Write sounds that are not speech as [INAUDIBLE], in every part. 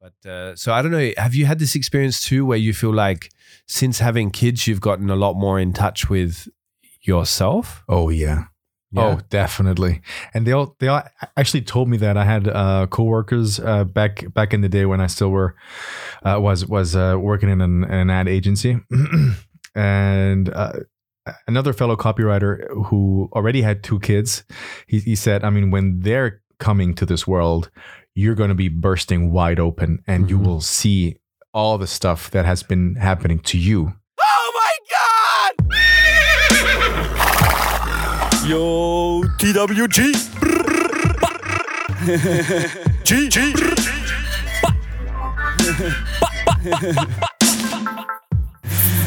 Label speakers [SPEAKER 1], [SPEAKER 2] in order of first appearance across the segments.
[SPEAKER 1] But uh, so I don't know. Have you had this experience too, where you feel like since having kids, you've gotten a lot more in touch with yourself?
[SPEAKER 2] Oh yeah.
[SPEAKER 1] Yeah.
[SPEAKER 2] Oh, definitely. And they all they all actually told me that I had uh, coworkers uh, back back in the day when I still were uh, was was uh, working in an, an ad agency, [CLEARS THROAT] and uh, another fellow copywriter who already had two kids. He, he said, I mean, when they're coming to this world, you're going to be bursting wide open, and you
[SPEAKER 1] Mhm.
[SPEAKER 2] will see all the stuff that has been happening to you.
[SPEAKER 3] Oh my god! Yo, TWG. G, G.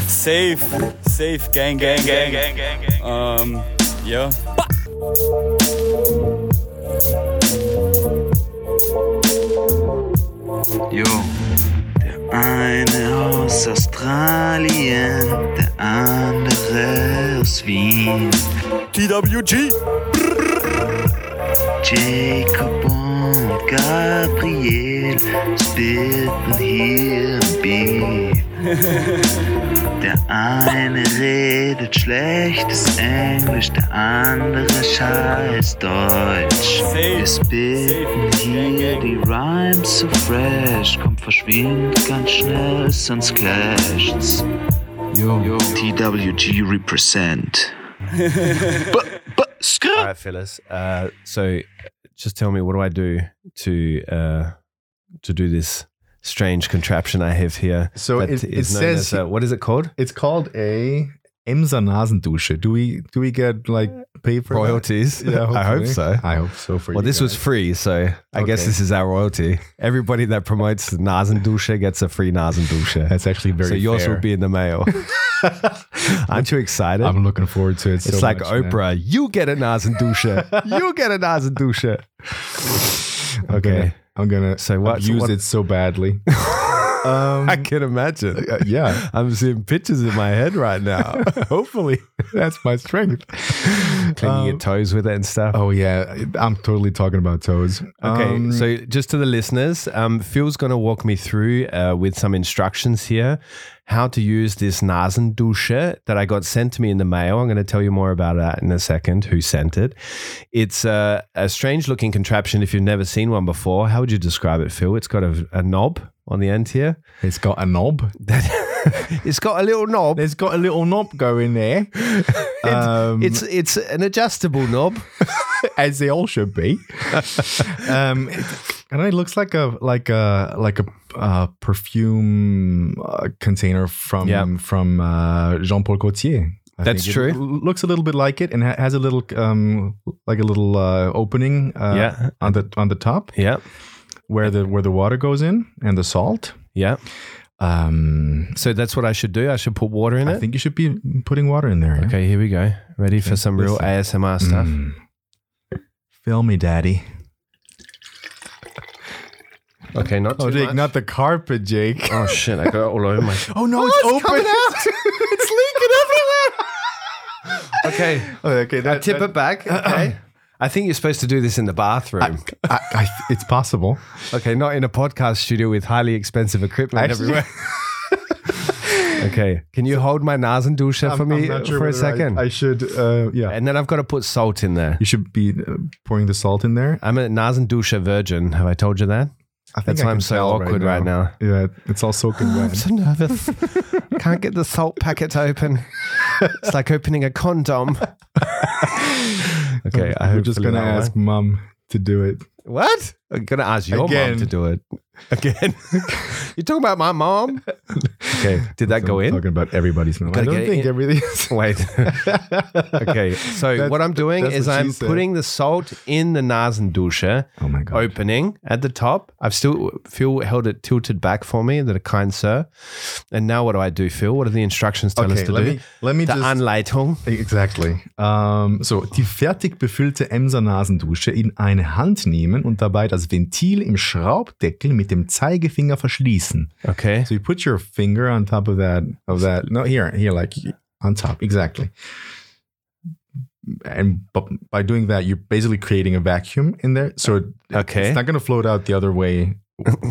[SPEAKER 3] Safe, safe, gang, gang, gang, gang, gang, gang. Um, yeah.
[SPEAKER 4] Jo, der eine aus Australien, der andere aus Wien.
[SPEAKER 3] TWG.
[SPEAKER 4] Jacob und Gabriel spitten hier im Beef. Der eine redet schlechtes Englisch, der andere scheiß Deutsch. Wir spitten hier die Rhymes so fresh, kommt verschwind ganz schnell, sonst clasht's. TWG represent. B- b- skr-
[SPEAKER 1] All right, fellas. Uh, so just tell me, what do I do to uh, to do this strange contraption I have here?
[SPEAKER 2] So
[SPEAKER 1] that
[SPEAKER 2] it, it
[SPEAKER 1] is known
[SPEAKER 2] says
[SPEAKER 1] as a- what is it called?
[SPEAKER 2] It's called a Imsa Nasendusche. Do we do we get like paid for that?
[SPEAKER 1] Royalties.
[SPEAKER 2] [LAUGHS] Yeah,
[SPEAKER 1] [LAUGHS] I hope
[SPEAKER 2] hopefully.
[SPEAKER 1] so.
[SPEAKER 2] I hope so for
[SPEAKER 1] Well,
[SPEAKER 2] you.
[SPEAKER 1] this was
[SPEAKER 2] guys.
[SPEAKER 1] free, so I guess
[SPEAKER 2] Okay.
[SPEAKER 1] this is our royalty. Everybody that promotes Nasendusche gets a free
[SPEAKER 2] [LAUGHS]
[SPEAKER 1] Nasendusche.
[SPEAKER 2] that's actually very.
[SPEAKER 1] So yours
[SPEAKER 2] fair.
[SPEAKER 1] will be in the
[SPEAKER 2] [LAUGHS]
[SPEAKER 1] mail. [LAUGHS] Aren't you excited?
[SPEAKER 2] I'm looking forward to it.
[SPEAKER 1] it's
[SPEAKER 2] so
[SPEAKER 1] like
[SPEAKER 2] much, man.
[SPEAKER 1] Oprah. You get a
[SPEAKER 2] [LAUGHS]
[SPEAKER 1] Nasendusche. you get a Nasendusche.
[SPEAKER 2] I'm
[SPEAKER 1] Okay.
[SPEAKER 2] gonna, I'm gonna
[SPEAKER 1] So what- so
[SPEAKER 2] use
[SPEAKER 1] what-
[SPEAKER 2] it so badly.
[SPEAKER 1] [LAUGHS]
[SPEAKER 2] um,
[SPEAKER 1] I can imagine.
[SPEAKER 2] uh, yeah,
[SPEAKER 1] I'm seeing pictures in my head right
[SPEAKER 2] [LAUGHS]
[SPEAKER 1] now.
[SPEAKER 2] hopefully that's my strength.
[SPEAKER 1] Cleaning your
[SPEAKER 2] Um,
[SPEAKER 1] toes with it and stuff.
[SPEAKER 2] Oh yeah, I'm totally talking about toes.
[SPEAKER 1] Okay,
[SPEAKER 2] Um,
[SPEAKER 1] so just to the listeners, um, Phil's going to walk me through uh, with some instructions here how to use this Nasendusche that I got sent to me in the mail. I'm going to tell you more about that in a second, who sent it. It's a, a strange looking contraption if you've never seen one before. How would you describe it, Phil? It's got a, a knob on the end here.
[SPEAKER 2] it's got a knob.
[SPEAKER 1] [LAUGHS] it's got a little knob.
[SPEAKER 2] It's got a little knob going [LAUGHS] there. Um,
[SPEAKER 1] It's, it's an adjustable knob.
[SPEAKER 2] as they all
[SPEAKER 1] [LAUGHS]
[SPEAKER 2] should be. um, it, I don't know, it looks like a like a like a uh, perfume uh, container from
[SPEAKER 1] Yeah.
[SPEAKER 2] from uh, Jean Paul Gaultier. I
[SPEAKER 1] That's
[SPEAKER 2] think.
[SPEAKER 1] true.
[SPEAKER 2] It l- looks a little bit like it, and ha- has a little um, like a little uh, opening uh,
[SPEAKER 1] Yeah.
[SPEAKER 2] on the on the top
[SPEAKER 1] Yeah,
[SPEAKER 2] where the where the water goes in and the salt.
[SPEAKER 1] yeah.
[SPEAKER 2] Um,
[SPEAKER 1] So that's what I should do. I should put water in
[SPEAKER 2] I
[SPEAKER 1] it.
[SPEAKER 2] think you should be putting water in there. yeah?
[SPEAKER 1] Okay, here we go. Ready for some real ASMR stuff.
[SPEAKER 2] Mm. Fill me, daddy.
[SPEAKER 1] Okay, not too
[SPEAKER 2] Oh, Jake,
[SPEAKER 1] much.
[SPEAKER 2] not the carpet, Jake. [LAUGHS]
[SPEAKER 1] oh shit, I got it all over my.
[SPEAKER 2] Oh no, it's, open. [LAUGHS]
[SPEAKER 1] [LAUGHS]
[SPEAKER 2] it's
[SPEAKER 1] [LAUGHS] Okay,
[SPEAKER 2] leaking everywhere. Oh, okay, that,
[SPEAKER 1] tip it back. Okay. I think you're supposed to do this in the bathroom.
[SPEAKER 2] I, I, it's possible.
[SPEAKER 1] [LAUGHS] okay, not in a podcast studio with highly expensive equipment
[SPEAKER 2] Actually-
[SPEAKER 1] everywhere.
[SPEAKER 2] [LAUGHS]
[SPEAKER 1] okay, can you hold my Nasendusche for
[SPEAKER 2] I'm-
[SPEAKER 1] me
[SPEAKER 2] I'm not sure
[SPEAKER 1] for a
[SPEAKER 2] whether I-
[SPEAKER 1] second?
[SPEAKER 2] I, should. Uh, yeah,
[SPEAKER 1] and then I've got to put salt in there.
[SPEAKER 2] you should be uh, pouring the salt in there.
[SPEAKER 1] I'm a Nasendusche virgin. Have I told you that?
[SPEAKER 2] I think
[SPEAKER 1] That's
[SPEAKER 2] I
[SPEAKER 1] why
[SPEAKER 2] can
[SPEAKER 1] I'm so
[SPEAKER 2] tell
[SPEAKER 1] awkward right now.
[SPEAKER 2] Yeah, it's
[SPEAKER 1] [LAUGHS]
[SPEAKER 2] all soaking
[SPEAKER 1] I'm
[SPEAKER 2] wet.
[SPEAKER 1] so nervous. Can't get the salt packets open. It's like opening a condom. okay, I hope
[SPEAKER 2] We're just gonna ask mom to do it.
[SPEAKER 1] What? I'm gonna ask your
[SPEAKER 2] Again.
[SPEAKER 1] mom to do it again. you talking about my mom? Okay, did that go
[SPEAKER 2] I'm
[SPEAKER 1] in?
[SPEAKER 2] Talking about everybody's mom. I
[SPEAKER 1] Gotta
[SPEAKER 2] don't
[SPEAKER 1] get
[SPEAKER 2] think
[SPEAKER 1] in-
[SPEAKER 2] everything.
[SPEAKER 1] [LAUGHS]
[SPEAKER 2] Is
[SPEAKER 1] Wait. okay, so
[SPEAKER 2] That's-
[SPEAKER 1] what I'm doing
[SPEAKER 2] that's
[SPEAKER 1] is
[SPEAKER 2] what she
[SPEAKER 1] I'm
[SPEAKER 2] said.
[SPEAKER 1] putting the salt in the Nasendusche.
[SPEAKER 2] Oh my god.
[SPEAKER 1] opening at the top. I've still Phil held it tilted back for me, that a kind sir. And now what do I do, Phil? What do the instructions tell us
[SPEAKER 2] Okay,
[SPEAKER 1] to
[SPEAKER 2] let
[SPEAKER 1] do?
[SPEAKER 2] me let me
[SPEAKER 1] the
[SPEAKER 2] just
[SPEAKER 1] Anleitung.
[SPEAKER 2] Exactly. Ähm, so, die fertig befüllte Emser-Nasendusche in eine Hand nehmen und dabei das Ventil im Schraubdeckel mit dem Zeigefinger verschließen.
[SPEAKER 1] Okay.
[SPEAKER 2] So you put your finger on top of that, of that. No, here, here, like on top. Exactly. And b- by doing that, you're basically creating a vacuum in there. So
[SPEAKER 1] Okay. [LAUGHS]
[SPEAKER 2] it's not going to float out the other way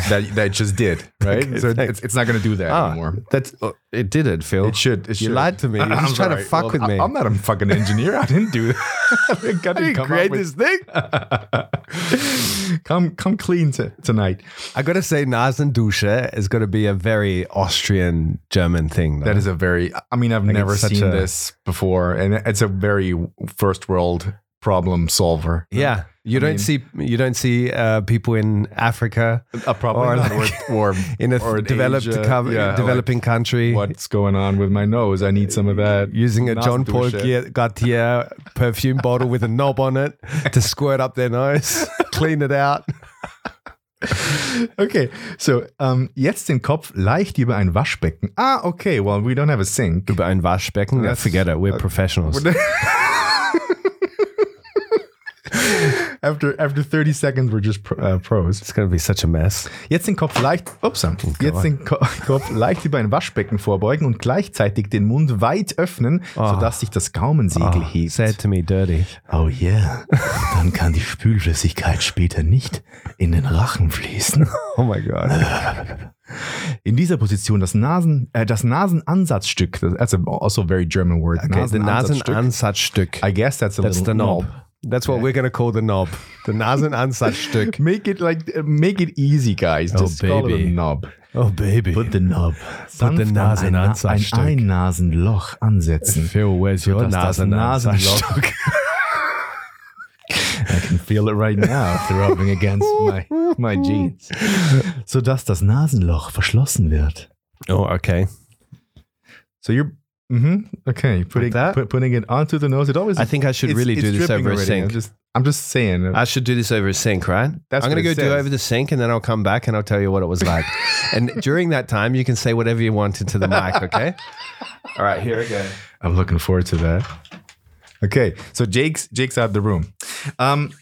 [SPEAKER 2] that that it just did, right?
[SPEAKER 1] Okay,
[SPEAKER 2] so it-
[SPEAKER 1] thanks.
[SPEAKER 2] it's, it's not going to do that
[SPEAKER 1] Ah,
[SPEAKER 2] anymore.
[SPEAKER 1] that's oh, it. Did it, Phil?
[SPEAKER 2] It should. It
[SPEAKER 1] You
[SPEAKER 2] should.
[SPEAKER 1] lied to
[SPEAKER 2] [LAUGHS]
[SPEAKER 1] me. You're
[SPEAKER 2] I'm
[SPEAKER 1] just trying to
[SPEAKER 2] sorry.
[SPEAKER 1] fuck
[SPEAKER 2] Well,
[SPEAKER 1] with
[SPEAKER 2] I-
[SPEAKER 1] me.
[SPEAKER 2] I'm not a fucking engineer. I didn't do that. [LAUGHS] I didn't come up with-
[SPEAKER 1] thing.
[SPEAKER 2] [LAUGHS] come come clean to, tonight.
[SPEAKER 1] I gotta say, Nasendusche is gonna be a very Austrian German thing. Though.
[SPEAKER 2] That is a very. I mean, I've
[SPEAKER 1] Like,
[SPEAKER 2] never
[SPEAKER 1] it's such
[SPEAKER 2] seen
[SPEAKER 1] a-
[SPEAKER 2] this before, and it's a very first world problem solver.
[SPEAKER 1] yeah. You don't
[SPEAKER 2] mean-
[SPEAKER 1] see you don't see uh, people in Africa
[SPEAKER 2] a problem
[SPEAKER 1] Or
[SPEAKER 2] not,
[SPEAKER 1] like-
[SPEAKER 2] or, or
[SPEAKER 1] [LAUGHS] in a
[SPEAKER 2] or in
[SPEAKER 1] developed
[SPEAKER 2] Asia,
[SPEAKER 1] co-
[SPEAKER 2] yeah,
[SPEAKER 1] developing country
[SPEAKER 2] [LAUGHS] what's going on with my nose? I need some
[SPEAKER 1] [LAUGHS]
[SPEAKER 2] of that.
[SPEAKER 1] using a John Paul
[SPEAKER 2] Nasendusche.
[SPEAKER 1] Gier- Gaultier
[SPEAKER 2] [LAUGHS]
[SPEAKER 1] perfume bottle with a knob on it to squirt up their nose, clean it out.
[SPEAKER 2] Okay, so um, jetzt den Kopf leicht über ein Waschbecken. Ah, okay. Well, we don't have a sink.
[SPEAKER 1] Über ein Waschbecken.
[SPEAKER 2] That's-
[SPEAKER 1] forget it. We're [LAUGHS] professionals.
[SPEAKER 2] after after 30 seconds, we're just pro, uh, pros.
[SPEAKER 1] It's gonna be such a mess.
[SPEAKER 2] Jetzt den Kopf leicht, ups,
[SPEAKER 1] Oh,
[SPEAKER 2] jetzt den Ko [LAUGHS] Kopf leicht über ein Waschbecken vorbeugen und gleichzeitig den Mund weit öffnen,
[SPEAKER 1] Ah.
[SPEAKER 2] sodass sich das Gaumensegel hebt.
[SPEAKER 1] Say it to me dirty.
[SPEAKER 2] Oh yeah, dann kann die Spülflüssigkeit später nicht in den Rachen fließen.
[SPEAKER 1] Oh my [LAUGHS] god.
[SPEAKER 2] In dieser Position das Nasen, äh, das Nasenansatzstück. That's a, also a very German word.
[SPEAKER 1] Okay, the Nasenansatzstück.
[SPEAKER 2] I guess that's a
[SPEAKER 1] That's the
[SPEAKER 2] little
[SPEAKER 1] knob. That's what we're gonna call the knob. The Nasenansatzstück.
[SPEAKER 2] Make it like uh, make it easy, guys. Just call it a
[SPEAKER 1] Oh, baby.
[SPEAKER 2] knob.
[SPEAKER 1] [LAUGHS] Oh baby.
[SPEAKER 2] Put the knob.
[SPEAKER 1] the
[SPEAKER 2] Sanft
[SPEAKER 1] Nase
[SPEAKER 2] an
[SPEAKER 1] in
[SPEAKER 2] ein, ein
[SPEAKER 1] Ansatzstück.
[SPEAKER 2] Einnasenloch ansetzen.
[SPEAKER 1] Phil, where's your
[SPEAKER 2] Dass das
[SPEAKER 1] Nasenansatzstück?
[SPEAKER 2] Nasenloch. [LAUGHS] I can feel it right now,
[SPEAKER 1] [LAUGHS]
[SPEAKER 2] throbbing against my, my jeans. Sodass das Nasenloch verschlossen wird.
[SPEAKER 1] Oh, okay.
[SPEAKER 2] So you're mhm, okay, you're putting
[SPEAKER 1] that?
[SPEAKER 2] put- putting it onto the nose. It always
[SPEAKER 1] I think I should
[SPEAKER 2] it's-
[SPEAKER 1] really
[SPEAKER 2] it's
[SPEAKER 1] do this
[SPEAKER 2] dripping
[SPEAKER 1] over a
[SPEAKER 2] already.
[SPEAKER 1] sink.
[SPEAKER 2] I'm just, I'm just saying.
[SPEAKER 1] I should do this over a sink, right?
[SPEAKER 2] That's
[SPEAKER 1] I'm
[SPEAKER 2] what
[SPEAKER 1] gonna go
[SPEAKER 2] it
[SPEAKER 1] do
[SPEAKER 2] says.
[SPEAKER 1] over the sink, and then I'll come back and I'll tell you what it was
[SPEAKER 2] [LAUGHS]
[SPEAKER 1] like. and during that time, you can say whatever you want into the mic.
[SPEAKER 2] [LAUGHS]
[SPEAKER 1] Okay. All right. Here we go.
[SPEAKER 2] I'm looking forward to that. Okay, so Jake's Jake's out of the room. Um,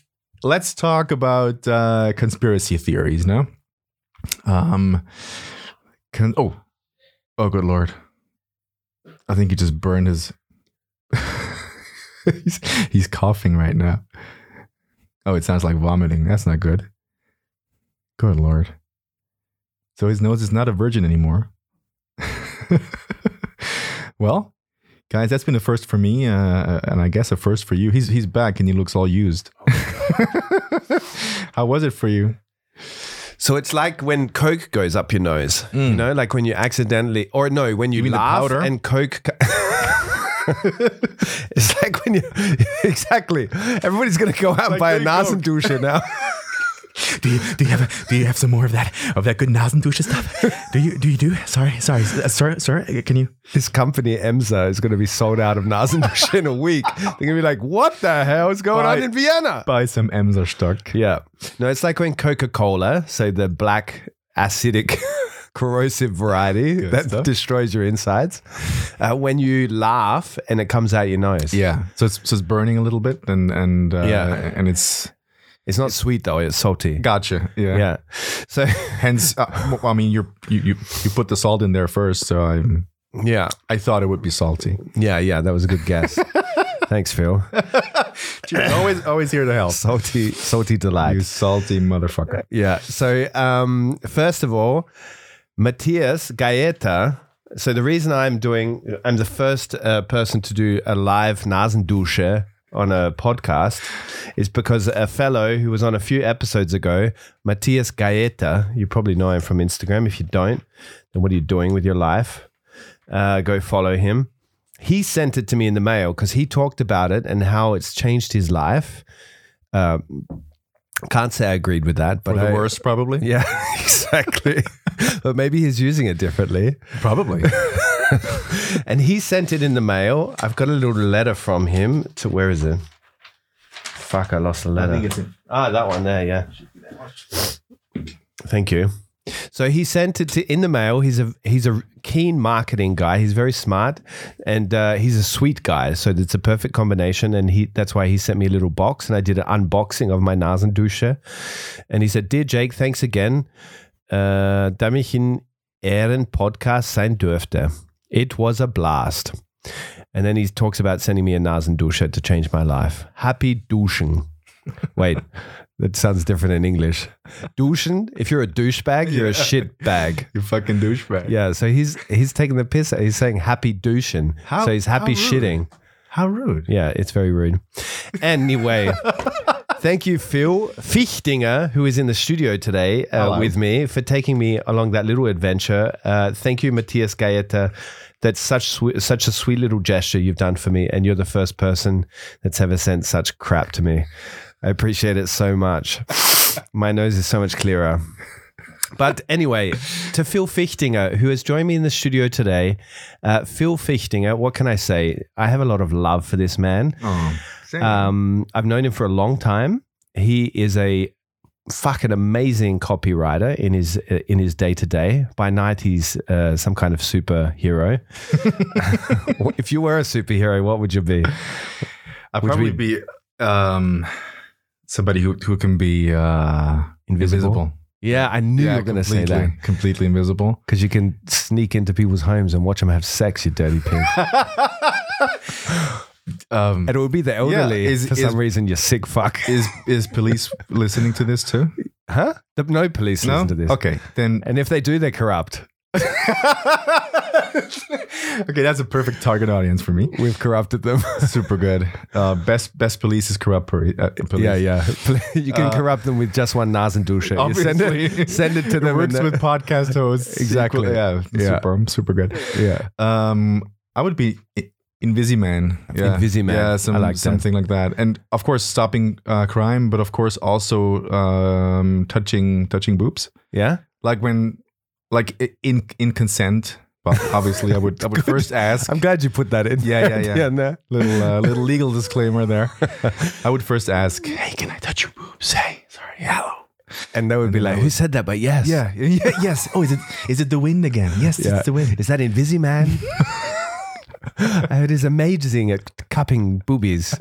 [SPEAKER 2] let's talk about uh, conspiracy theories now. Um, can oh, oh, good lord! I think he just burned his. [LAUGHS] he's he's coughing right now. Oh, it sounds like vomiting. That's not good. Good lord! So his nose is not a virgin anymore. [LAUGHS] well, Guys, that's been a first for me, uh, and I guess a first for you. He's he's back and he looks all used. Oh [LAUGHS] How was it for you?
[SPEAKER 1] So it's like when Coke goes up your nose, you know, like when you accidentally, or no, when you,
[SPEAKER 2] Mm. mean the
[SPEAKER 1] laugh
[SPEAKER 2] powder?
[SPEAKER 1] and Coke. co- [LAUGHS] it's like when you [LAUGHS] exactly. Everybody's gonna go out and buy a
[SPEAKER 2] getting Coke.
[SPEAKER 1] Nasendusche
[SPEAKER 2] [LAUGHS]
[SPEAKER 1] now.
[SPEAKER 2] Do you do you have do you have some more of that of that good Nasendusche stuff? Do you do you do? Sorry, sorry, uh, sir, sir. Can you?
[SPEAKER 1] This company EMSA is gonna be sold out of Nasendusche in a week. They're gonna be like, "What
[SPEAKER 2] Uh,
[SPEAKER 1] the hell is going on
[SPEAKER 2] Buy-
[SPEAKER 1] in Vienna?"
[SPEAKER 2] Buy some Emser stock.
[SPEAKER 1] Yeah. No, it's like when Coca Cola, so the black acidic [LAUGHS] corrosive variety that
[SPEAKER 2] stuff.
[SPEAKER 1] destroys your insides, uh, when you laugh and it comes out your nose.
[SPEAKER 2] Yeah. So it's so it's burning a little bit and and uh,
[SPEAKER 1] Yeah.
[SPEAKER 2] and it's
[SPEAKER 1] It's not sweet though, it's salty.
[SPEAKER 2] gotcha. Yeah.
[SPEAKER 1] Yeah. So,
[SPEAKER 2] Hence, uh, well, I mean, you're, you you you put the salt in there first, so I
[SPEAKER 1] yeah.
[SPEAKER 2] I thought it would be salty.
[SPEAKER 1] Yeah. Yeah. That was a good guess. Thanks, Phil.
[SPEAKER 2] Cheers. Always always here to help.
[SPEAKER 1] Salty, salty delight.
[SPEAKER 2] You salty motherfucker.
[SPEAKER 1] Yeah. So, um, first of all, Matthias Gaeta. So, the reason I'm doing, I'm the first uh, person to do a live Nasendusche on a podcast is because a fellow who was on a few episodes ago, Matthias Gaeta, you probably know him from Instagram. If you don't, then what are you doing with your life? Uh, go follow him. He sent it to me in the mail because he talked about it and how it's changed his life. Uh, can't say I agreed with that, but
[SPEAKER 2] For the
[SPEAKER 1] I-
[SPEAKER 2] worst, probably.
[SPEAKER 1] yeah, [LAUGHS] exactly. but maybe he's using it differently. [LAUGHS]
[SPEAKER 2] Probably.
[SPEAKER 1] And he sent it in the mail. I've got a little letter from him to where is it? Fuck, I lost the letter. Ah, that one there, yeah. Thank you. So he sent it to in the mail. He's a he's a keen marketing guy. He's very smart, and uh, he's a sweet guy. So it's a perfect combination. And he that's why he sent me a little box, and I did an unboxing of my Nasendusche. And he said, "Dear Jake, thanks again, uh, da mich in Ehren Podcast sein dürfte. It was a blast." And then he talks about sending me a Nasendusche to change my life. Happy douchen. Wait, That sounds different in English. Douchen. If you're a douchebag, you're a
[SPEAKER 2] Yeah.
[SPEAKER 1] shit bag.
[SPEAKER 2] You fucking douchebag.
[SPEAKER 1] Yeah. So he's he's taking the piss. out- He's saying happy douchen.
[SPEAKER 2] How-
[SPEAKER 1] so he's happy
[SPEAKER 2] how rude.
[SPEAKER 1] shitting.
[SPEAKER 2] How rude.
[SPEAKER 1] Yeah, it's very rude. Anyway, thank you, Phil Fichtinger, who is in the studio today uh,
[SPEAKER 2] Hello.
[SPEAKER 1] with me, for taking me along that little adventure. Uh, thank you, Matthias Gaeta. That's such swe- such a sweet little gesture you've done for me, and you're the first person that's ever sent such crap to me. I appreciate it so much. My nose is so much clearer. But anyway, to Phil Fichtinger, who has joined me in the studio today. Uh, Phil Fichtinger, what can I say? I have a lot of love for this man.
[SPEAKER 2] Oh,
[SPEAKER 1] Um, I've known him for a long time. He is a fucking amazing copywriter in his in his day to day. By night, he's uh, some kind of
[SPEAKER 2] [LAUGHS]
[SPEAKER 1] superhero. [LAUGHS] if you were a superhero, what would you be?
[SPEAKER 2] I'd
[SPEAKER 1] would
[SPEAKER 2] probably
[SPEAKER 1] we-
[SPEAKER 2] be um, somebody who, who can be uh, invisible.
[SPEAKER 1] Yeah, I knew
[SPEAKER 2] Yeah,
[SPEAKER 1] you were going to say that
[SPEAKER 2] completely-
[SPEAKER 1] [LAUGHS]
[SPEAKER 2] Completely invisible.
[SPEAKER 1] because you can sneak into people's homes and watch them have sex. You dirty
[SPEAKER 2] [LAUGHS]
[SPEAKER 1] pig.
[SPEAKER 2] Um,
[SPEAKER 1] and it would be the elderly
[SPEAKER 2] is-
[SPEAKER 1] for
[SPEAKER 2] is-
[SPEAKER 1] some reason. You sick
[SPEAKER 2] [LAUGHS]
[SPEAKER 1] fuck.
[SPEAKER 2] Um, is is police listening to this too?
[SPEAKER 1] Huh? The- No police
[SPEAKER 2] No.
[SPEAKER 1] listen to this.
[SPEAKER 2] Okay, then.
[SPEAKER 1] And if they do, they're corrupt.
[SPEAKER 2] [LAUGHS] okay, that's a perfect target audience for me.
[SPEAKER 1] We've corrupted [LAUGHS] them.
[SPEAKER 2] Super good. Uh, best best police is corrupt poli- uh, police.
[SPEAKER 1] Yeah, yeah. [LAUGHS] you can corrupt them with just one Nasendusche. You send
[SPEAKER 2] Obviously.
[SPEAKER 1] it, [LAUGHS] send it to
[SPEAKER 2] [LAUGHS] It
[SPEAKER 1] them.
[SPEAKER 2] works
[SPEAKER 1] and-
[SPEAKER 2] with podcast hosts.
[SPEAKER 1] Exactly.
[SPEAKER 2] equally. Yeah,
[SPEAKER 1] Yeah.
[SPEAKER 2] Super. Super good.
[SPEAKER 1] [LAUGHS] yeah.
[SPEAKER 2] Um, I would be I- Invisiman. Yeah.
[SPEAKER 1] Invisiman.
[SPEAKER 2] Yeah, some,
[SPEAKER 1] I like that.
[SPEAKER 2] something like that. And of course, stopping uh, crime, but of course also um, touching touching boobs.
[SPEAKER 1] Yeah.
[SPEAKER 2] Like when, like i- in in consent.
[SPEAKER 1] [LAUGHS]
[SPEAKER 2] But obviously, I would I would first ask.
[SPEAKER 1] I'm glad you put that in.
[SPEAKER 2] Yeah,
[SPEAKER 1] [LAUGHS]
[SPEAKER 2] yeah, yeah.
[SPEAKER 1] yeah no.
[SPEAKER 2] [LAUGHS] little uh, little legal disclaimer
[SPEAKER 1] [LAUGHS]
[SPEAKER 2] there. I would first ask, "Hey, can I touch your boobs? Hey, sorry, hello."
[SPEAKER 1] And they would be
[SPEAKER 2] then
[SPEAKER 1] like,
[SPEAKER 2] I
[SPEAKER 1] who
[SPEAKER 2] would-
[SPEAKER 1] said that? But yes.
[SPEAKER 2] Yeah, yeah, [LAUGHS] yes. Oh, is it is it the wind again? Yes,
[SPEAKER 1] Yeah.
[SPEAKER 2] it's the wind.
[SPEAKER 1] Is that Invisiman?
[SPEAKER 2] [LAUGHS]
[SPEAKER 1] I heard he's amazing at cupping boobies.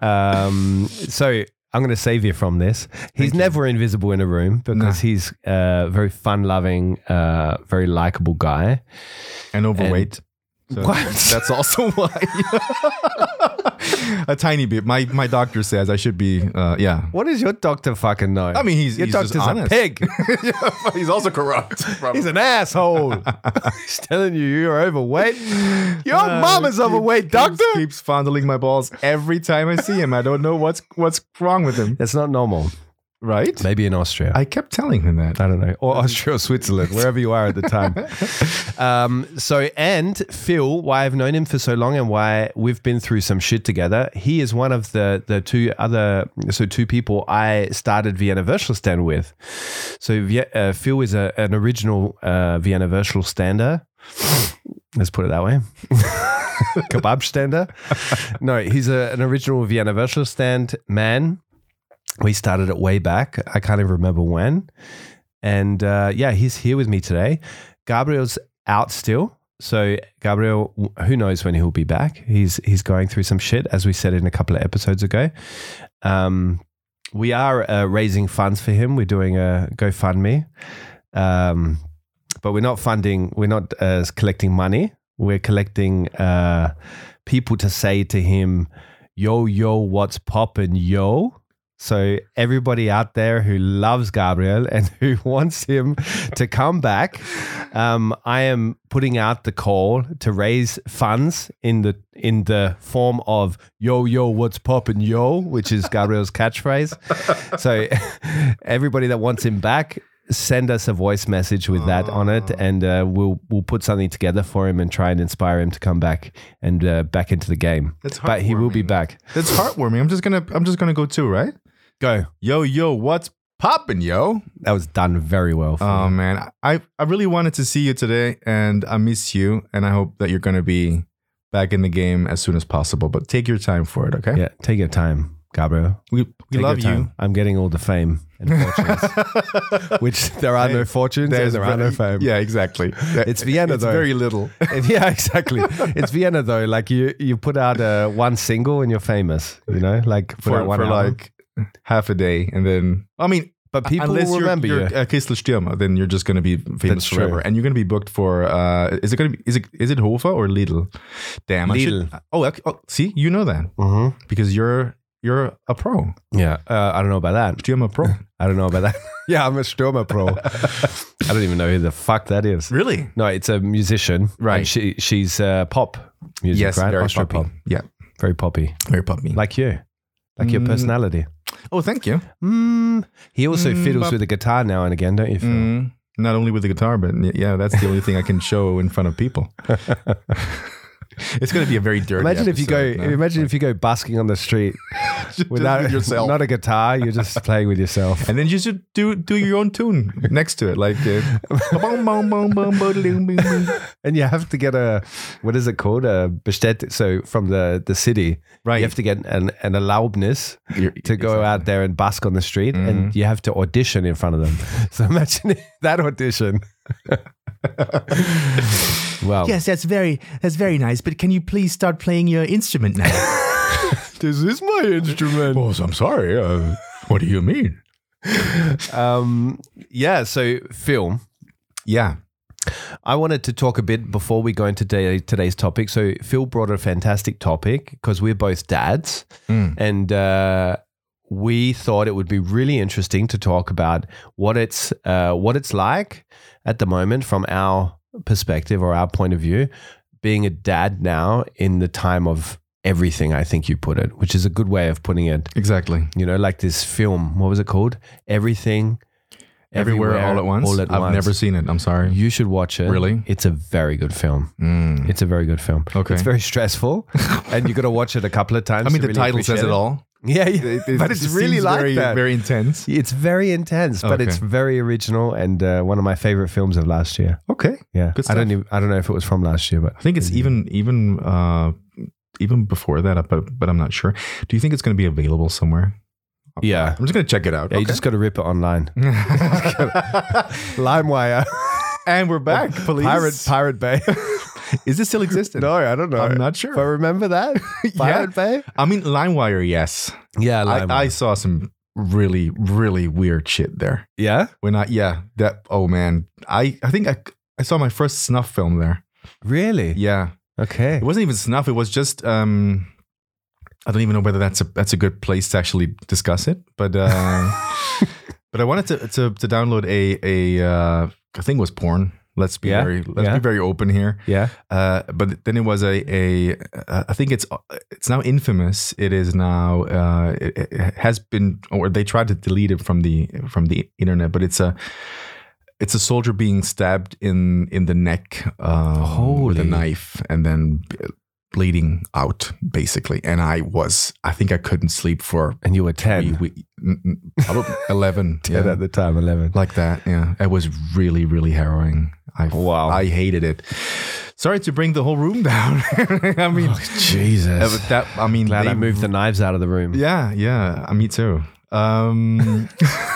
[SPEAKER 1] Um, so I'm going to save you from this. He's never invisible in a room because he's a very fun loving, uh, very likable guy.
[SPEAKER 2] And overweight. so
[SPEAKER 1] What?
[SPEAKER 2] That's also [LAUGHS] why. a tiny bit. My my doctor says I should be. Uh, yeah.
[SPEAKER 1] [LAUGHS] What does your doctor fucking know?
[SPEAKER 2] I mean, he's
[SPEAKER 1] your
[SPEAKER 2] he's just
[SPEAKER 1] doctor's a
[SPEAKER 2] honest. [LAUGHS]
[SPEAKER 1] pig.
[SPEAKER 2] yeah, but he's also [LAUGHS] corrupt.
[SPEAKER 1] He's an asshole. [LAUGHS] He's telling you you're overweight. Your
[SPEAKER 2] Uh,
[SPEAKER 1] mama's
[SPEAKER 2] keep-
[SPEAKER 1] overweight,
[SPEAKER 2] keeps-
[SPEAKER 1] doctor.
[SPEAKER 2] keeps fondling my balls every time I see him. I don't know what's what's wrong with him.
[SPEAKER 1] That's not normal.
[SPEAKER 2] Right?
[SPEAKER 1] Maybe in Austria.
[SPEAKER 2] I kept telling him that.
[SPEAKER 1] I don't know. Or Austria or Switzerland, wherever you are at the time. um, so, and Phil, why I've known him for so long and why we've been through some shit together, he is one of the the two other, so two people I started Vienna Stand with. So, Vi- uh, Phil is a, an original uh, Vienna Stander. Let's put it that way. [LAUGHS] Kebab stander. No, he's a, an original Vienna stand man. We started it way back. I can't even remember when. And uh, yeah, he's here with me today. Gabriel's out still. So Gabriel, who knows when he'll be back? He's he's going through some shit, as we said in a couple of episodes ago. Um, we are uh, raising funds for him. We're doing a GoFundMe, um, but we're not funding. We're not uh, collecting money. We're collecting uh, people to say to him, "Yo, yo, what's poppin', yo." So everybody out there who loves Gabriel and [LAUGHS] who wants him to come back, um, I am putting out the call to raise funds in the in the form of "Yo yo, what's poppin' yo," which is Gabriel's catchphrase. So [LAUGHS] everybody that wants him back, send us a voice message with that on it, and uh, we'll we'll put something together for him and try and inspire him to come back and uh, back into the game.
[SPEAKER 2] That's
[SPEAKER 1] But he will be
[SPEAKER 2] heartwarming.
[SPEAKER 1] back.
[SPEAKER 2] That's heartwarming. I'm just gonna I'm just gonna go too, right?
[SPEAKER 1] Go.
[SPEAKER 2] Yo, yo, what's poppin', yo?
[SPEAKER 1] That was done very well. For
[SPEAKER 2] Oh man, I I really wanted to see you today, and I miss you, and I hope that you're gonna be back in the game as soon as possible. But take your time for it, okay?
[SPEAKER 1] Yeah, take your time, Gabriel.
[SPEAKER 2] We we
[SPEAKER 1] Take
[SPEAKER 2] love
[SPEAKER 1] your time.
[SPEAKER 2] you.
[SPEAKER 1] I'm getting all the fame
[SPEAKER 2] [LAUGHS]
[SPEAKER 1] and [LAUGHS] fortunes, which there are no fortunes and there are no fame.
[SPEAKER 2] Yeah, exactly.
[SPEAKER 1] It's Vienna,
[SPEAKER 2] It's
[SPEAKER 1] though.
[SPEAKER 2] very
[SPEAKER 1] [LAUGHS]
[SPEAKER 2] little.
[SPEAKER 1] And [LAUGHS] yeah, exactly. It's Vienna though. Like you, you put out uh, one single and you're famous. You know, like put
[SPEAKER 2] for,
[SPEAKER 1] out one
[SPEAKER 2] for
[SPEAKER 1] album.
[SPEAKER 2] like half a day, and then I mean,
[SPEAKER 1] But people
[SPEAKER 2] unless
[SPEAKER 1] will
[SPEAKER 2] you're,
[SPEAKER 1] remember
[SPEAKER 2] you're
[SPEAKER 1] you.
[SPEAKER 2] uh, Kissel Stürmer, then you're just gonna be famous
[SPEAKER 1] That's true.
[SPEAKER 2] forever, and you're gonna be booked for. Uh, is it gonna be? Is it is it Hofer or Lidl? Damn, I should-
[SPEAKER 1] Lidl.
[SPEAKER 2] oh, okay. oh, see, you know that
[SPEAKER 1] Mhm.
[SPEAKER 2] because you're you're a pro.
[SPEAKER 1] Yeah, uh, I don't know about that. [LAUGHS]
[SPEAKER 2] Stürmer pro.
[SPEAKER 1] I don't know about that. yeah, I'm a Stürmer pro. I don't even know who the fuck that is.
[SPEAKER 2] Really?
[SPEAKER 1] No, it's a musician.
[SPEAKER 2] Right.
[SPEAKER 1] And she she's uh, pop music.
[SPEAKER 2] Yes,
[SPEAKER 1] right?
[SPEAKER 2] very
[SPEAKER 1] Austro
[SPEAKER 2] poppy. Yeah,
[SPEAKER 1] Very poppy.
[SPEAKER 2] very poppy.
[SPEAKER 1] Like you. Like your
[SPEAKER 2] Mm.
[SPEAKER 1] personality.
[SPEAKER 2] oh, thank you.
[SPEAKER 1] Mm. He also
[SPEAKER 2] Mm,
[SPEAKER 1] fiddles
[SPEAKER 2] bop.
[SPEAKER 1] with a guitar now and again, don't you? Phil?
[SPEAKER 2] Mm, not only with the guitar, but y- yeah, that's the only thing I can show in front of people. [LAUGHS] it's going to be a very dirty.
[SPEAKER 1] Imagine if you go.
[SPEAKER 2] episode, no?
[SPEAKER 1] Imagine if you go busking on the [LAUGHS] street
[SPEAKER 2] Just
[SPEAKER 1] without
[SPEAKER 2] with yourself,
[SPEAKER 1] [LAUGHS] Not a guitar. You're [LAUGHS] just playing with yourself.
[SPEAKER 2] and then you should do do your own tune next to it, like.
[SPEAKER 1] [LAUGHS]
[SPEAKER 2] Uh,
[SPEAKER 1] And you have to get a what is it called? A bestätig. So from the the city,
[SPEAKER 2] Right.
[SPEAKER 1] You have to get an an erlaubnis to go out there and busk on the street, and you have to audition in front of them. [LAUGHS] So imagine [LAUGHS] that audition. [LAUGHS] well,
[SPEAKER 2] that's very that's very nice. But can you please start playing your instrument now?
[SPEAKER 1] [LAUGHS] this is my instrument.
[SPEAKER 2] oh, I'm sorry. Uh, what do you mean?
[SPEAKER 1] Um, yeah. So film.
[SPEAKER 2] Yeah.
[SPEAKER 1] I wanted to talk a bit before we go into day, today's topic. So Phil brought a fantastic topic because we're both dads,
[SPEAKER 2] Mm.
[SPEAKER 1] and uh, we thought it would be really interesting to talk about what it's uh, what it's like at the moment from our perspective or our point of view, being a dad now in the time of everything. I think you put it, which is a good way of putting it.
[SPEAKER 2] Exactly.
[SPEAKER 1] You know, like this film. What was it called? Everything.
[SPEAKER 2] Everywhere, all at once.
[SPEAKER 1] All at
[SPEAKER 2] I've
[SPEAKER 1] once.
[SPEAKER 2] never seen it. I'm sorry.
[SPEAKER 1] You should watch it.
[SPEAKER 2] Really?
[SPEAKER 1] It's a very good film.
[SPEAKER 2] Mm.
[SPEAKER 1] It's a very good film.
[SPEAKER 2] Okay.
[SPEAKER 1] It's very
[SPEAKER 2] [LAUGHS]
[SPEAKER 1] stressful and you got to watch it a couple of times.
[SPEAKER 2] I mean,
[SPEAKER 1] to
[SPEAKER 2] the
[SPEAKER 1] really
[SPEAKER 2] title says
[SPEAKER 1] appreciate
[SPEAKER 2] it [LAUGHS] all.
[SPEAKER 1] Yeah, yeah. but it's really like
[SPEAKER 2] very,
[SPEAKER 1] that.
[SPEAKER 2] very intense.
[SPEAKER 1] it's very intense, but
[SPEAKER 2] Okay.
[SPEAKER 1] it's very original and uh, one of my favorite films of last year.
[SPEAKER 2] Okay,
[SPEAKER 1] Yeah.
[SPEAKER 2] Oh, Good
[SPEAKER 1] I don't
[SPEAKER 2] stuff.
[SPEAKER 1] even, I don't know if it was from last year, but
[SPEAKER 2] I think it's
[SPEAKER 1] Yeah.
[SPEAKER 2] even even uh, even before that, but but I'm not sure. Do you think it's going to be available somewhere?
[SPEAKER 1] [LAUGHS] yeah.
[SPEAKER 2] I'm just going to check it out.
[SPEAKER 1] Yeah, you
[SPEAKER 2] Okay.
[SPEAKER 1] just got to rip it
[SPEAKER 2] [LAUGHS]
[SPEAKER 1] online. LimeWire.
[SPEAKER 2] and we're [LAUGHS] back,
[SPEAKER 1] [LAUGHS]
[SPEAKER 2] police.
[SPEAKER 1] Pirate Pirate
[SPEAKER 2] [LAUGHS]
[SPEAKER 1] Bay.
[SPEAKER 2] Is this [LAUGHS] still existent?
[SPEAKER 1] no, I don't know.
[SPEAKER 2] I'm not
[SPEAKER 1] If I
[SPEAKER 2] sure.
[SPEAKER 1] remember
[SPEAKER 2] [LAUGHS]
[SPEAKER 1] that. Pirate Bay?
[SPEAKER 2] I mean, LimeWire, yes.
[SPEAKER 1] Yeah,
[SPEAKER 2] I,
[SPEAKER 1] LimeWire.
[SPEAKER 2] I saw some really really weird shit there.
[SPEAKER 1] yeah?
[SPEAKER 2] When I yeah that oh man I I think I I saw my first snuff film there.
[SPEAKER 1] Really?
[SPEAKER 2] Yeah,
[SPEAKER 1] Okay.
[SPEAKER 2] It wasn't even snuff. It was just um, I don't even know whether that's a that's a good place to actually discuss it. But
[SPEAKER 1] [LAUGHS]
[SPEAKER 2] uh, but I wanted to to, to download a a uh, I think it was porn. Let's be
[SPEAKER 1] Yeah,
[SPEAKER 2] very let's
[SPEAKER 1] yeah.
[SPEAKER 2] be very open here.
[SPEAKER 1] Yeah.
[SPEAKER 2] Uh, but then it was a a uh, I think it's it's now infamous. It is now uh, it, it has been or they tried to delete it from the from the internet. But it's a it's a soldier being stabbed in in the neck um, with
[SPEAKER 1] Holy.
[SPEAKER 2] a knife and then b- bleeding out basically. And I was I think I couldn't sleep for
[SPEAKER 1] And you were
[SPEAKER 2] we,
[SPEAKER 1] 10.
[SPEAKER 2] we, n- n- probably
[SPEAKER 1] [LAUGHS]
[SPEAKER 2] eleven
[SPEAKER 1] 10
[SPEAKER 2] yeah,
[SPEAKER 1] at the time, 11.
[SPEAKER 2] like that. Yeah, it was really really harrowing. I
[SPEAKER 1] Wow.
[SPEAKER 2] I hated it. Sorry to bring the whole room [LAUGHS] down. I mean, uh,
[SPEAKER 1] Oh, Jesus.
[SPEAKER 2] but that I mean,
[SPEAKER 1] Glad
[SPEAKER 2] they-
[SPEAKER 1] I moved the knives out of the room.
[SPEAKER 2] Yeah, yeah, uh, me too. Um, [LAUGHS]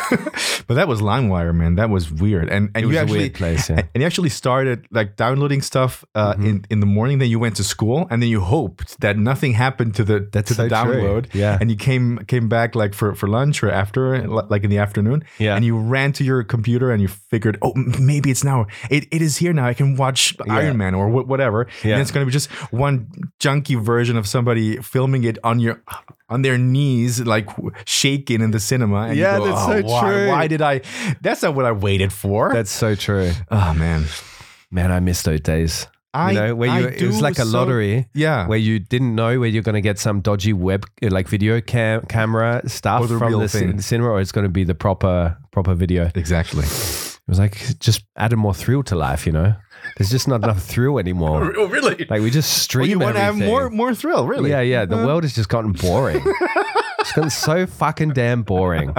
[SPEAKER 2] but that was LimeWire, man. That was weird. And and
[SPEAKER 1] It was
[SPEAKER 2] you
[SPEAKER 1] a
[SPEAKER 2] actually
[SPEAKER 1] weird place, yeah.
[SPEAKER 2] [LAUGHS]
[SPEAKER 1] Mm-hmm.
[SPEAKER 2] and you actually started like downloading stuff uh, in in the morning. Then you went to school, and then you hoped that nothing happened to the
[SPEAKER 1] That's
[SPEAKER 2] to the
[SPEAKER 1] so true.
[SPEAKER 2] download.
[SPEAKER 1] Yeah.
[SPEAKER 2] and you came came back like for for lunch or after, li- like in the afternoon.
[SPEAKER 1] Yeah.
[SPEAKER 2] and you ran to your computer and you figured, oh, m- maybe it's now. It, it is here now. I can watch Iron Man or wh- whatever.
[SPEAKER 1] Yeah.
[SPEAKER 2] and it's gonna be just one junky version of somebody filming it on your. On their knees, like w- shaking in the cinema. And you
[SPEAKER 1] Yeah,
[SPEAKER 2] go,
[SPEAKER 1] that's
[SPEAKER 2] "Oh,
[SPEAKER 1] so
[SPEAKER 2] why,
[SPEAKER 1] true.
[SPEAKER 2] Why did I? That's not what I waited for.
[SPEAKER 1] That's so true.
[SPEAKER 2] oh man.
[SPEAKER 1] Man, I miss those days.
[SPEAKER 2] I
[SPEAKER 1] you know, where you
[SPEAKER 2] I
[SPEAKER 1] it was
[SPEAKER 2] do
[SPEAKER 1] like a
[SPEAKER 2] so-
[SPEAKER 1] lottery
[SPEAKER 2] Yeah.
[SPEAKER 1] where you didn't know where you're going to get some dodgy web like video cam- camera stuff
[SPEAKER 2] Or the
[SPEAKER 1] from
[SPEAKER 2] real
[SPEAKER 1] the cin-
[SPEAKER 2] thing.
[SPEAKER 1] cinema or it's going to be the proper proper video. It
[SPEAKER 2] Exactly.
[SPEAKER 1] was like just added more thrill to life, you know. There's just not enough thrill anymore.
[SPEAKER 2] [LAUGHS] [LAUGHS] Oh, really?
[SPEAKER 1] Like we just
[SPEAKER 2] Well, you
[SPEAKER 1] stream
[SPEAKER 2] want to have
[SPEAKER 1] everything.
[SPEAKER 2] more more thrill, really?
[SPEAKER 1] Yeah, yeah. The
[SPEAKER 2] Uh,
[SPEAKER 1] world has just gotten boring. it's gotten so fucking damn boring.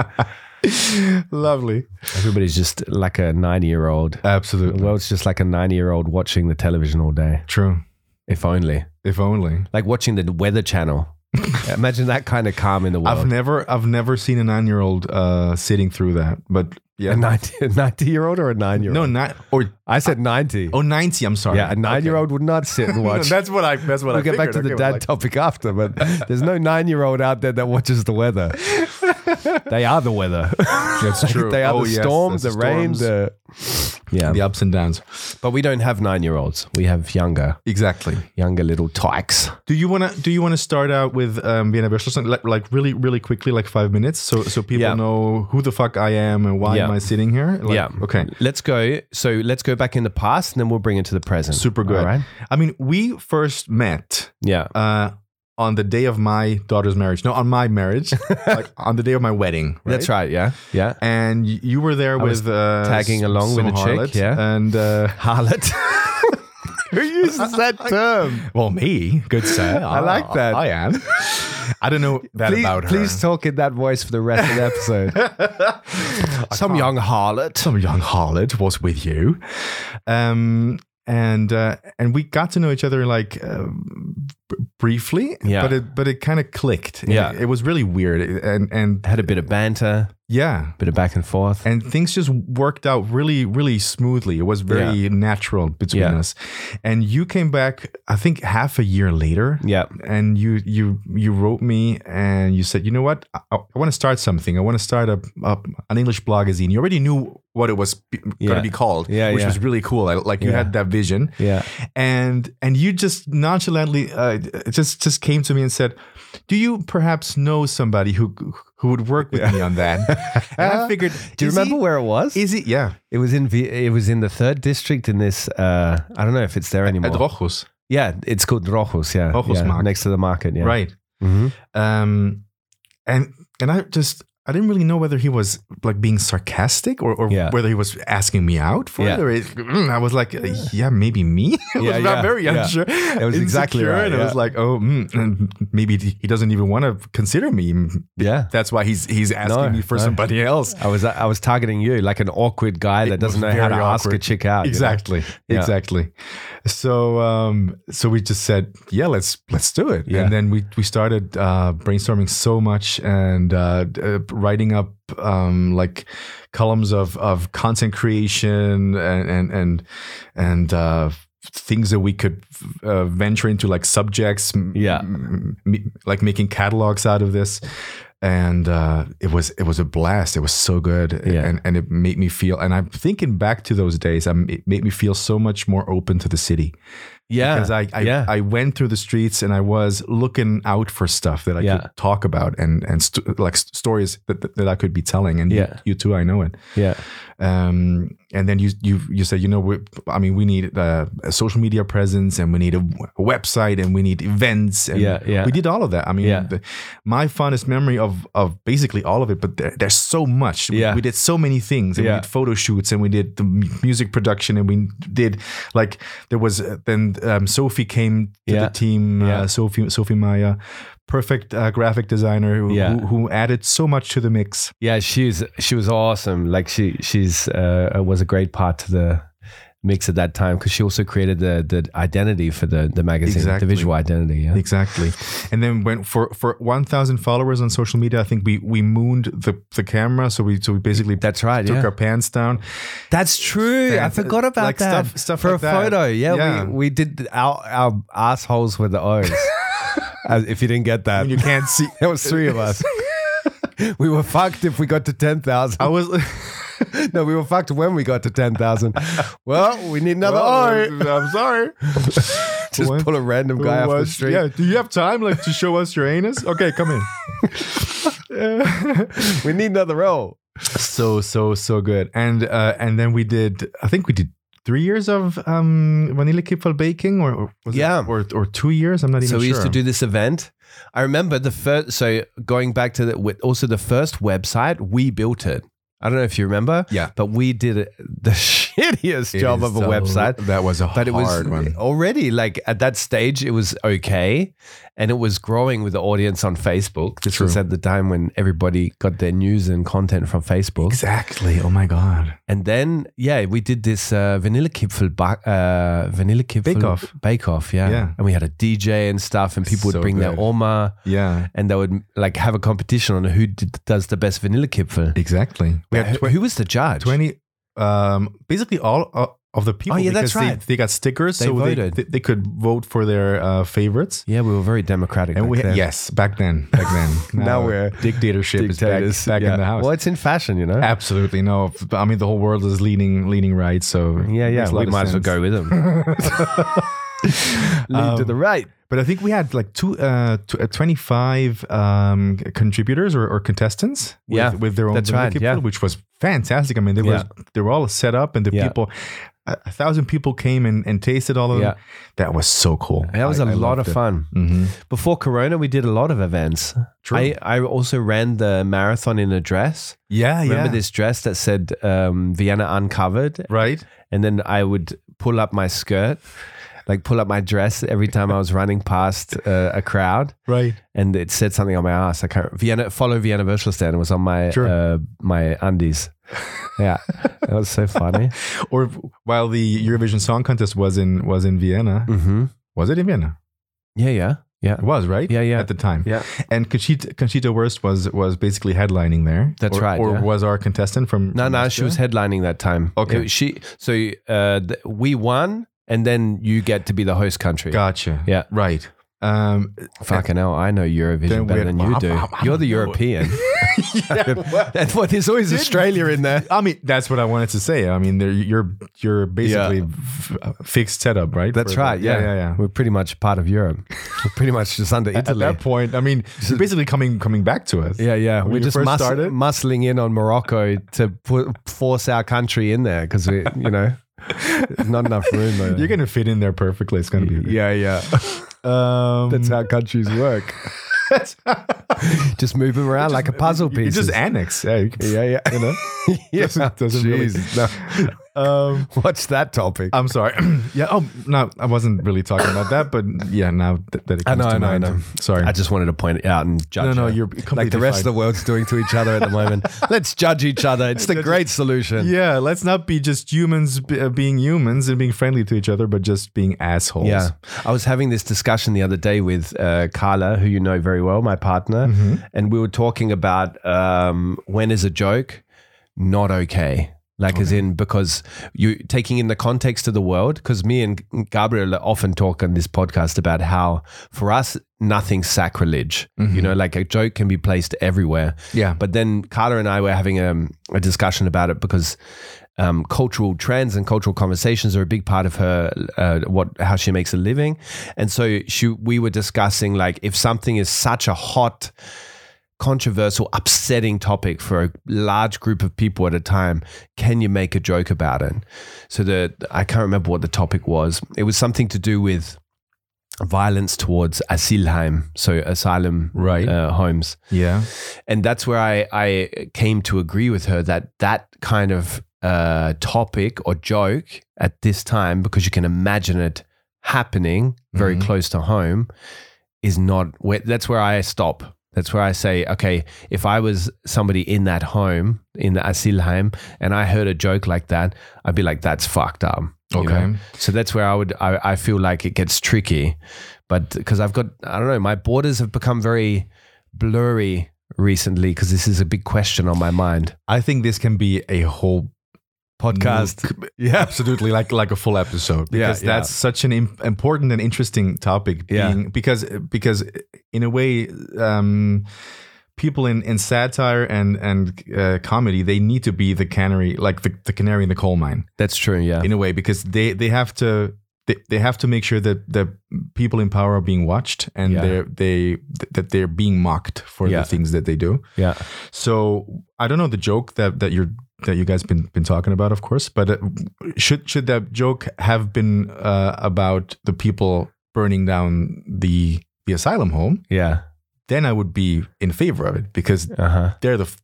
[SPEAKER 2] [LAUGHS] Lovely.
[SPEAKER 1] Everybody's just like a 90 year old. The
[SPEAKER 2] Absolutely.
[SPEAKER 1] world's just like a 90 year old watching the television all day.
[SPEAKER 2] True.
[SPEAKER 1] If only.
[SPEAKER 2] If only.
[SPEAKER 1] Like watching the Weather
[SPEAKER 2] [LAUGHS]
[SPEAKER 1] Channel. Imagine that kind of calm in the world.
[SPEAKER 2] I've never I've never seen a nine year old uh sitting through that. But yeah.
[SPEAKER 1] a 90, 90 year old or a nine year old?
[SPEAKER 2] no, not or
[SPEAKER 1] I said 90.
[SPEAKER 2] oh 90, I'm sorry.
[SPEAKER 1] yeah, a nine year old would not sit and
[SPEAKER 2] Okay. [LAUGHS] No,
[SPEAKER 1] watch.
[SPEAKER 2] that's what I that's what
[SPEAKER 1] we'll
[SPEAKER 2] I
[SPEAKER 1] get back to
[SPEAKER 2] figured.
[SPEAKER 1] the
[SPEAKER 2] Okay, [LAUGHS]
[SPEAKER 1] dad topic after, but there's no nine year old out there that watches the weather. they are the weather. [LAUGHS]
[SPEAKER 2] That's true.
[SPEAKER 1] they are
[SPEAKER 2] Oh,
[SPEAKER 1] the
[SPEAKER 2] yes,
[SPEAKER 1] storm, the,
[SPEAKER 2] that's
[SPEAKER 1] rain,
[SPEAKER 2] storms.
[SPEAKER 1] the yeah.
[SPEAKER 2] the ups and downs.
[SPEAKER 1] But we don't have nine year olds. We have younger,
[SPEAKER 2] Exactly.
[SPEAKER 1] younger little tykes.
[SPEAKER 2] Do you want to do you want to start out with um, Vienna Böschelsen like, like really really quickly like five minutes so so people
[SPEAKER 1] Yeah.
[SPEAKER 2] know who the fuck I am and why
[SPEAKER 1] Yeah.
[SPEAKER 2] am I sitting here? Like,
[SPEAKER 1] Yeah.
[SPEAKER 2] Okay.
[SPEAKER 1] Let's go. So let's go back in the past, and then we'll bring it to the present.
[SPEAKER 2] Super good.
[SPEAKER 1] All right.
[SPEAKER 2] I mean, we first met
[SPEAKER 1] Yeah.
[SPEAKER 2] uh, on the day of my daughter's marriage. No, on my
[SPEAKER 1] [LAUGHS]
[SPEAKER 2] marriage, like on the day of my wedding.
[SPEAKER 1] That's right. Yeah. Yeah.
[SPEAKER 2] And y- you were there
[SPEAKER 1] I was
[SPEAKER 2] with uh,
[SPEAKER 1] tagging
[SPEAKER 2] s-
[SPEAKER 1] along with
[SPEAKER 2] some
[SPEAKER 1] a chick,
[SPEAKER 2] harlot,
[SPEAKER 1] yeah.
[SPEAKER 2] And uh,
[SPEAKER 1] Harlot. [LAUGHS] Who
[SPEAKER 2] [LAUGHS]
[SPEAKER 1] uses that term?
[SPEAKER 2] well, me, good sir,
[SPEAKER 1] [LAUGHS]
[SPEAKER 2] Ah,
[SPEAKER 1] I like that.
[SPEAKER 2] I am. I don't know that
[SPEAKER 1] please,
[SPEAKER 2] [LAUGHS] about her.
[SPEAKER 1] please talk in that voice for the rest of the
[SPEAKER 2] [LAUGHS]
[SPEAKER 1] episode. Some young harlot.
[SPEAKER 2] some young harlot was with you, um, and uh, and we got to know each other like um, b- briefly,
[SPEAKER 1] Yeah.
[SPEAKER 2] but it but it kind of clicked.
[SPEAKER 1] Yeah.
[SPEAKER 2] it, it was really weird, and and
[SPEAKER 1] Had a bit of banter,
[SPEAKER 2] yeah,
[SPEAKER 1] bit of back and forth.
[SPEAKER 2] and things just worked out really really smoothly it was very natural between
[SPEAKER 1] Yeah.
[SPEAKER 2] us and you came back i think half a year later
[SPEAKER 1] yeah.
[SPEAKER 2] and you you you wrote me and you said you know what i, I want to start something i want to start a, a an english blogazine you already knew what it was b-
[SPEAKER 1] Yeah.
[SPEAKER 2] gonna be called
[SPEAKER 1] Yeah,
[SPEAKER 2] which
[SPEAKER 1] yeah.
[SPEAKER 2] was really cool I, like you
[SPEAKER 1] Yeah.
[SPEAKER 2] had that vision
[SPEAKER 1] Yeah.
[SPEAKER 2] and and you just nonchalantly uh, just just came to me and said, "Do you perhaps know somebody who who would work with me on
[SPEAKER 1] [LAUGHS]
[SPEAKER 2] that?" and I figured,
[SPEAKER 1] Do you
[SPEAKER 2] is
[SPEAKER 1] remember
[SPEAKER 2] he-
[SPEAKER 1] where it was?
[SPEAKER 2] Is it yeah
[SPEAKER 1] It was in V- it was in the third district in this. Uh, I don't know if it's there anymore.
[SPEAKER 2] at Rochus,
[SPEAKER 1] yeah, it's called Rojos. Yeah,
[SPEAKER 2] Rojos
[SPEAKER 1] yeah,
[SPEAKER 2] Market.
[SPEAKER 1] next to the market. Yeah,
[SPEAKER 2] right?
[SPEAKER 1] Mhm.
[SPEAKER 2] Um, and and I just I didn't really know whether he was like being sarcastic or, or
[SPEAKER 1] Yeah.
[SPEAKER 2] whether he was asking me out for it.
[SPEAKER 1] Yeah.
[SPEAKER 2] Or it, mm, I was like, uh, yeah, maybe me. [LAUGHS] I was
[SPEAKER 1] Yeah,
[SPEAKER 2] not
[SPEAKER 1] yeah,
[SPEAKER 2] very
[SPEAKER 1] yeah.
[SPEAKER 2] unsure. It
[SPEAKER 1] was exactly right,
[SPEAKER 2] And I was
[SPEAKER 1] yeah.
[SPEAKER 2] like, oh, mm, mm, maybe he doesn't even want to consider me.
[SPEAKER 1] Yeah,
[SPEAKER 2] That's why he's he's asking
[SPEAKER 1] No,
[SPEAKER 2] me for
[SPEAKER 1] no.
[SPEAKER 2] somebody else.
[SPEAKER 1] I was I was targeting you like an awkward guy that
[SPEAKER 2] It
[SPEAKER 1] doesn't know
[SPEAKER 2] was
[SPEAKER 1] how to
[SPEAKER 2] very
[SPEAKER 1] ask a
[SPEAKER 2] awkward.
[SPEAKER 1] chick out. you know?
[SPEAKER 2] Exactly.
[SPEAKER 1] Yeah.
[SPEAKER 2] Exactly. So um so we just said, yeah, let's let's do it.
[SPEAKER 1] Yeah.
[SPEAKER 2] And then we we started uh brainstorming so much and uh, d- uh writing up um like columns of of content creation and and and, and uh things that we could uh, venture into like subjects m-
[SPEAKER 1] Yeah.
[SPEAKER 2] m- m- like making catalogs out of this and uh, it was it was a blast. It was so good,
[SPEAKER 1] Yeah.
[SPEAKER 2] and and it made me feel. And I'm thinking back to those days. I'm, it made me feel so much more open to the city
[SPEAKER 1] Yeah,
[SPEAKER 2] because I I,
[SPEAKER 1] yeah.
[SPEAKER 2] I went through the streets and I was looking out for stuff that I
[SPEAKER 1] Yeah.
[SPEAKER 2] could talk about and and st- like st- stories that, that that I could be telling. And you-
[SPEAKER 1] Yeah.
[SPEAKER 2] you, too, I know it.
[SPEAKER 1] yeah,
[SPEAKER 2] Um, and then you you you said you know we, I mean we need uh, a social media presence and we need a, w- a website and we need events and
[SPEAKER 1] Yeah, yeah.
[SPEAKER 2] we did all of that. I mean,
[SPEAKER 1] Yeah.
[SPEAKER 2] the- my fondest memory of of basically all of it, but there, there's so much. We-
[SPEAKER 1] Yeah.
[SPEAKER 2] We, did so many things. And
[SPEAKER 1] Yeah.
[SPEAKER 2] We did photo shoots and we did the m- music production and we did like there was uh, then um, Sophie came to
[SPEAKER 1] Yeah.
[SPEAKER 2] the team.
[SPEAKER 1] Yeah.
[SPEAKER 2] Uh, Sophie Sophie Maya. Perfect uh, graphic designer who,
[SPEAKER 1] Yeah.
[SPEAKER 2] who, who added so much to the mix.
[SPEAKER 1] yeah. She's she was awesome. Like she she's uh, was a great part to the mix at that time because she also created the the identity for the the magazine,
[SPEAKER 2] Exactly.
[SPEAKER 1] the visual identity. Yeah,
[SPEAKER 2] [LAUGHS] Exactly. And then when for for 1000 followers on social media, I think we we mooned the the camera so we so we basically
[SPEAKER 1] that's right.
[SPEAKER 2] took
[SPEAKER 1] yeah.
[SPEAKER 2] our pants down.
[SPEAKER 1] That's true. I
[SPEAKER 2] Fans-
[SPEAKER 1] forgot about
[SPEAKER 2] like
[SPEAKER 1] that.
[SPEAKER 2] stuff- stuff
[SPEAKER 1] for
[SPEAKER 2] like
[SPEAKER 1] a
[SPEAKER 2] that.
[SPEAKER 1] photo. Yeah,
[SPEAKER 2] Yeah.
[SPEAKER 1] We, we did our our assholes with the
[SPEAKER 2] [LAUGHS]
[SPEAKER 1] O's. As if you didn't get that,
[SPEAKER 2] And you can't see
[SPEAKER 1] [LAUGHS] there was three of us. we were fucked if we got to ten thousand.
[SPEAKER 2] I was
[SPEAKER 1] [LAUGHS]
[SPEAKER 2] [LAUGHS]
[SPEAKER 1] No, we were fucked when we got to ten thousand. well, we need another O.
[SPEAKER 2] [LAUGHS] Well, I'm sorry.
[SPEAKER 1] [LAUGHS] Just
[SPEAKER 2] What?
[SPEAKER 1] pull a random [LAUGHS] guy off the
[SPEAKER 2] Was-
[SPEAKER 1] street.
[SPEAKER 2] Yeah, do you have time like to show us your anus? Okay, come in.
[SPEAKER 1] We need another O.
[SPEAKER 2] [LAUGHS] so so so good. And uh and then we did I think we did 3 years of um vanilla kipfel baking or, or was
[SPEAKER 1] Yeah.
[SPEAKER 2] it, or or 2 years? I'm not even
[SPEAKER 1] So we
[SPEAKER 2] sure.
[SPEAKER 1] used to do this event. I remember the first. So going back to the with also the first website we built it. I don't know if you remember.
[SPEAKER 2] Yeah.
[SPEAKER 1] but we did it- [LAUGHS] the shittiest
[SPEAKER 2] It
[SPEAKER 1] job
[SPEAKER 2] is
[SPEAKER 1] of a
[SPEAKER 2] so-
[SPEAKER 1] website.
[SPEAKER 2] That was a
[SPEAKER 1] But it was
[SPEAKER 2] hard one.
[SPEAKER 1] already like at that stage, it was okay, and it was growing with the audience on Facebook. This was
[SPEAKER 2] True.
[SPEAKER 1] at the time when everybody got their news and content from Facebook.
[SPEAKER 2] Exactly. Oh my god.
[SPEAKER 1] And then, yeah, we did this uh, vanilla kipfel, ba- uh, vanilla kipfel
[SPEAKER 2] Bake Off.
[SPEAKER 1] bake off, yeah.
[SPEAKER 2] Yeah.
[SPEAKER 1] And we had a DJ and stuff, and people
[SPEAKER 2] So
[SPEAKER 1] would bring their
[SPEAKER 2] good.
[SPEAKER 1] oma,
[SPEAKER 2] Yeah.
[SPEAKER 1] and they would like have a competition on who did, does the best vanilla kipfel.
[SPEAKER 2] Exactly. We had
[SPEAKER 1] Who-
[SPEAKER 2] tw-
[SPEAKER 1] who was the judge?
[SPEAKER 2] 20 um, basically all uh, of the people.
[SPEAKER 1] Oh, yeah, that's
[SPEAKER 2] because they-
[SPEAKER 1] right.
[SPEAKER 2] They, got stickers,
[SPEAKER 1] They
[SPEAKER 2] so they-
[SPEAKER 1] voted.
[SPEAKER 2] They, they could vote for their uh, favorites.
[SPEAKER 1] Yeah, we were very democratic.
[SPEAKER 2] And
[SPEAKER 1] back
[SPEAKER 2] we
[SPEAKER 1] then.
[SPEAKER 2] yes, back then, back then.
[SPEAKER 1] [LAUGHS] Now we're
[SPEAKER 2] dictatorship
[SPEAKER 1] dictators
[SPEAKER 2] is back, back
[SPEAKER 1] yeah.
[SPEAKER 2] in the house.
[SPEAKER 1] Well, it's in fashion, you know.
[SPEAKER 2] Absolutely no. F- I mean, the whole world is leaning leaning right, so
[SPEAKER 1] yeah,
[SPEAKER 2] makes
[SPEAKER 1] yeah.
[SPEAKER 2] a lot
[SPEAKER 1] We
[SPEAKER 2] of
[SPEAKER 1] might as well
[SPEAKER 2] sense. [LAUGHS]
[SPEAKER 1] go with them. Lead to
[SPEAKER 2] Um,
[SPEAKER 1] the right.
[SPEAKER 2] But I think we had like two, uh, tw- uh, 25 um, c- contributors or, or contestants with,
[SPEAKER 1] Yeah,
[SPEAKER 2] with their own
[SPEAKER 1] that's right,
[SPEAKER 2] video clip,
[SPEAKER 1] yeah.
[SPEAKER 2] which was fantastic. I mean, they
[SPEAKER 1] Yeah.
[SPEAKER 2] were they were all set up, and the
[SPEAKER 1] Yeah.
[SPEAKER 2] people, a, a thousand people came and, and tasted all of
[SPEAKER 1] Yeah.
[SPEAKER 2] them. That was so cool.
[SPEAKER 1] That was
[SPEAKER 2] a
[SPEAKER 1] a lot of fun.
[SPEAKER 2] hmm
[SPEAKER 1] Before Corona, we did a lot of events.
[SPEAKER 2] True.
[SPEAKER 1] I, I also ran the marathon in a dress.
[SPEAKER 2] yeah, yeah.
[SPEAKER 1] Remember this dress that said um, Vienna Uncovered?
[SPEAKER 2] Right.
[SPEAKER 1] And then I would pull up my skirt, like pull up my dress every time I was running past uh, a crowd.
[SPEAKER 2] Right.
[SPEAKER 1] And it said something on my ass. I can't Vienna follow Vienna Virtual Stand. It was on my
[SPEAKER 2] Sure.
[SPEAKER 1] uh, my undies. Yeah, that was so
[SPEAKER 2] [LAUGHS]
[SPEAKER 1] funny.
[SPEAKER 2] Or v- while the Eurovision Song Contest was in was in Vienna,
[SPEAKER 1] Mm-hmm.
[SPEAKER 2] was it in Vienna?
[SPEAKER 1] Yeah, yeah, yeah.
[SPEAKER 2] It was right.
[SPEAKER 1] Yeah, yeah.
[SPEAKER 2] At the time.
[SPEAKER 1] Yeah.
[SPEAKER 2] And Conchita, Conchita Wurst was was basically headlining there.
[SPEAKER 1] That's
[SPEAKER 2] Or-
[SPEAKER 1] right,
[SPEAKER 2] Or
[SPEAKER 1] yeah.
[SPEAKER 2] was our contestant from?
[SPEAKER 1] No,
[SPEAKER 2] from
[SPEAKER 1] no, she
[SPEAKER 2] Austria?
[SPEAKER 1] was headlining that time.
[SPEAKER 2] Okay.
[SPEAKER 1] It- she so uh, th- we won, and then you get to be the host country.
[SPEAKER 2] Gotcha.
[SPEAKER 1] Yeah.
[SPEAKER 2] Right. Um,
[SPEAKER 1] Fucking hell, I know Eurovision
[SPEAKER 2] Then
[SPEAKER 1] better
[SPEAKER 2] we-
[SPEAKER 1] than
[SPEAKER 2] well,
[SPEAKER 1] you
[SPEAKER 2] I-
[SPEAKER 1] do.
[SPEAKER 2] I- I
[SPEAKER 1] You're the
[SPEAKER 2] don't know. [LAUGHS]
[SPEAKER 1] European. [LAUGHS]
[SPEAKER 2] well-
[SPEAKER 1] That's what there's always Australia in there.
[SPEAKER 2] I mean, that's what I wanted to say. I mean, they're, you're you're basically
[SPEAKER 1] Yeah.
[SPEAKER 2] f- fixed setup, right?
[SPEAKER 1] That's
[SPEAKER 2] For-
[SPEAKER 1] right. Yeah.
[SPEAKER 2] yeah, yeah. yeah.
[SPEAKER 1] We're pretty much part of Europe. We're pretty much just under
[SPEAKER 2] [LAUGHS] At
[SPEAKER 1] Italy.
[SPEAKER 2] that point, I
[SPEAKER 1] [LAUGHS]
[SPEAKER 2] mean, you're basically coming coming back to us.
[SPEAKER 1] Yeah, yeah.
[SPEAKER 2] When
[SPEAKER 1] We're
[SPEAKER 2] you
[SPEAKER 1] just
[SPEAKER 2] first
[SPEAKER 1] mus-
[SPEAKER 2] started?
[SPEAKER 1] muscling in on Morocco to pu- force our country in there because we, you
[SPEAKER 2] [LAUGHS]
[SPEAKER 1] know, not enough room. over there.
[SPEAKER 2] You're gonna fit in there perfectly. It's gonna be
[SPEAKER 1] yeah, [LAUGHS] yeah.
[SPEAKER 2] Um,
[SPEAKER 1] That's how countries
[SPEAKER 2] [LAUGHS]
[SPEAKER 1] work. just move them around like a puzzle
[SPEAKER 2] you
[SPEAKER 1] piece.
[SPEAKER 2] just annex. Yeah, you can-
[SPEAKER 1] yeah, yeah.
[SPEAKER 2] you know.
[SPEAKER 1] [LAUGHS]
[SPEAKER 2] [LAUGHS]
[SPEAKER 1] yeah.
[SPEAKER 2] Doesn't- doesn't really-
[SPEAKER 1] Jeez,
[SPEAKER 2] Um,
[SPEAKER 1] no. [LAUGHS] What's that topic?
[SPEAKER 2] I'm sorry. [CLEARS THROAT] yeah. Oh no, I wasn't really talking about that, but yeah. Now th- that it
[SPEAKER 1] I
[SPEAKER 2] comes
[SPEAKER 1] know,
[SPEAKER 2] to
[SPEAKER 1] I know, I
[SPEAKER 2] mind,
[SPEAKER 1] know.
[SPEAKER 2] Sorry.
[SPEAKER 1] I just wanted to point it out and judge.
[SPEAKER 2] no, no,
[SPEAKER 1] her.
[SPEAKER 2] you're
[SPEAKER 1] like the
[SPEAKER 2] completely
[SPEAKER 1] rest of
[SPEAKER 2] fine.
[SPEAKER 1] the world's doing to each other at the moment. [LAUGHS] Let's judge each other. It's the great solution.
[SPEAKER 2] Yeah, let's not be just humans b- uh, being humans and being friendly to each other, but just being assholes.
[SPEAKER 1] Yeah. I was having this discussion the other day with uh, Carla, who you know very well, my partner, and we were talking about um, when is a joke not okay. Like, as in, because you taking in the context of the world, because me and Gabriel often talk on this podcast about how for us, nothing's sacrilege. You know, like a joke can be placed everywhere.
[SPEAKER 2] Yeah.
[SPEAKER 1] But then Carla and I were having a, a discussion about it because um, cultural trends and cultural conversations are a big part of her uh, what how she makes a living, and so she we were discussing like if something is such a hot controversial upsetting topic for a large group of people at a time can you make a joke about it so the i can't remember what the topic was it was something to do with violence towards asylheim so asylum
[SPEAKER 2] Right.
[SPEAKER 1] uh, homes
[SPEAKER 2] Yeah.
[SPEAKER 1] and that's where I, I came to agree with her that that kind of uh, topic or joke at this time, because you can imagine it happening very
[SPEAKER 2] Mhm.
[SPEAKER 1] close to home, is not where that's where I stop. That's where I say, okay, if I was somebody in that home, in the Asylheim, and I heard a joke like that, I'd be like, that's fucked up. you
[SPEAKER 2] Okay.
[SPEAKER 1] know? So that's where I would, I, I feel like it gets tricky. But because I've got, I don't know, my borders have become very blurry recently because this is a big question on my mind.
[SPEAKER 2] I think this can be a whole
[SPEAKER 1] Podcast. Yeah.
[SPEAKER 2] absolutely like like a full episode
[SPEAKER 1] Yeah,
[SPEAKER 2] because
[SPEAKER 1] yeah.
[SPEAKER 2] that's such an im- important and interesting topic
[SPEAKER 1] Yeah.
[SPEAKER 2] being, because because in a way um people in in satire and and uh, comedy they need to be the canary like the, the canary in the coal mine
[SPEAKER 1] That's true. Yeah.
[SPEAKER 2] in a way because they they have to they, they have to make sure that the people in power are being watched and
[SPEAKER 1] Yeah.
[SPEAKER 2] they're they that they're being mocked for
[SPEAKER 1] Yeah.
[SPEAKER 2] the things that they do
[SPEAKER 1] Yeah.
[SPEAKER 2] so i don't know the joke that that you're that you guys been been talking about of course but uh, should should that joke have been uh, about the people burning down the the asylum home
[SPEAKER 1] Yeah.
[SPEAKER 2] then i would be in favor of it because
[SPEAKER 1] Uh huh.
[SPEAKER 2] they're the f-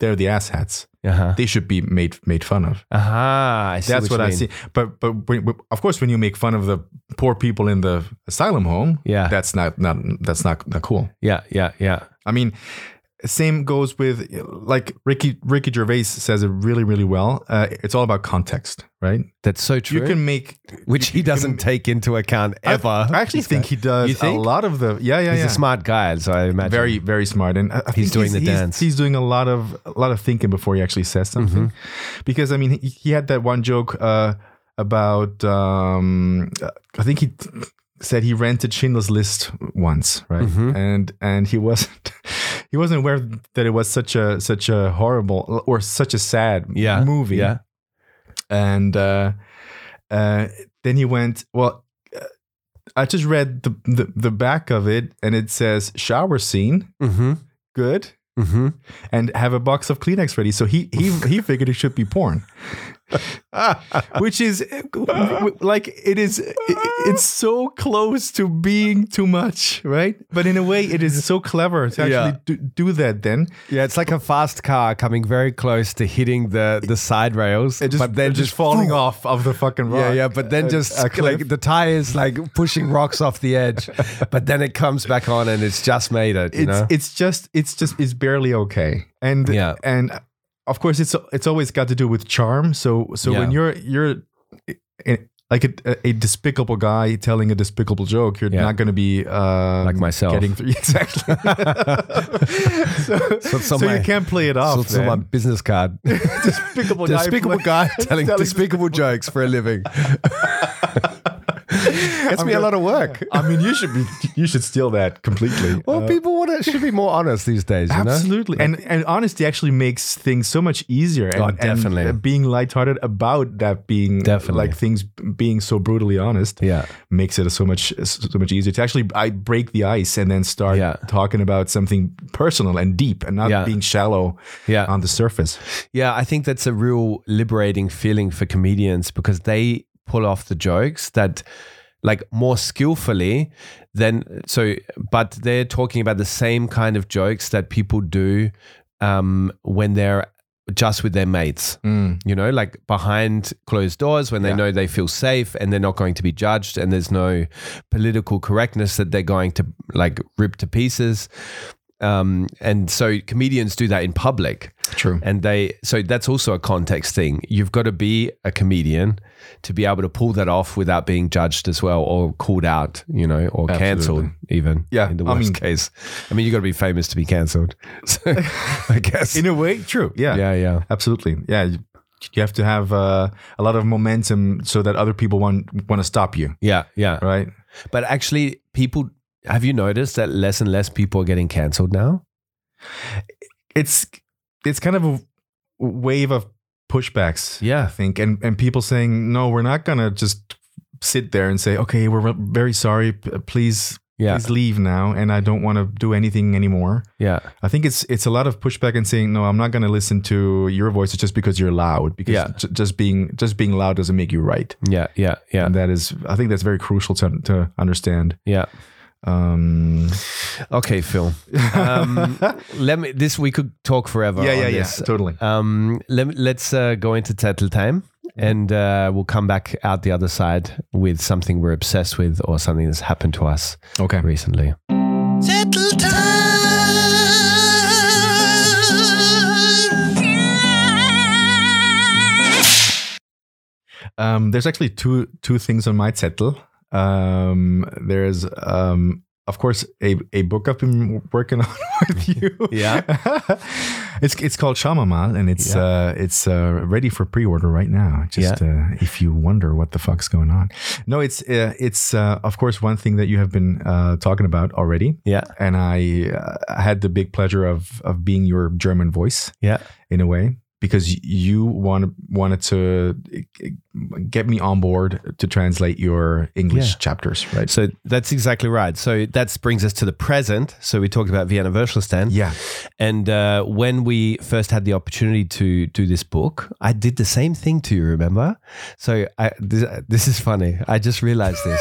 [SPEAKER 2] they're the asshats
[SPEAKER 1] Uh huh.
[SPEAKER 2] they should be made made fun of
[SPEAKER 1] Aha. I see
[SPEAKER 2] that's what,
[SPEAKER 1] you
[SPEAKER 2] I
[SPEAKER 1] mean.
[SPEAKER 2] see. But but when, but of course, when you make fun of the poor people in the asylum home,
[SPEAKER 1] Yeah.
[SPEAKER 2] that's not not that's not, not cool.
[SPEAKER 1] yeah. Yeah. Yeah.
[SPEAKER 2] I mean, Same goes with like Ricky Ricky Gervais says it really really well. Uh, it's all about context, right?
[SPEAKER 1] That's so true.
[SPEAKER 2] You can make
[SPEAKER 1] which
[SPEAKER 2] you
[SPEAKER 1] he doesn't
[SPEAKER 2] can-
[SPEAKER 1] take into account
[SPEAKER 2] I-
[SPEAKER 1] ever.
[SPEAKER 2] I, actually
[SPEAKER 1] This
[SPEAKER 2] think
[SPEAKER 1] guy.
[SPEAKER 2] he does
[SPEAKER 1] You think?
[SPEAKER 2] a lot of the yeah yeah
[SPEAKER 1] he's
[SPEAKER 2] yeah.
[SPEAKER 1] a smart guy, so I imagine
[SPEAKER 2] very very smart and uh, I- I
[SPEAKER 1] He's doing
[SPEAKER 2] think
[SPEAKER 1] the dance.
[SPEAKER 2] He's doing a lot of a lot of thinking before he actually says something,
[SPEAKER 1] Mm-hmm.
[SPEAKER 2] because I mean he, he had that one joke uh, about um, I think he t- said he rented Schindler's List once, right?
[SPEAKER 1] Mhm.
[SPEAKER 2] And and he wasn't [LAUGHS] he wasn't aware that it was such a such a horrible or such a sad
[SPEAKER 1] yeah
[SPEAKER 2] movie
[SPEAKER 1] Yeah,
[SPEAKER 2] and uh, uh, then he went well uh, i just read the, the the back of it and it says shower scene
[SPEAKER 1] mm-hmm.
[SPEAKER 2] good
[SPEAKER 1] Mm-hmm.
[SPEAKER 2] and have a box of kleenex ready so he he, [LAUGHS] he figured it should be [LAUGHS] porn which is like it is it- it's so close to being too much right but in a way it is so clever to actually
[SPEAKER 1] Yeah.
[SPEAKER 2] do, do that then
[SPEAKER 1] yeah. It's like a fast car coming very close to hitting the the side rails,
[SPEAKER 2] it just,
[SPEAKER 1] but then [LAUGHS]
[SPEAKER 2] just, [LAUGHS] falling off of the fucking rock
[SPEAKER 1] Yeah, yeah, but then
[SPEAKER 2] A-
[SPEAKER 1] just
[SPEAKER 2] a cliff.
[SPEAKER 1] like the tires like pushing rocks off the edge, [LAUGHS] but then it comes back on and it's just made it. You
[SPEAKER 2] it's
[SPEAKER 1] know?
[SPEAKER 2] it's just it's just it's barely okay and
[SPEAKER 1] Yeah.
[SPEAKER 2] and of course it's it's always got to do with charm so so when
[SPEAKER 1] Yeah.
[SPEAKER 2] you're you're eh, like a, a despicable guy telling a despicable joke you're
[SPEAKER 1] Yeah.
[SPEAKER 2] not going to be um,
[SPEAKER 1] Like myself.
[SPEAKER 2] getting through
[SPEAKER 1] [LAUGHS]
[SPEAKER 2] [LAUGHS] exactly so,
[SPEAKER 1] So
[SPEAKER 2] so,
[SPEAKER 1] it's on my-
[SPEAKER 2] you can't play it
[SPEAKER 1] so
[SPEAKER 2] off
[SPEAKER 1] it's on my
[SPEAKER 2] then.
[SPEAKER 1] business card. [LAUGHS]
[SPEAKER 2] [LAUGHS] despicable guy
[SPEAKER 1] despicable
[SPEAKER 2] play- [LAUGHS]
[SPEAKER 1] guy telling,
[SPEAKER 2] telling
[SPEAKER 1] despicable jokes for a living. Gets
[SPEAKER 2] I'm
[SPEAKER 1] me a
[SPEAKER 2] gonna-
[SPEAKER 1] lot of work.
[SPEAKER 2] [LAUGHS] I mean, you should be. You should steal that completely.
[SPEAKER 1] Well,
[SPEAKER 2] Uh,
[SPEAKER 1] people want to, should be more honest these days, you know?
[SPEAKER 2] Absolutely, and and honesty actually makes things so much easier. And,
[SPEAKER 1] Oh, definitely.
[SPEAKER 2] And being lighthearted about that, being
[SPEAKER 1] Definitely.
[SPEAKER 2] like things being so brutally honest,
[SPEAKER 1] Yeah.
[SPEAKER 2] makes it so much so much easier to actually I break the ice and then start
[SPEAKER 1] Yeah.
[SPEAKER 2] talking about something personal and deep, and not
[SPEAKER 1] Yeah.
[SPEAKER 2] being shallow
[SPEAKER 1] Yeah.
[SPEAKER 2] on the surface.
[SPEAKER 1] Yeah, I think that's a real liberating feeling for comedians because they pull off the jokes that like more skillfully than so but they're talking about the same kind of jokes that people do um when they're just with their mates you know like behind closed doors when they
[SPEAKER 2] Yeah.
[SPEAKER 1] know they feel safe and they're not going to be judged and there's no political correctness that they're going to like rip to pieces um and so comedians do that in public
[SPEAKER 2] True.
[SPEAKER 1] and they so that's also a context thing you've got to be a comedian to be able to pull that off without being judged as well or called out you know or
[SPEAKER 2] Absolutely.
[SPEAKER 1] cancelled even
[SPEAKER 2] Yeah,
[SPEAKER 1] in the
[SPEAKER 2] I
[SPEAKER 1] worst
[SPEAKER 2] mean-
[SPEAKER 1] case i mean you've got to be famous to be cancelled [LAUGHS] so i guess
[SPEAKER 2] In a way, true. Yeah.
[SPEAKER 1] yeah yeah
[SPEAKER 2] Absolutely. Yeah. You, you have to have uh, a lot of momentum so that other people want want to stop you,
[SPEAKER 1] yeah yeah
[SPEAKER 2] right?
[SPEAKER 1] but actually people have you noticed that less and less people are getting cancelled now
[SPEAKER 2] it's it's kind of a wave of pushbacks i
[SPEAKER 1] yeah
[SPEAKER 2] think and and people saying no we're not gonna just sit there and say okay we're very sorry P- please
[SPEAKER 1] yeah
[SPEAKER 2] please leave now and i don't want to do anything anymore
[SPEAKER 1] yeah
[SPEAKER 2] i think it's it's a lot of pushback and saying no i'm not gonna listen to your voice just because you're loud because
[SPEAKER 1] Yeah.
[SPEAKER 2] ju- just being just being loud doesn't make you right
[SPEAKER 1] yeah yeah yeah
[SPEAKER 2] and that is i think that's very crucial to, to understand
[SPEAKER 1] yeah
[SPEAKER 2] um
[SPEAKER 1] okay
[SPEAKER 2] [LAUGHS]
[SPEAKER 1] phil Um, let me this we could talk forever
[SPEAKER 2] yeah
[SPEAKER 1] on
[SPEAKER 2] yeah yeah
[SPEAKER 1] this. uh,
[SPEAKER 2] totally
[SPEAKER 1] Um, let, let's uh, go into Tattle Time and uh, we'll come back out the other side with something we're obsessed with or something that's happened to us
[SPEAKER 2] okay
[SPEAKER 1] recently.
[SPEAKER 5] Settle time.
[SPEAKER 2] Um, there's actually two two things on my zettel. Um, there's um, of course a, a book I've been working [LAUGHS] on
[SPEAKER 1] [LAUGHS]
[SPEAKER 2] with you.
[SPEAKER 1] Yeah.
[SPEAKER 2] [LAUGHS] it's it's called Shamamal and it's
[SPEAKER 1] Yeah.
[SPEAKER 2] uh, it's uh, ready for pre-order right now. Just uh, if you wonder what the fuck's going on. No, it's uh, it's uh, of course one thing that you have been uh, talking about already.
[SPEAKER 1] Yeah.
[SPEAKER 2] And I uh, had the big pleasure of of being your German voice
[SPEAKER 1] Yeah.
[SPEAKER 2] in a way because you want, wanted to eh, get me on board to translate your English
[SPEAKER 1] Yeah.
[SPEAKER 2] chapters, right?
[SPEAKER 1] So that's exactly right. So that brings us to the present. So we talked about Vienna Würstelstand.
[SPEAKER 2] yeah,
[SPEAKER 1] And uh, when we first had the opportunity to do this book, I did the same thing to you, remember? So I, this, this is funny. I just realized this.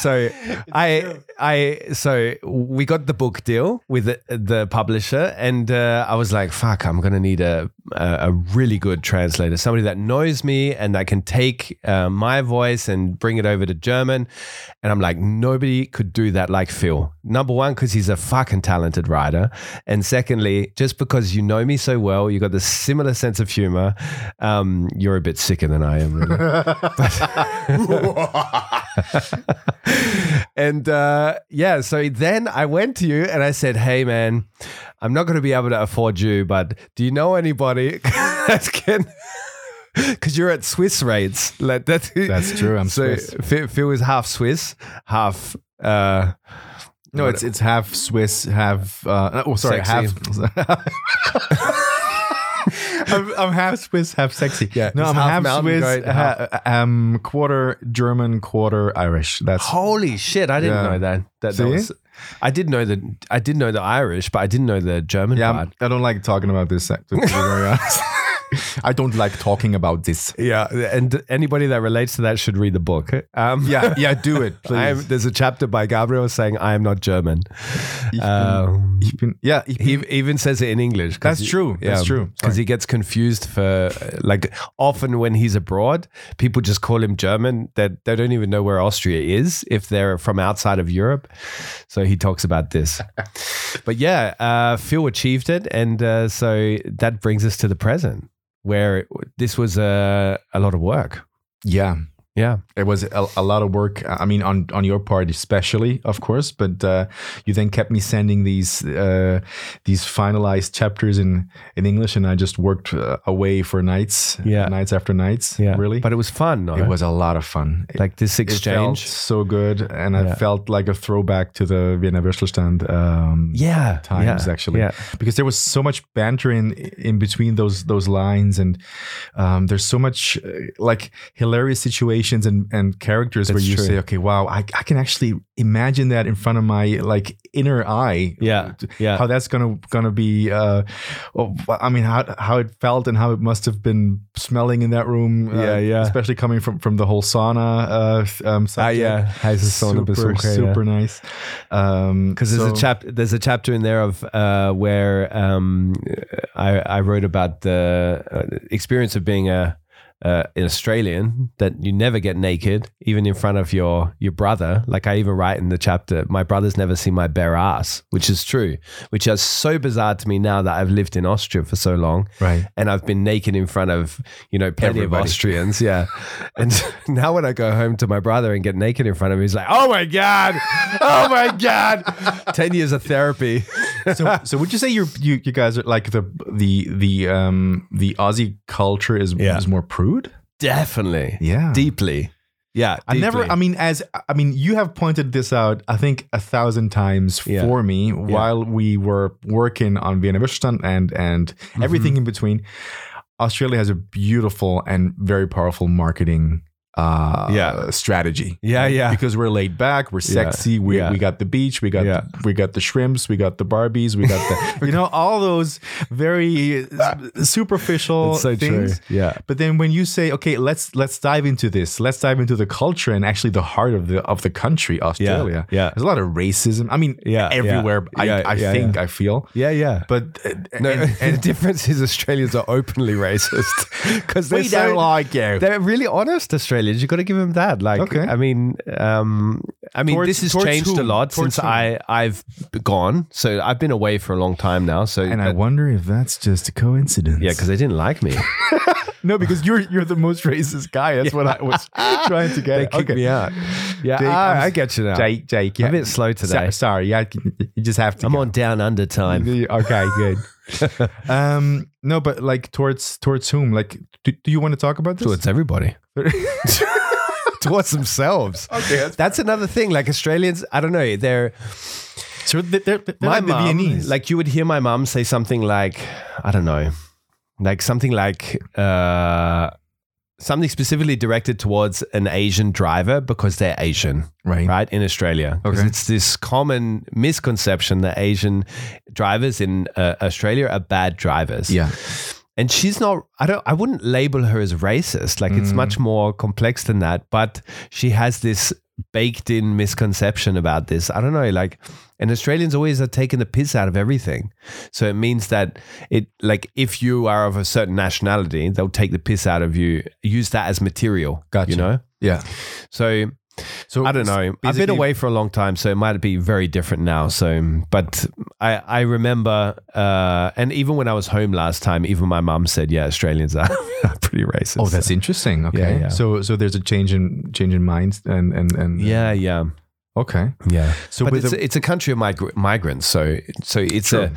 [SPEAKER 1] so I, I, so we got the book deal with the, the publisher, and uh, I was like, "Fuck, I'm gonna need a, a a really good translator, somebody that knows me and that can take uh, my voice and bring it over to German." And I'm like, nobody could do that like Phil. number one, because he's a fucking talented writer. And secondly, just because you know me so well, you got the similar sense of humor. Um, you're a bit sicker than I am. Really. and uh, yeah, so then I went to you and I said, "Hey, man, I'm not going to be able to afford you, but do you know anybody [LAUGHS] that can?" [LAUGHS] Because you're at Swiss rates, like [LAUGHS] that's
[SPEAKER 2] That's true, I'm
[SPEAKER 1] so
[SPEAKER 2] Swiss.
[SPEAKER 1] Phil, Phil is half Swiss, half uh,
[SPEAKER 2] No, it's it's half Swiss, half uh, oh sorry,
[SPEAKER 1] Sexy.
[SPEAKER 2] half. [LAUGHS] I'm, I'm half Swiss, half sexy.
[SPEAKER 1] Yeah,
[SPEAKER 2] no,
[SPEAKER 1] it's
[SPEAKER 2] I'm
[SPEAKER 1] half
[SPEAKER 2] half,
[SPEAKER 1] mountain
[SPEAKER 2] Swiss,
[SPEAKER 1] goat,
[SPEAKER 2] ha- um, quarter German, quarter Irish. That's
[SPEAKER 1] Holy shit! I didn't
[SPEAKER 2] Yeah.
[SPEAKER 1] know that. That,
[SPEAKER 2] See?
[SPEAKER 1] that was, I did know the I did know the Irish, but I didn't know the German
[SPEAKER 2] yeah.
[SPEAKER 1] part.
[SPEAKER 2] I'm- I don't like talking about this. uh, To to be very [LAUGHS] honest, I don't like talking about this.
[SPEAKER 1] Yeah, and anybody that relates to that should read the book. Um,
[SPEAKER 2] Yeah, yeah, do it,
[SPEAKER 1] [LAUGHS] I am,
[SPEAKER 2] please.
[SPEAKER 1] there's a chapter by Gabriel saying I am not German.
[SPEAKER 2] Ich bin-
[SPEAKER 1] Um,
[SPEAKER 2] Ich bin- yeah, ich bin-
[SPEAKER 1] he even says it in English.
[SPEAKER 2] That's true. That's true.
[SPEAKER 1] Because he gets confused for uh, like often when he's abroad, people just call him German. That they don't even know where Austria is if they're from outside of Europe. So he talks about
[SPEAKER 2] [LAUGHS]
[SPEAKER 1] this. but yeah, uh, Phil achieved it, and uh, so that brings us to the present, where it- this was uh, a lot of work.
[SPEAKER 2] yeah.
[SPEAKER 1] Yeah,
[SPEAKER 2] It was a, a lot of work. uh, I mean, on, on your part especially, of course. But uh, you then kept me sending these uh, these finalized chapters in, in English, and I just worked uh, away for nights,
[SPEAKER 1] Yeah.
[SPEAKER 2] nights after nights.
[SPEAKER 1] yeah,
[SPEAKER 2] really.
[SPEAKER 1] But it was fun. No?
[SPEAKER 2] it was a lot of fun. It-
[SPEAKER 1] like this
[SPEAKER 2] it felt
[SPEAKER 1] exchange.
[SPEAKER 2] so good, and I
[SPEAKER 1] Yeah.
[SPEAKER 2] felt like a throwback to the Vienna Würstelstand. Um,
[SPEAKER 1] yeah,
[SPEAKER 2] times
[SPEAKER 1] yeah,
[SPEAKER 2] actually
[SPEAKER 1] Yeah.
[SPEAKER 2] because there was so much banter in in between those those lines and um, there's so much uh, like hilarious situations and and characters where
[SPEAKER 1] That's
[SPEAKER 2] you
[SPEAKER 1] true.
[SPEAKER 2] say okay wow I, I can actually imagine that in front of my like inner eye
[SPEAKER 1] Yeah, yeah.
[SPEAKER 2] how that's gonna gonna be uh oh, i mean how how it felt and how it must have been smelling in that room uh,
[SPEAKER 1] Yeah, yeah.
[SPEAKER 2] especially coming from from the whole sauna uh th- um
[SPEAKER 1] Ah, ja, heiße Sauna
[SPEAKER 2] super,
[SPEAKER 1] Besuche, ja.
[SPEAKER 2] super nice um
[SPEAKER 1] Because there's a
[SPEAKER 2] so-
[SPEAKER 1] chap, there's a chapter in there of uh, where um, I, I wrote about the uh, experience of being a uh, an Australian that you never get naked, even in front of your your brother. Like I even write in the chapter, my brother's never seen my bare ass, which is true, which is so bizarre to me now that I've lived in Austria for so long
[SPEAKER 2] right
[SPEAKER 1] and I've been naked in front of you know plenty
[SPEAKER 2] Everybody.
[SPEAKER 1] of Austrians, yeah. [LAUGHS] And now when I go home to my brother and get naked in front of him, he's like, "Oh my god, oh my
[SPEAKER 2] [LAUGHS]
[SPEAKER 1] god!" Ten years of therapy.
[SPEAKER 2] so, so would you say you're, you you guys are like the the the um the Aussie culture is
[SPEAKER 1] Yeah.
[SPEAKER 2] is more prude?
[SPEAKER 1] Definitely,
[SPEAKER 2] Yeah.
[SPEAKER 1] deeply, yeah.
[SPEAKER 2] I never.
[SPEAKER 1] deeply.
[SPEAKER 2] I mean, as I mean, you have pointed this out. I think a thousand times
[SPEAKER 1] Yeah.
[SPEAKER 2] for me while we were working on Vienna Widerstand and and
[SPEAKER 1] Mm-hmm.
[SPEAKER 2] everything in between. Australia has a beautiful and very powerful marketing uh,
[SPEAKER 1] Yeah.
[SPEAKER 2] strategy.
[SPEAKER 1] yeah, yeah,
[SPEAKER 2] Because we're laid back, we're
[SPEAKER 1] Yeah.
[SPEAKER 2] sexy, we,
[SPEAKER 1] Yeah.
[SPEAKER 2] we got the beach, we got
[SPEAKER 1] Yeah.
[SPEAKER 2] we got the shrimps, we got the Barbies, we got
[SPEAKER 1] [LAUGHS]
[SPEAKER 2] the you know all those very s-
[SPEAKER 1] Ah.
[SPEAKER 2] superficial
[SPEAKER 1] It's so
[SPEAKER 2] things.
[SPEAKER 1] true. Yeah,
[SPEAKER 2] But then when you say, okay, let's let's dive into this, let's dive into the culture and actually the heart of the of the country, Australia.
[SPEAKER 1] yeah.
[SPEAKER 2] There's a lot of racism. I mean,
[SPEAKER 1] Yeah,
[SPEAKER 2] everywhere.
[SPEAKER 1] yeah,
[SPEAKER 2] I,
[SPEAKER 1] yeah,
[SPEAKER 2] I
[SPEAKER 1] yeah,
[SPEAKER 2] think I feel.
[SPEAKER 1] yeah, yeah. But
[SPEAKER 2] But uh,
[SPEAKER 1] no, [LAUGHS]
[SPEAKER 2] and,
[SPEAKER 1] the
[SPEAKER 2] and
[SPEAKER 1] difference is Australians are openly [LAUGHS] racist
[SPEAKER 2] [LAUGHS]
[SPEAKER 1] because they're
[SPEAKER 2] we
[SPEAKER 1] so,
[SPEAKER 2] don't like you.
[SPEAKER 1] They're really honest Australians. You got to give them that. Like,
[SPEAKER 2] Okay.
[SPEAKER 1] I mean, um, I mean,
[SPEAKER 2] Towards-
[SPEAKER 1] this has
[SPEAKER 2] towards
[SPEAKER 1] changed a
[SPEAKER 2] whom?
[SPEAKER 1] lot
[SPEAKER 2] Towards
[SPEAKER 1] since I I've gone. So I've been away for a long time now. So
[SPEAKER 2] And I
[SPEAKER 1] that-
[SPEAKER 2] wonder if that's just a coincidence.
[SPEAKER 1] yeah, because they didn't like
[SPEAKER 2] [LAUGHS]
[SPEAKER 1] me.
[SPEAKER 2] no, because you're you're the most racist guy. That's what I
[SPEAKER 1] [LAUGHS]
[SPEAKER 2] was trying to get.
[SPEAKER 1] they
[SPEAKER 2] at.
[SPEAKER 1] kicked me out. Yeah,
[SPEAKER 2] Jake,
[SPEAKER 1] ah,
[SPEAKER 2] I'm-
[SPEAKER 1] I get you now.
[SPEAKER 2] Jake, Jake, yeah.
[SPEAKER 1] I'm a bit slow today.
[SPEAKER 2] So- sorry, yeah, you just have to.
[SPEAKER 1] I'm
[SPEAKER 2] go.
[SPEAKER 1] on down under time.
[SPEAKER 2] Okay, good.
[SPEAKER 1] [LAUGHS]
[SPEAKER 2] um, no, but like towards towards whom? Like, do, do you want to talk about this?
[SPEAKER 1] Towards everybody.
[SPEAKER 2] [LAUGHS]
[SPEAKER 1] Towards themselves.
[SPEAKER 2] Okay, that's
[SPEAKER 1] another thing. Like Australians, I don't know. They're
[SPEAKER 2] So they're, they're, they're
[SPEAKER 1] my
[SPEAKER 2] like the
[SPEAKER 1] mum,
[SPEAKER 2] Viennese.
[SPEAKER 1] like you would hear my mum say something like, I don't know, like something like uh, something specifically directed towards an Asian driver because they're Asian,
[SPEAKER 2] right.
[SPEAKER 1] right? In Australia, because
[SPEAKER 2] Okay.
[SPEAKER 1] it's this common misconception that Asian drivers in uh, Australia are bad drivers.
[SPEAKER 2] Yeah.
[SPEAKER 1] And she's not. I don't. I wouldn't label her as racist. Like it's
[SPEAKER 2] Mm.
[SPEAKER 1] much more complex than that. But she has this baked-in misconception about this. I don't know. Like, and Australians always are taking the piss out of everything. So it means that it like if you are of a certain nationality, they'll take the piss out of you. Use that as material.
[SPEAKER 2] Gotcha.
[SPEAKER 1] You know.
[SPEAKER 2] Yeah.
[SPEAKER 1] So
[SPEAKER 2] So
[SPEAKER 1] I don't know. I've been
[SPEAKER 2] basically-
[SPEAKER 1] away for a long time, so it might be very different now. So, but I I remember, uh, and even when I was home last time, even my mum said, "Yeah, Australians are [LAUGHS] pretty racist."
[SPEAKER 2] Oh, that's interesting. Okay.
[SPEAKER 1] Yeah, yeah.
[SPEAKER 2] So so there's a change in change in mind and and and
[SPEAKER 1] yeah, yeah,
[SPEAKER 2] Okay.
[SPEAKER 1] yeah.
[SPEAKER 2] So
[SPEAKER 1] but
[SPEAKER 2] with
[SPEAKER 1] it's,
[SPEAKER 2] the-
[SPEAKER 1] a, it's a country of migr- migrants, so so it's
[SPEAKER 2] Sure.
[SPEAKER 1] a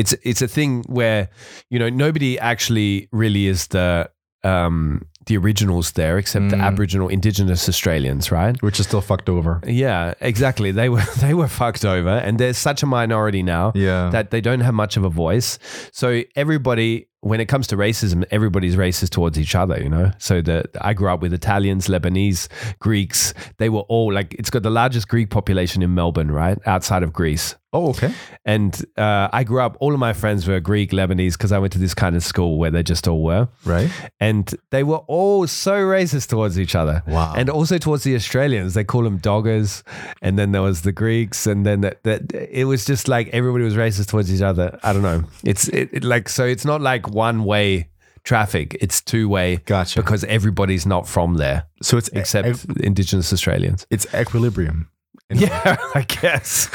[SPEAKER 1] it's it's a thing where you know nobody actually really is the um the originals there except the
[SPEAKER 2] Mm.
[SPEAKER 1] Aboriginal Indigenous Australians, right?
[SPEAKER 2] which is still fucked over.
[SPEAKER 1] Yeah, exactly. They were [LAUGHS] they were fucked over, and they're such a minority now
[SPEAKER 2] Yeah.
[SPEAKER 1] that they don't have much of a voice. So everybody, when it comes to racism, everybody's racist towards each other. You know. So the I grew up with Italians, Lebanese, Greeks. They were all like it's got the largest Greek population in Melbourne, right outside of Greece.
[SPEAKER 2] oh, okay.
[SPEAKER 1] And uh, I grew up. All of my friends were Greek, Lebanese, because I went to this kind of school where they just all were
[SPEAKER 2] Right.
[SPEAKER 1] and they were all so racist towards each other.
[SPEAKER 2] Wow.
[SPEAKER 1] And also towards the Australians. They call them doggers. And then there was the Greeks. And then that, that it was just like everybody was racist towards each other. I don't know. It's it, it like, so it's not like one way traffic, it's two way
[SPEAKER 2] Gotcha. E,
[SPEAKER 1] because everybody's not from there
[SPEAKER 2] so it's
[SPEAKER 1] except
[SPEAKER 2] ex-
[SPEAKER 1] Indigenous Australians. [LAUGHS]
[SPEAKER 2] it's equilibrium.
[SPEAKER 1] Yeah, I guess.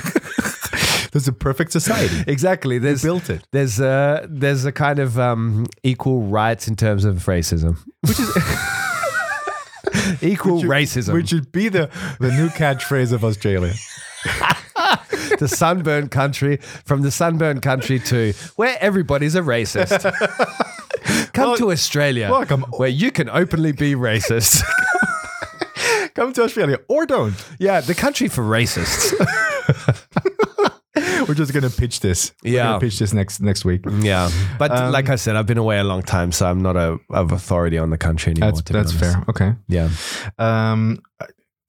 [SPEAKER 2] There's a perfect society.
[SPEAKER 1] [LAUGHS] exactly. There's, [LAUGHS]
[SPEAKER 2] built it.
[SPEAKER 1] there's a there's a kind of um, equal rights in terms of racism, which is [LAUGHS] equal racism.
[SPEAKER 2] Which should be the, the new catchphrase of
[SPEAKER 1] [LAUGHS]
[SPEAKER 2] Australia.
[SPEAKER 1] the sunburned country from the sunburned country to where everybody's a
[SPEAKER 2] [LAUGHS]
[SPEAKER 1] racist. Come to Australia,
[SPEAKER 2] welcome.
[SPEAKER 1] where you can openly be
[SPEAKER 2] [LAUGHS]
[SPEAKER 1] racist.
[SPEAKER 2] Come to Australia or don't.
[SPEAKER 1] yeah, the country for racists.
[SPEAKER 2] [LAUGHS] We're just gonna pitch this. We're
[SPEAKER 1] Yeah.
[SPEAKER 2] gonna pitch this next next week.
[SPEAKER 1] Mm, yeah, but
[SPEAKER 2] Um,
[SPEAKER 1] like I said, I've been away a long time, so I'm not a of authority on the country anymore.
[SPEAKER 2] That's
[SPEAKER 1] to be
[SPEAKER 2] that's
[SPEAKER 1] honest.
[SPEAKER 2] fair. Okay.
[SPEAKER 1] Yeah.
[SPEAKER 2] Um,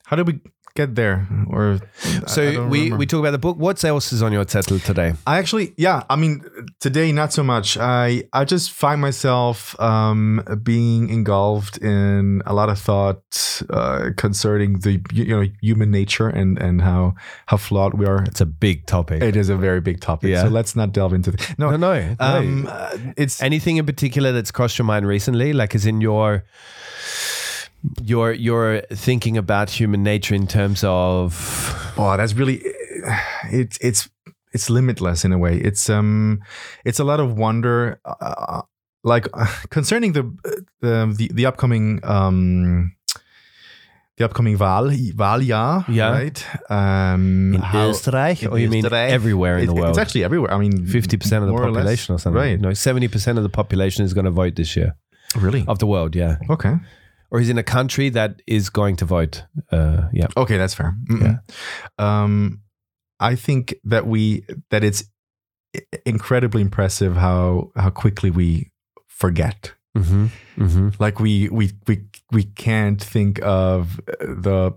[SPEAKER 2] how did we get there? Or I- I
[SPEAKER 1] So
[SPEAKER 2] don't
[SPEAKER 1] we,
[SPEAKER 2] remember.
[SPEAKER 1] we talk about the book. What else is on your Tesla today?
[SPEAKER 2] I actually, yeah, I mean, today not so much. I I just find myself um, being engulfed in a lot of thought uh, concerning the you know human nature and and how how flawed we are.
[SPEAKER 1] It's a big topic.
[SPEAKER 2] It is a very big topic,
[SPEAKER 1] Yeah.
[SPEAKER 2] so let's not delve into the no.
[SPEAKER 1] no, no. no.
[SPEAKER 2] Um, uh, it's
[SPEAKER 1] Anything in particular that's crossed your mind recently? Like, is in your your your thinking about human nature in terms of
[SPEAKER 2] oh, that's really it's it's it's limitless in a way. It's um, it's a lot of wonder, uh, like [LAUGHS] concerning the the the, the upcoming um. The upcoming Wahl, Wahljahr,
[SPEAKER 1] Yeah.
[SPEAKER 2] right? Um, how-
[SPEAKER 1] Österreich,
[SPEAKER 2] in
[SPEAKER 1] or Oh, you mean
[SPEAKER 2] Österreich?
[SPEAKER 1] everywhere in
[SPEAKER 2] It-
[SPEAKER 1] the world?
[SPEAKER 2] It's actually everywhere. I mean,
[SPEAKER 1] Fifty percent of the
[SPEAKER 2] more or less,
[SPEAKER 1] population, or, something.
[SPEAKER 2] right?
[SPEAKER 1] No, seventy percent of the population is going to vote this year
[SPEAKER 2] Really?
[SPEAKER 1] of the world. Yeah,
[SPEAKER 2] Okay.
[SPEAKER 1] or is in a country that is going to vote. Uh, yeah,
[SPEAKER 2] Okay, that's fair. Mm-mm. Um, I think that we that it's i- incredibly impressive how how quickly we forget.
[SPEAKER 1] mm-hmm. Mm-hmm.
[SPEAKER 2] Like we we we we can't think of uh, the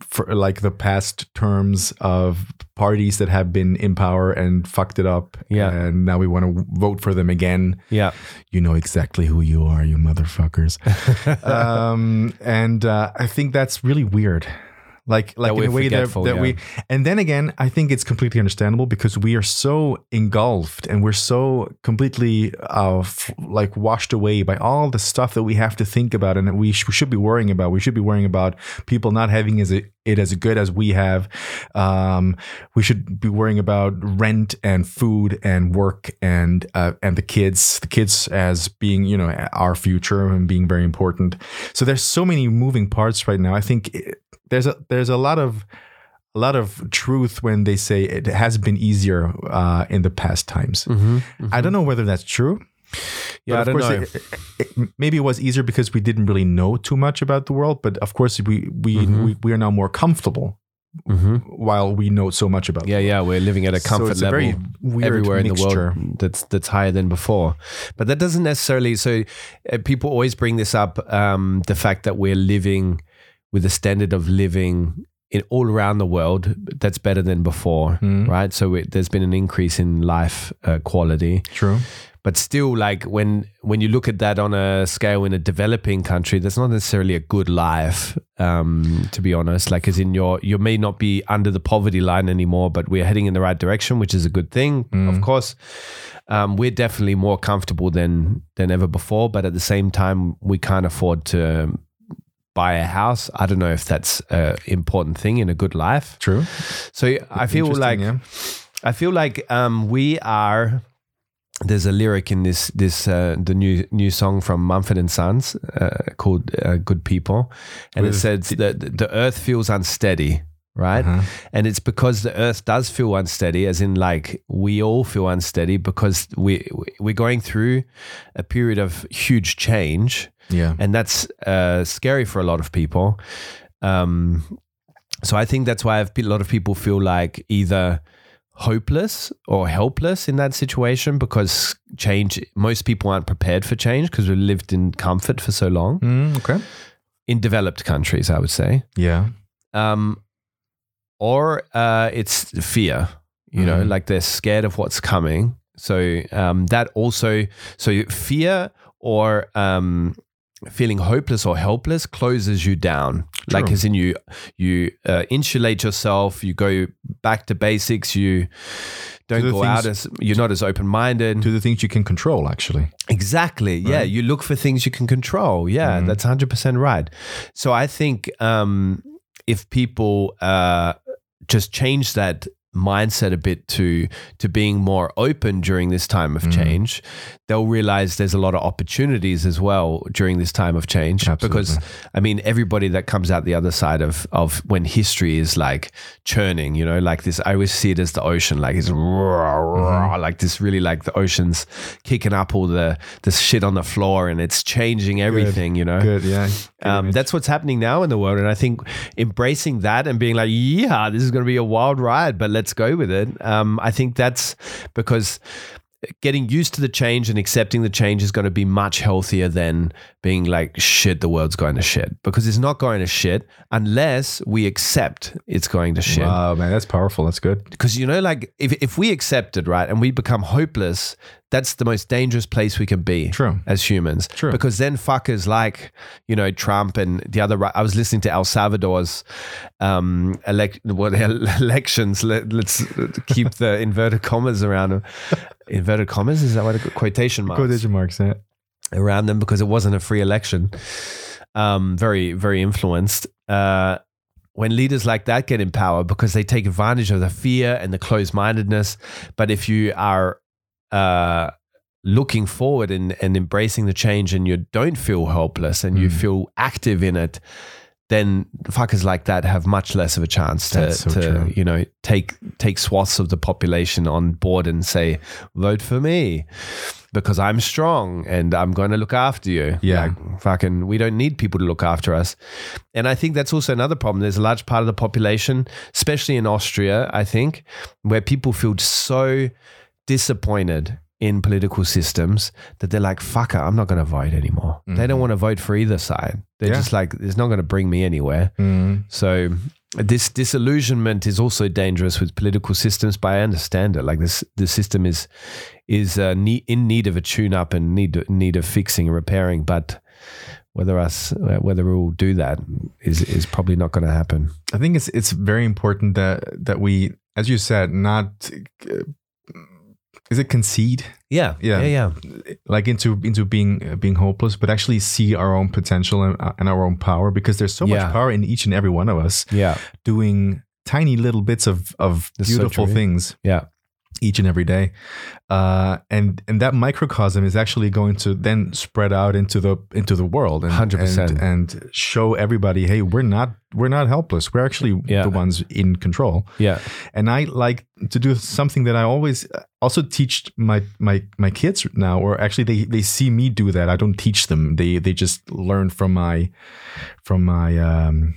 [SPEAKER 2] for like the past terms of parties that have been in power and fucked it up.
[SPEAKER 1] Yeah.
[SPEAKER 2] and now we want to vote for them again.
[SPEAKER 1] yeah.
[SPEAKER 2] You know exactly who you are, you
[SPEAKER 1] [LAUGHS]
[SPEAKER 2] motherfuckers. um, and uh, I think that's really weird. Like, like
[SPEAKER 1] we're
[SPEAKER 2] in a way that,
[SPEAKER 1] forgetful,
[SPEAKER 2] that
[SPEAKER 1] yeah.
[SPEAKER 2] we, and then again, I think it's completely understandable because we are so engulfed and we're so completely uh, f- like washed away by all the stuff that we have to think about and that we, sh- we should be worrying about. We should be worrying about people not having as it as good as we have. Um, we should be worrying about rent and food and work and uh, and the kids, the kids as being you know our future and being very important. So there's so many moving parts right now. I think it, there's a there's a lot of a lot of truth when they say it has been easier uh, in the past times.
[SPEAKER 1] Mm-hmm.
[SPEAKER 2] I don't know whether that's true.
[SPEAKER 1] Yeah, I
[SPEAKER 2] But
[SPEAKER 1] don't
[SPEAKER 2] of
[SPEAKER 1] know.
[SPEAKER 2] course, it- it- it- maybe it was easier because we didn't really know too much about the world. But of course, we we
[SPEAKER 1] Mhm.
[SPEAKER 2] we, we are now more comfortable
[SPEAKER 1] mm-hmm.
[SPEAKER 2] while we know so much about.
[SPEAKER 1] Yeah,
[SPEAKER 2] the world.
[SPEAKER 1] yeah, we're living at a comfort
[SPEAKER 2] so it's
[SPEAKER 1] level
[SPEAKER 2] a very weird
[SPEAKER 1] everywhere in the
[SPEAKER 2] mixture.
[SPEAKER 1] world that's that's higher than before. But that doesn't necessarily. So uh, people always bring this up: um, the fact that we're living with a standard of living in all around the world that's better than before,
[SPEAKER 2] Mm.
[SPEAKER 1] right? So it, there's been an increase in life uh, quality,
[SPEAKER 2] True.
[SPEAKER 1] but still, like when when you look at that on a scale in a developing country, that's not necessarily a good life. Um, to be honest, like as in your you may not be under the poverty line anymore, but we're heading in the right direction, which is a good thing,
[SPEAKER 2] Mm.
[SPEAKER 1] of course. Um, we're definitely more comfortable than than ever before, but at the same time, we can't afford to buy a house. I don't know if that's an important thing in a good life.
[SPEAKER 2] True.
[SPEAKER 1] So I feel
[SPEAKER 2] Interesting,
[SPEAKER 1] like
[SPEAKER 2] yeah.
[SPEAKER 1] I feel like um, we are. There's a lyric in this this uh, the new new song from Mumford and Sons uh, called uh, "Good People," and
[SPEAKER 2] With-
[SPEAKER 1] it says that the earth feels unsteady, right?
[SPEAKER 2] Uh-huh.
[SPEAKER 1] And it's because the earth does feel unsteady, as in like we all feel unsteady because we we're going through a period of huge change
[SPEAKER 2] Yeah.
[SPEAKER 1] and that's uh, scary for a lot of people. Um, so I think that's why I've- a lot of people feel like either hopeless or helpless in that situation because change. Most people aren't prepared for change because we've lived in comfort for so long
[SPEAKER 2] Mm, okay.
[SPEAKER 1] in developed countries. I would say,
[SPEAKER 2] Yeah.
[SPEAKER 1] um, or uh, it's fear. You know,
[SPEAKER 2] Mhm.
[SPEAKER 1] like they're scared of what's coming. So um, that also, so fear or um, feeling hopeless or helpless closes you down. Like
[SPEAKER 2] True.
[SPEAKER 1] as in you, you uh, insulate yourself. You go back to basics. You don't
[SPEAKER 2] the
[SPEAKER 1] go
[SPEAKER 2] things-
[SPEAKER 1] out as you're not as open minded.
[SPEAKER 2] To the things you can control, actually.
[SPEAKER 1] Exactly. Yeah.
[SPEAKER 2] Right?
[SPEAKER 1] You look for things you can control. Yeah.
[SPEAKER 2] Mhm.
[SPEAKER 1] That's 100% right. So I think um, if people uh, just change that mindset a bit to to being more open during this time of
[SPEAKER 2] Mhm.
[SPEAKER 1] change they'll realize there's a lot of opportunities as well during this time of change because
[SPEAKER 2] Absolutely.
[SPEAKER 1] i mean everybody that comes out the other side of of when history is like churning you know like this i always see it as the ocean like it's
[SPEAKER 2] Mm-hmm.
[SPEAKER 1] like this really like the ocean's kicking up all the this shit on the floor and it's changing everything you know
[SPEAKER 2] Good. [LAUGHS] Yeah. Good
[SPEAKER 1] um,
[SPEAKER 2] image.
[SPEAKER 1] that's what's happening now in the world. And I think embracing that and being like, yeah, this is going to be a wild ride, but let's go with it. Um, I think that's because getting used to the change and accepting the change is going to be much healthier than being like, shit, the world's going to shit. Because it's not going to shit unless we accept it's going to shit
[SPEAKER 2] wow, man. That's powerful. That's good.
[SPEAKER 1] because you know like if, if we accept it right and we become hopeless that's the most dangerous place we can be
[SPEAKER 2] True.
[SPEAKER 1] as humans
[SPEAKER 2] True.
[SPEAKER 1] because then fuckers like you know trump and the other ri- i was listening to el salvador's um elect what [LAUGHS] elections Let, let's keep the inverted commas around them inverted commas is that what it, quotation marks
[SPEAKER 2] Quotation marks. Yeah.
[SPEAKER 1] around them because it wasn't a free election. Um, very, very influenced. Uh, when leaders like that get in power because they take advantage of the fear and the closed mindedness. But if you are uh, looking forward and, and embracing the change and you don't feel helpless and you
[SPEAKER 2] Mm.
[SPEAKER 1] feel active in it, then fuckers like that have much less of a chance to,
[SPEAKER 2] That's so
[SPEAKER 1] to,
[SPEAKER 2] true.
[SPEAKER 1] you know take take swaths of the population on board and say vote for me because I'm strong and I'm going to look after you.
[SPEAKER 2] Yeah.
[SPEAKER 1] Like, fucking, we don't need people to look after us. And I think that's also another problem. There's a large part of the population, especially in Austria, I think, where people feel so disappointed in political systems that they're like, fucker, I'm not going to vote anymore. They don't want to vote for either side. They're
[SPEAKER 2] Mm-hmm. Yeah.
[SPEAKER 1] just like, it's not going to bring me anywhere.
[SPEAKER 2] Mm.
[SPEAKER 1] So this disillusionment is also dangerous with political systems, but I understand it. Like this, the system is is uh, nee- in need of a tune up and need need of fixing and repairing. But whether us uh, whether we'll do that is is probably not going to happen.
[SPEAKER 2] I think it's it's very important that that we, as you said, not. uh, Is it concede?
[SPEAKER 1] Yeah,
[SPEAKER 2] Yeah.
[SPEAKER 1] yeah, yeah.
[SPEAKER 2] like into into being uh, being hopeless, but actually see our own potential and, uh, and our own power because there's so
[SPEAKER 1] Yeah.
[SPEAKER 2] much power in each and every one of us
[SPEAKER 1] yeah.
[SPEAKER 2] doing tiny little bits of of
[SPEAKER 1] That's so
[SPEAKER 2] beautiful
[SPEAKER 1] true.
[SPEAKER 2] things.
[SPEAKER 1] Yeah.
[SPEAKER 2] Each and every day, uh, and and that microcosm is actually going to then spread out into the into the world, and-
[SPEAKER 1] 100%.
[SPEAKER 2] and, and show everybody, hey, we're not we're not helpless. We're actually
[SPEAKER 1] Yeah.
[SPEAKER 2] the ones in control
[SPEAKER 1] Yeah,
[SPEAKER 2] and I like to do something that I always uh, also teach my my my kids now, or actually they they see me do that. I don't teach them; they they just learn from my from my um,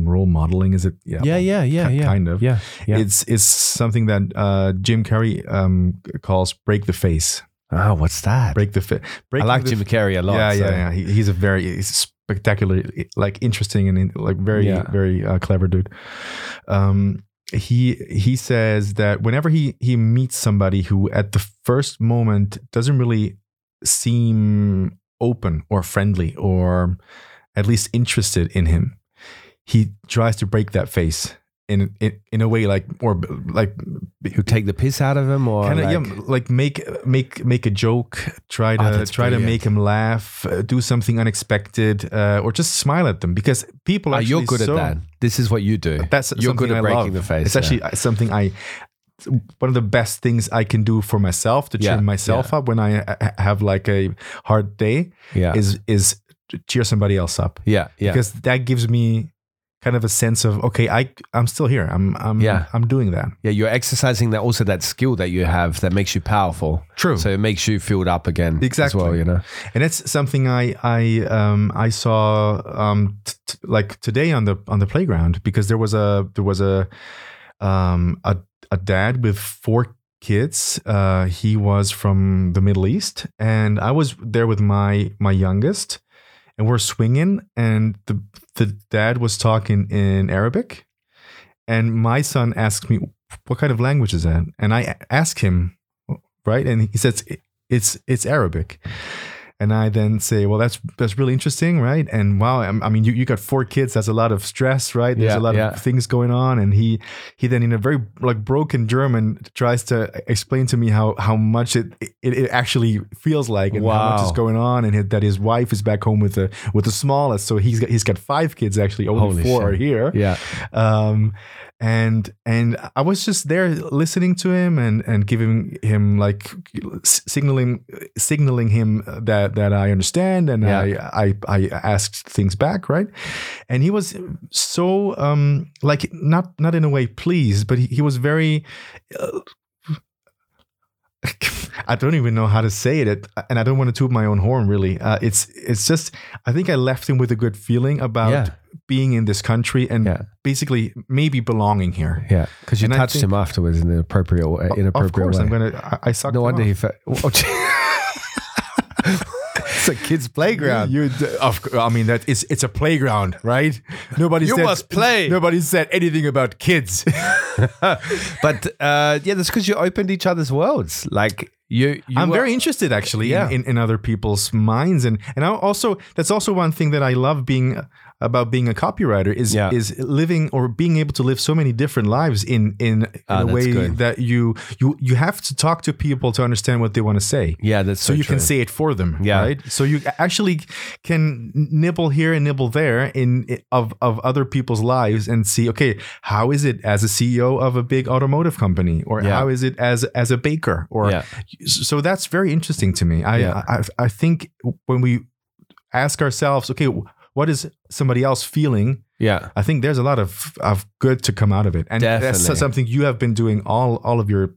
[SPEAKER 2] role modeling. Is it?
[SPEAKER 1] yeah, yeah, yeah,
[SPEAKER 2] ki-
[SPEAKER 1] yeah.
[SPEAKER 2] kind of.
[SPEAKER 1] Yeah, yeah.
[SPEAKER 2] It's it's something that uh, Jim Carrey um, calls "break the face."
[SPEAKER 1] oh, what's that?
[SPEAKER 2] Break the face.
[SPEAKER 1] I like Jim Carrey a lot.
[SPEAKER 2] yeah,
[SPEAKER 1] so-
[SPEAKER 2] yeah, yeah. He, he's a very he's spectacular, like interesting and like very,
[SPEAKER 1] Yeah.
[SPEAKER 2] very uh, clever dude. Um, he he says that whenever he he meets somebody who at the first moment doesn't really seem open or friendly or at least interested in him, he tries to break that face in in, in a way like or b- like
[SPEAKER 1] Who take the piss out of him or
[SPEAKER 2] kind of
[SPEAKER 1] like,
[SPEAKER 2] yeah like make make make a joke try
[SPEAKER 1] Oh,
[SPEAKER 2] to
[SPEAKER 1] that's
[SPEAKER 2] try to
[SPEAKER 1] brilliant.
[SPEAKER 2] make him laugh uh, do something unexpected uh, or just smile at them because people
[SPEAKER 1] oh,
[SPEAKER 2] are
[SPEAKER 1] you're good
[SPEAKER 2] so,
[SPEAKER 1] at that. This is what you do.
[SPEAKER 2] that's
[SPEAKER 1] you're
[SPEAKER 2] something
[SPEAKER 1] good at
[SPEAKER 2] I
[SPEAKER 1] breaking
[SPEAKER 2] love.
[SPEAKER 1] the face.
[SPEAKER 2] It's
[SPEAKER 1] yeah.
[SPEAKER 2] actually uh, something I one of the best things I can do for myself to
[SPEAKER 1] Yeah,
[SPEAKER 2] cheer myself up when I uh, have like a hard day
[SPEAKER 1] yeah.
[SPEAKER 2] is is to cheer somebody else up
[SPEAKER 1] yeah, yeah.
[SPEAKER 2] because that gives me kind of a sense of okay I I'm still here I'm I'm
[SPEAKER 1] Yeah.
[SPEAKER 2] I'm doing that
[SPEAKER 1] Yeah, you're exercising that also that skill that you have that makes you powerful.
[SPEAKER 2] true
[SPEAKER 1] So it makes you filled up again
[SPEAKER 2] Exactly.
[SPEAKER 1] as well, you know.
[SPEAKER 2] and that's something I I um I saw um t- t- like today on the on the playground because there was a there was a um a a dad with four kids uh he was from the middle east and i was there with my my youngest and we're swinging and the the dad was talking in arabic and my son asked me what kind of language is that and i ask him right and he says it's it's arabic and I then say, well, that's that's really interesting, right? And wow, I'm- I mean, you, you got four kids. That's a lot of stress, right? There's
[SPEAKER 1] Yeah,
[SPEAKER 2] a lot
[SPEAKER 1] yeah.
[SPEAKER 2] of things going on. And he he then in a very like broken German tries to e-, explain to me how how much it it, it actually feels like and how much
[SPEAKER 1] Wow.
[SPEAKER 2] is going on, and that his wife is back home with the with the smallest. So he's got, he's got five kids actually.
[SPEAKER 1] Holy
[SPEAKER 2] Only four
[SPEAKER 1] shit.
[SPEAKER 2] are here
[SPEAKER 1] Yeah.
[SPEAKER 2] um, and and I was just there listening to him and and giving him like s- signaling signaling him that that I understand and
[SPEAKER 1] Yeah.
[SPEAKER 2] I, I I asked things back right, and he was so um like not not in a way pleased but he, he was very. Uh, [LAUGHS] I don't even know how to say it, and I don't want to toot my own horn. Really, uh, it's it's just I think I left him with a good feeling about
[SPEAKER 1] Yeah.
[SPEAKER 2] being in this country and
[SPEAKER 1] Yeah.
[SPEAKER 2] basically maybe belonging here.
[SPEAKER 1] Yeah. Because you
[SPEAKER 2] And I
[SPEAKER 1] touched
[SPEAKER 2] think-
[SPEAKER 1] him afterwards in an appropriate way.
[SPEAKER 2] Of
[SPEAKER 1] Inappropriate
[SPEAKER 2] course,
[SPEAKER 1] way.
[SPEAKER 2] I'm gonna. I, I sucked.
[SPEAKER 1] no
[SPEAKER 2] him
[SPEAKER 1] wonder
[SPEAKER 2] off. [LAUGHS]
[SPEAKER 1] he felt. [LAUGHS] Oh, it's a kid's playground.
[SPEAKER 2] You, d- of, c- I mean that is it's a playground, right? Nobody.
[SPEAKER 1] You
[SPEAKER 2] said,
[SPEAKER 1] must play.
[SPEAKER 2] Nobody said anything about kids.
[SPEAKER 1] but uh, yeah, that's because you opened each other's worlds. Like you, you
[SPEAKER 2] [LAUGHS] I'm
[SPEAKER 1] were-
[SPEAKER 2] very interested actually
[SPEAKER 1] Yeah.
[SPEAKER 2] in, in, in other people's minds and and I also that's also one thing that I love being about being a copywriter is
[SPEAKER 1] Yeah.
[SPEAKER 2] is living or being able to live so many different lives in in, in
[SPEAKER 1] Ah,
[SPEAKER 2] a
[SPEAKER 1] that's
[SPEAKER 2] way
[SPEAKER 1] good.
[SPEAKER 2] that you you you have to talk to people to understand what they want to say.
[SPEAKER 1] yeah. That's
[SPEAKER 2] so, you
[SPEAKER 1] true.
[SPEAKER 2] can say it for them,
[SPEAKER 1] Yeah.
[SPEAKER 2] right? So you actually can nibble here and nibble there in of of other people's lives and see, okay, how is it as a CEO of a big automotive company, or
[SPEAKER 1] Yeah.
[SPEAKER 2] how is it as as a baker, or
[SPEAKER 1] Yeah.
[SPEAKER 2] so that's very interesting to me. I,
[SPEAKER 1] Yeah.
[SPEAKER 2] I I think when we ask ourselves, okay, what is somebody else feeling?
[SPEAKER 1] Yeah.
[SPEAKER 2] I think there's a lot of of good to come out of it, and
[SPEAKER 1] Definitely.
[SPEAKER 2] that's something you have been doing all all of your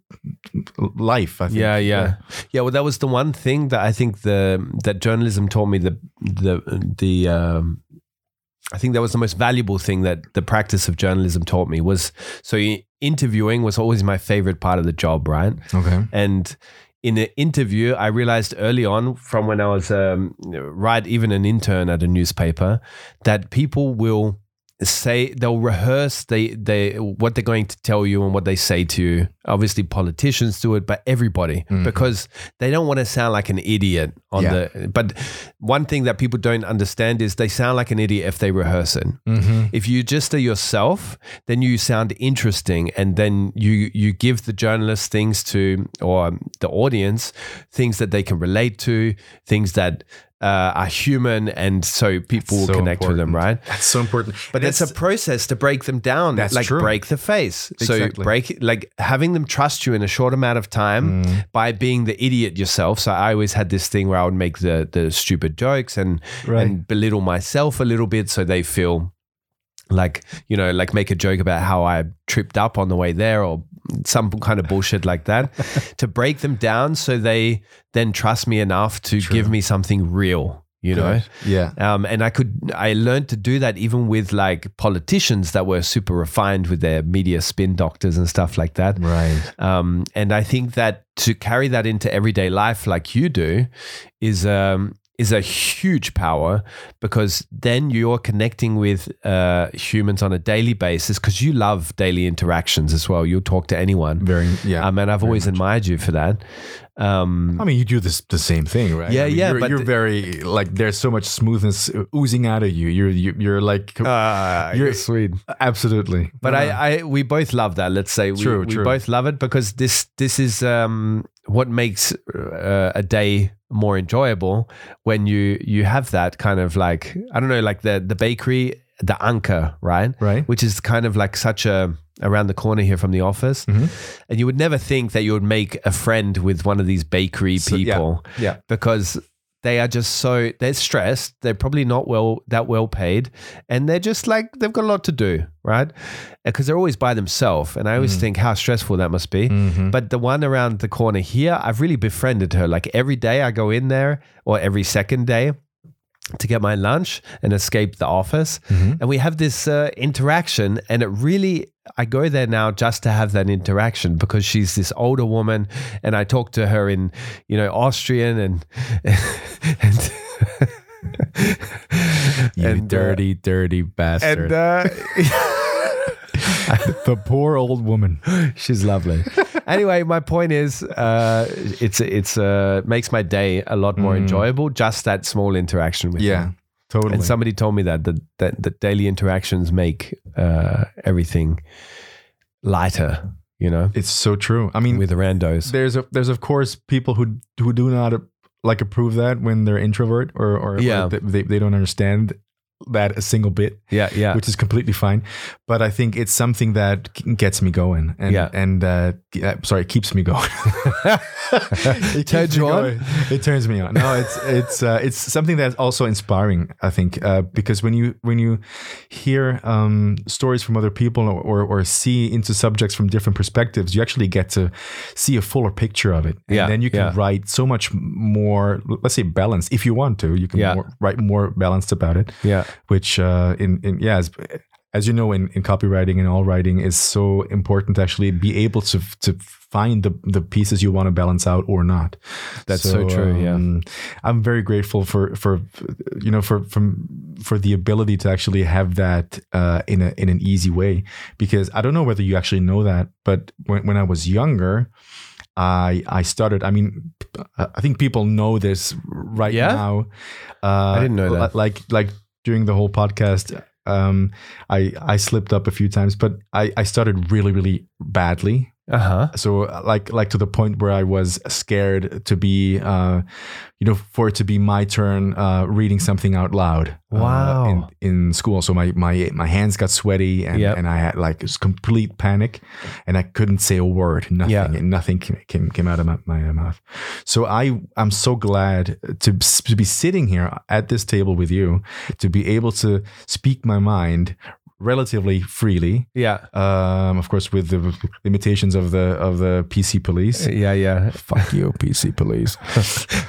[SPEAKER 2] life. I think.
[SPEAKER 1] Yeah, yeah, yeah. Well, that was the one thing that I think the that journalism taught me the the the. Um, I think that was the most valuable thing that the practice of journalism taught me was so i- interviewing was always my favorite part of the job, right?
[SPEAKER 2] Okay.
[SPEAKER 1] And in an interview, I realized early on, from when I was um, right, even an intern at a newspaper, that people will say they'll rehearse they they what they're going to tell you and what they say to you. Obviously, politicians do it, but everybody
[SPEAKER 2] Mhm.
[SPEAKER 1] because they don't want to sound like an idiot on
[SPEAKER 2] Yeah.
[SPEAKER 1] the. But one thing that people don't understand is they sound like an idiot if they rehearse it.
[SPEAKER 2] Mm-hmm.
[SPEAKER 1] If you just are yourself, then you sound interesting, and then you you give the journalists things to or um, the audience things that they can relate to, things that uh, are human, and so people will
[SPEAKER 2] So
[SPEAKER 1] connect with them, right?
[SPEAKER 2] [LAUGHS] That's so important.
[SPEAKER 1] But it's a process to break them down,
[SPEAKER 2] That's
[SPEAKER 1] like
[SPEAKER 2] true.
[SPEAKER 1] break the face. So
[SPEAKER 2] Exactly.
[SPEAKER 1] break like having them trust you in a short amount of time
[SPEAKER 2] Mm.
[SPEAKER 1] by being the idiot yourself. So I always had this thing where I would make the the stupid jokes and
[SPEAKER 2] Right.
[SPEAKER 1] and belittle myself a little bit so they feel like you know like make a joke about how i tripped up on the way there or some kind of bullshit like
[SPEAKER 2] [LAUGHS]
[SPEAKER 1] that to break them down so they then trust me enough to
[SPEAKER 2] True.
[SPEAKER 1] give me something real you know
[SPEAKER 2] yeah.
[SPEAKER 1] um, and I could, I learned to do that even with like politicians that were super refined with their media spin doctors and stuff like that.
[SPEAKER 2] Right.
[SPEAKER 1] Um, and I think that to carry that into everyday life like you do is um, is a huge power because then you're connecting with uh, humans on a daily basis because you love daily interactions as well. You'll talk to anyone.
[SPEAKER 2] Very, yeah.
[SPEAKER 1] Um, and I've always admired you for that. Um,
[SPEAKER 2] I mean, you do this the same thing, right?
[SPEAKER 1] Yeah,
[SPEAKER 2] I mean,
[SPEAKER 1] yeah,
[SPEAKER 2] You're,
[SPEAKER 1] but
[SPEAKER 2] you're
[SPEAKER 1] the-
[SPEAKER 2] very like there's so much smoothness oozing out of you. You're you, you're like Ah, you're
[SPEAKER 1] sweet.
[SPEAKER 2] absolutely.
[SPEAKER 1] Uh, But
[SPEAKER 2] No, no.
[SPEAKER 1] I, I, we both love that. Let's say we,
[SPEAKER 2] True,
[SPEAKER 1] we
[SPEAKER 2] true.
[SPEAKER 1] both love it because this, this is um, what makes uh, a day more enjoyable when you you have that kind of like I don't know, like the the bakery, the anchor, right?
[SPEAKER 2] right.
[SPEAKER 1] Which is kind of like such a around the corner here from the office,
[SPEAKER 2] Mhm.
[SPEAKER 1] and you would never think that you would make a friend with one of these bakery
[SPEAKER 2] So, yeah.
[SPEAKER 1] people
[SPEAKER 2] Yeah.
[SPEAKER 1] because they are just so they're stressed. They're probably not well that well paid, and they're just like they've got a lot to do, right? Because they're always by themselves, and I always think how stressful that must be.
[SPEAKER 2] Mhm.
[SPEAKER 1] But the one around the corner here, I've really befriended her. Like every day, I go in there, or every second day. To get my lunch and escape the office.
[SPEAKER 2] Mhm.
[SPEAKER 1] And we have this uh, interaction, and it really, I go there now just to have that interaction because she's this older woman, and I talk to her in, you know, Austrian and. [LAUGHS] and [LAUGHS]
[SPEAKER 2] You
[SPEAKER 1] and, uh,
[SPEAKER 2] dirty, dirty
[SPEAKER 1] and
[SPEAKER 2] bastard.
[SPEAKER 1] uh, [LAUGHS]
[SPEAKER 2] the poor old woman.
[SPEAKER 1] she's lovely. Anyway, my point is, uh, it's it's uh, makes my day a lot more
[SPEAKER 2] Mm.
[SPEAKER 1] enjoyable. Just that small interaction with her.
[SPEAKER 2] Yeah, totally.
[SPEAKER 1] And somebody told me that that that, that daily interactions make uh, everything lighter. You know,
[SPEAKER 2] it's so true. I mean,
[SPEAKER 1] with the randos.
[SPEAKER 2] there's a, there's of course people who who do not uh, like approve that when they're introvert or or
[SPEAKER 1] Yeah.
[SPEAKER 2] or they- they, they don't understand that a single bit
[SPEAKER 1] Yeah, yeah,
[SPEAKER 2] which is completely fine but i think it's something that g- gets me going and
[SPEAKER 1] Yeah.
[SPEAKER 2] and uh, g- uh, sorry keeps me going [LAUGHS] it
[SPEAKER 1] Turns
[SPEAKER 2] keeps
[SPEAKER 1] you
[SPEAKER 2] me
[SPEAKER 1] on?
[SPEAKER 2] going. it turns me on no it's it's uh, it's something that's also inspiring i think uh, because when you when you hear um, stories from other people or, or or see into subjects from different perspectives you actually get to see a fuller picture of it and
[SPEAKER 1] Yeah,
[SPEAKER 2] then you can
[SPEAKER 1] yeah.
[SPEAKER 2] write so much more let's say balanced if you want to you can
[SPEAKER 1] Yeah.
[SPEAKER 2] more, write more balanced about it
[SPEAKER 1] yeah,
[SPEAKER 2] which uh, in, in yeah as, as you know in, in copywriting and all writing is so important to actually be able to to find the the pieces you want to balance out or not
[SPEAKER 1] That's so true, yeah.
[SPEAKER 2] yeah i'm very grateful for for you know for from for the ability to actually have that uh, in a in an easy way because i don't know whether you actually know that but when, when i was younger I I started. I mean, I think people know this right
[SPEAKER 1] Yeah?
[SPEAKER 2] now. Uh,
[SPEAKER 1] didn't know
[SPEAKER 2] li-
[SPEAKER 1] that.
[SPEAKER 2] Like like during the whole podcast, um, I I slipped up a few times, but I I started really really badly.
[SPEAKER 1] uh huh.
[SPEAKER 2] So uh, like like to the point where I was scared to be, uh, you know, for it to be my turn uh, reading something out loud. uh,
[SPEAKER 1] Wow.
[SPEAKER 2] in, in school, so my my my hands got sweaty and
[SPEAKER 1] Yep.
[SPEAKER 2] and I had like this complete panic, and I couldn't say a word. Nothing.
[SPEAKER 1] Yeah.
[SPEAKER 2] And nothing came, came came out of my, my mouth. So I I'm so glad to to be sitting here at this table with you, to be able to speak my mind relatively freely
[SPEAKER 1] Yeah,
[SPEAKER 2] um, of course, with the limitations of the of the PC police.
[SPEAKER 1] yeah, yeah.
[SPEAKER 2] Fuck you, PC [LAUGHS] police.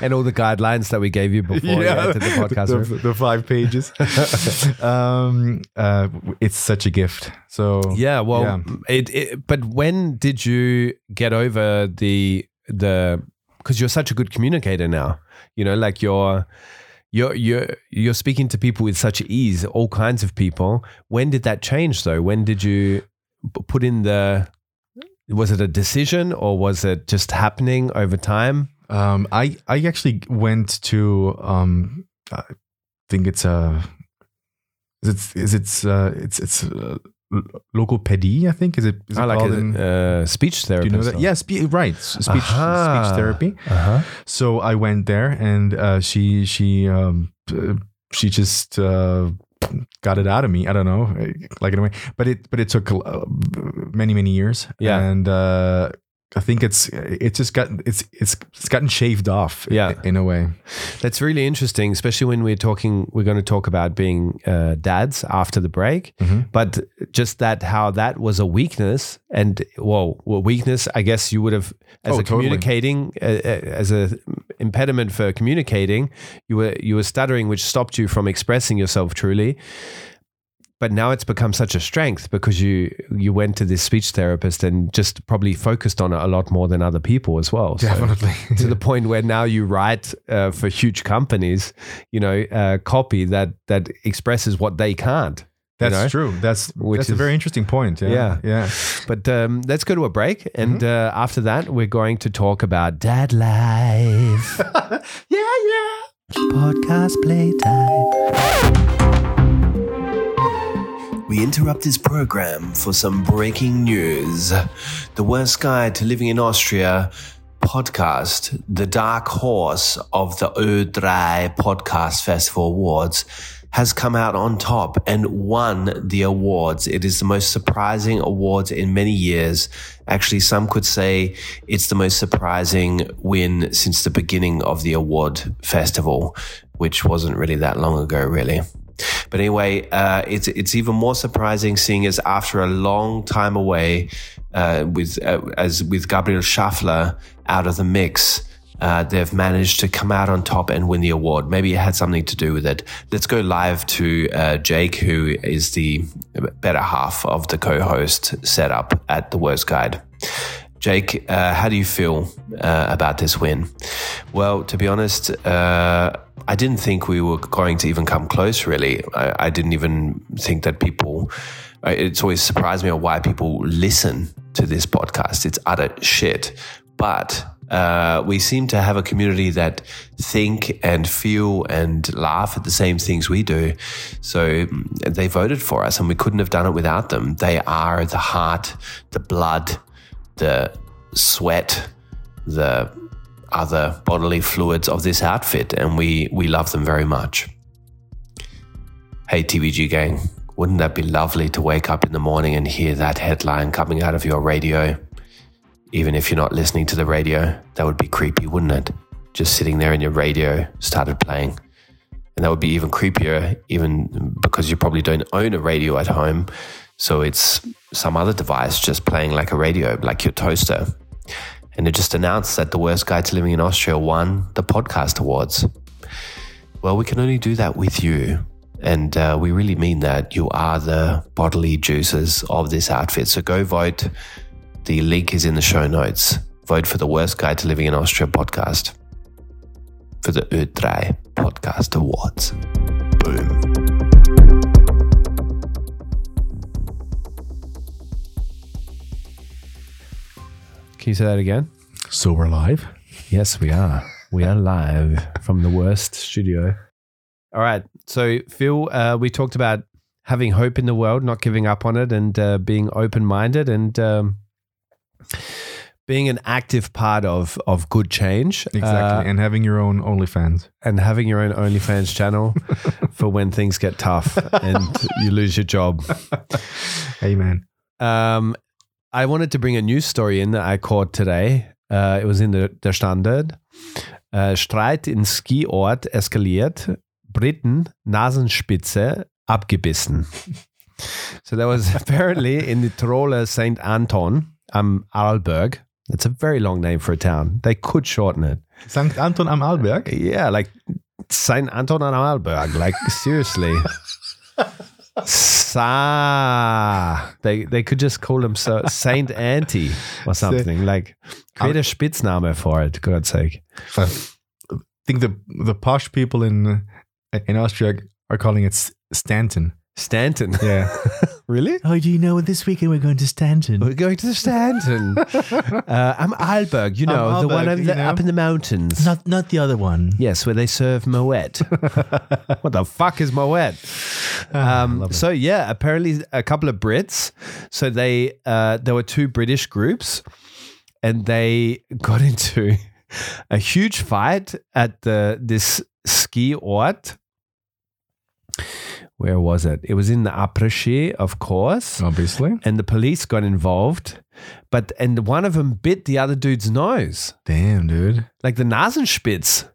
[SPEAKER 1] and all the guidelines that we gave you before yeah. to the podcast.
[SPEAKER 2] [LAUGHS] the,
[SPEAKER 1] room.
[SPEAKER 2] the five pages. [LAUGHS] um, uh, it's such a gift. So
[SPEAKER 1] Yeah, well,
[SPEAKER 2] Yeah.
[SPEAKER 1] It, it. But when did you get over the the? Because you're such a good communicator now. You know, like you're you're you're you're speaking to people with such ease, all kinds of people. When did that change, though? When did you p- put in the? Was it a decision or was it just happening over time?
[SPEAKER 2] Um, I I actually went to um, I think it's a is it's is it's uh, it's it's uh, lo- logopedy. I think is it is it
[SPEAKER 1] I like
[SPEAKER 2] called
[SPEAKER 1] a,
[SPEAKER 2] in-
[SPEAKER 1] uh, speech
[SPEAKER 2] do
[SPEAKER 1] therapy.
[SPEAKER 2] you know that? Yeah, spe- right. s- Speech
[SPEAKER 1] Aha.
[SPEAKER 2] speech therapy.
[SPEAKER 1] Uh-huh.
[SPEAKER 2] So I went there, and uh, she she um, uh, she just uh, got it out of me. I don't know, like in a way, but it but it took uh, many many years.
[SPEAKER 1] Yeah.
[SPEAKER 2] and uh, I think it's it's just got it's it's it's gotten shaved off.
[SPEAKER 1] Yeah.
[SPEAKER 2] in a way.
[SPEAKER 1] That's really interesting, especially when we're talking. We're going to talk about being uh, dads after the break,
[SPEAKER 2] Mhm.
[SPEAKER 1] but just that how that was a weakness, and well, well weakness. I guess you would have as a
[SPEAKER 2] Oh, totally.
[SPEAKER 1] communicating uh, uh, as a impediment for communicating. You were you were stuttering, which stopped you from expressing yourself truly.
[SPEAKER 5] But now it's become such a strength because you you went to this speech therapist and just probably focused on it a lot more than other people as well.
[SPEAKER 2] [LAUGHS]
[SPEAKER 5] So
[SPEAKER 2] Definitely.
[SPEAKER 5] to the point where now you write uh, for huge companies, you know, uh, copy that that expresses what they can't.
[SPEAKER 2] That's
[SPEAKER 5] know?
[SPEAKER 2] true. That's
[SPEAKER 5] Which
[SPEAKER 2] that's a
[SPEAKER 5] is-
[SPEAKER 2] very interesting point.
[SPEAKER 5] Yeah.
[SPEAKER 2] Yeah. Yeah.
[SPEAKER 5] But um, let's go to a break,
[SPEAKER 2] Mm-hmm.
[SPEAKER 5] and uh, after that, we're going to talk about dad life.
[SPEAKER 2] [LAUGHS] Yeah. Yeah.
[SPEAKER 5] podcast playtime.
[SPEAKER 1] We interrupt this program for some breaking news. The Worst Guide to Living in Austria podcast, The Dark Horse of the Ö3 Podcast Festival Awards, has come out on top and won the awards. It is the most surprising awards in many years. Actually, some could say it's the most surprising win since the beginning of the award festival, which wasn't really that long ago, really. But anyway, uh, it's it's even more surprising seeing as after a long time away, uh, with uh, as with Gabriel Schaffler out of the mix, uh, they've managed to come out on top and win the award. Maybe it had something to do with it. Let's go live to uh, Jake, who is the better half of the co-host setup at the Worst Guide. Jake, uh, how do you feel uh, about this win? Well, to be honest, uh, I didn't think we were going to even come close, really. I, I didn't even think that people, I- it's always surprised me on why people listen to this podcast. It's utter shit. But uh, we seem to have a community that think and feel and laugh at the same things we do. So mm, they voted for us, and we couldn't have done it without them. They are the heart, the blood, the sweat, the other bodily fluids of this outfit, and we we love them very much. Hey TBG gang, wouldn't that be lovely to wake up in the morning and hear that headline coming out of your radio? Even if you're not listening to the radio, that would be creepy, wouldn't it? Just sitting there and your radio started playing. And that would be even creepier, even because you probably don't own a radio at home. So it's some other device just playing like a radio, like your toaster. And it just announced that the worst guy to living in Austria won the podcast awards. Well, we can only do that with you. And uh, we really mean that. You are the bodily juices of this outfit. So go vote. The link is in the show notes. Vote for the worst guy to living in Austria podcast for the Ö3 Podcast Awards. Boom.
[SPEAKER 5] Can you say that again?
[SPEAKER 2] So we're live.
[SPEAKER 5] Yes, we are. We are live from the worst studio. All right. So, Phil, uh, we talked about having hope in the world, not giving up on it, and uh, being open minded and um, being an active part of, of good change. uh,
[SPEAKER 2] Exactly. and having your own OnlyFans.
[SPEAKER 5] and having your own OnlyFans channel for when things get tough and you lose your job.
[SPEAKER 2] Hey man.
[SPEAKER 5] Um, I wanted to bring a news story in that I caught today. Uh, it was in the, der Standard. Äh, Streit in Skiort eskaliert. Briten Nasenspitze abgebissen. so that was [LAUGHS] apparently in the Troller St. Anton am Arlberg. That's a very long name for a town. They could shorten it.
[SPEAKER 2] St. Anton am Arlberg.
[SPEAKER 5] Yeah, like St. Anton am Arlberg. [LAUGHS] Like seriously. Sa. They they could just call him so, Saint Anti or something. Like create a Spitzname for it, God's sake.
[SPEAKER 2] I think the the posh people in in Austria are calling it S- Stanton.
[SPEAKER 5] Stanton.
[SPEAKER 2] Yeah.
[SPEAKER 5] [LAUGHS] really?
[SPEAKER 2] [LAUGHS] oh, do you know this weekend we're going to Stanton? [LAUGHS]
[SPEAKER 5] We're going to [LAUGHS] Stanton. uh, I'm Alberg, you know, the one
[SPEAKER 2] Arlberg,
[SPEAKER 5] on
[SPEAKER 2] you
[SPEAKER 5] the-
[SPEAKER 2] know.
[SPEAKER 5] up in the mountains.
[SPEAKER 2] Not not the other one.
[SPEAKER 5] Yes, where they serve Moet. what the fuck is Moet? Um, so yeah, apparently a couple of Brits. So they uh, there were two British groups, and they got [LAUGHS] into a huge fight at the this ski ort. Where was it? It was in the Apres-Ski, of course
[SPEAKER 2] Oh. Obviously.
[SPEAKER 5] and the police got involved. But and one of them bit the other dude's nose,
[SPEAKER 2] Damn, dude.
[SPEAKER 5] like the Nasenspitz.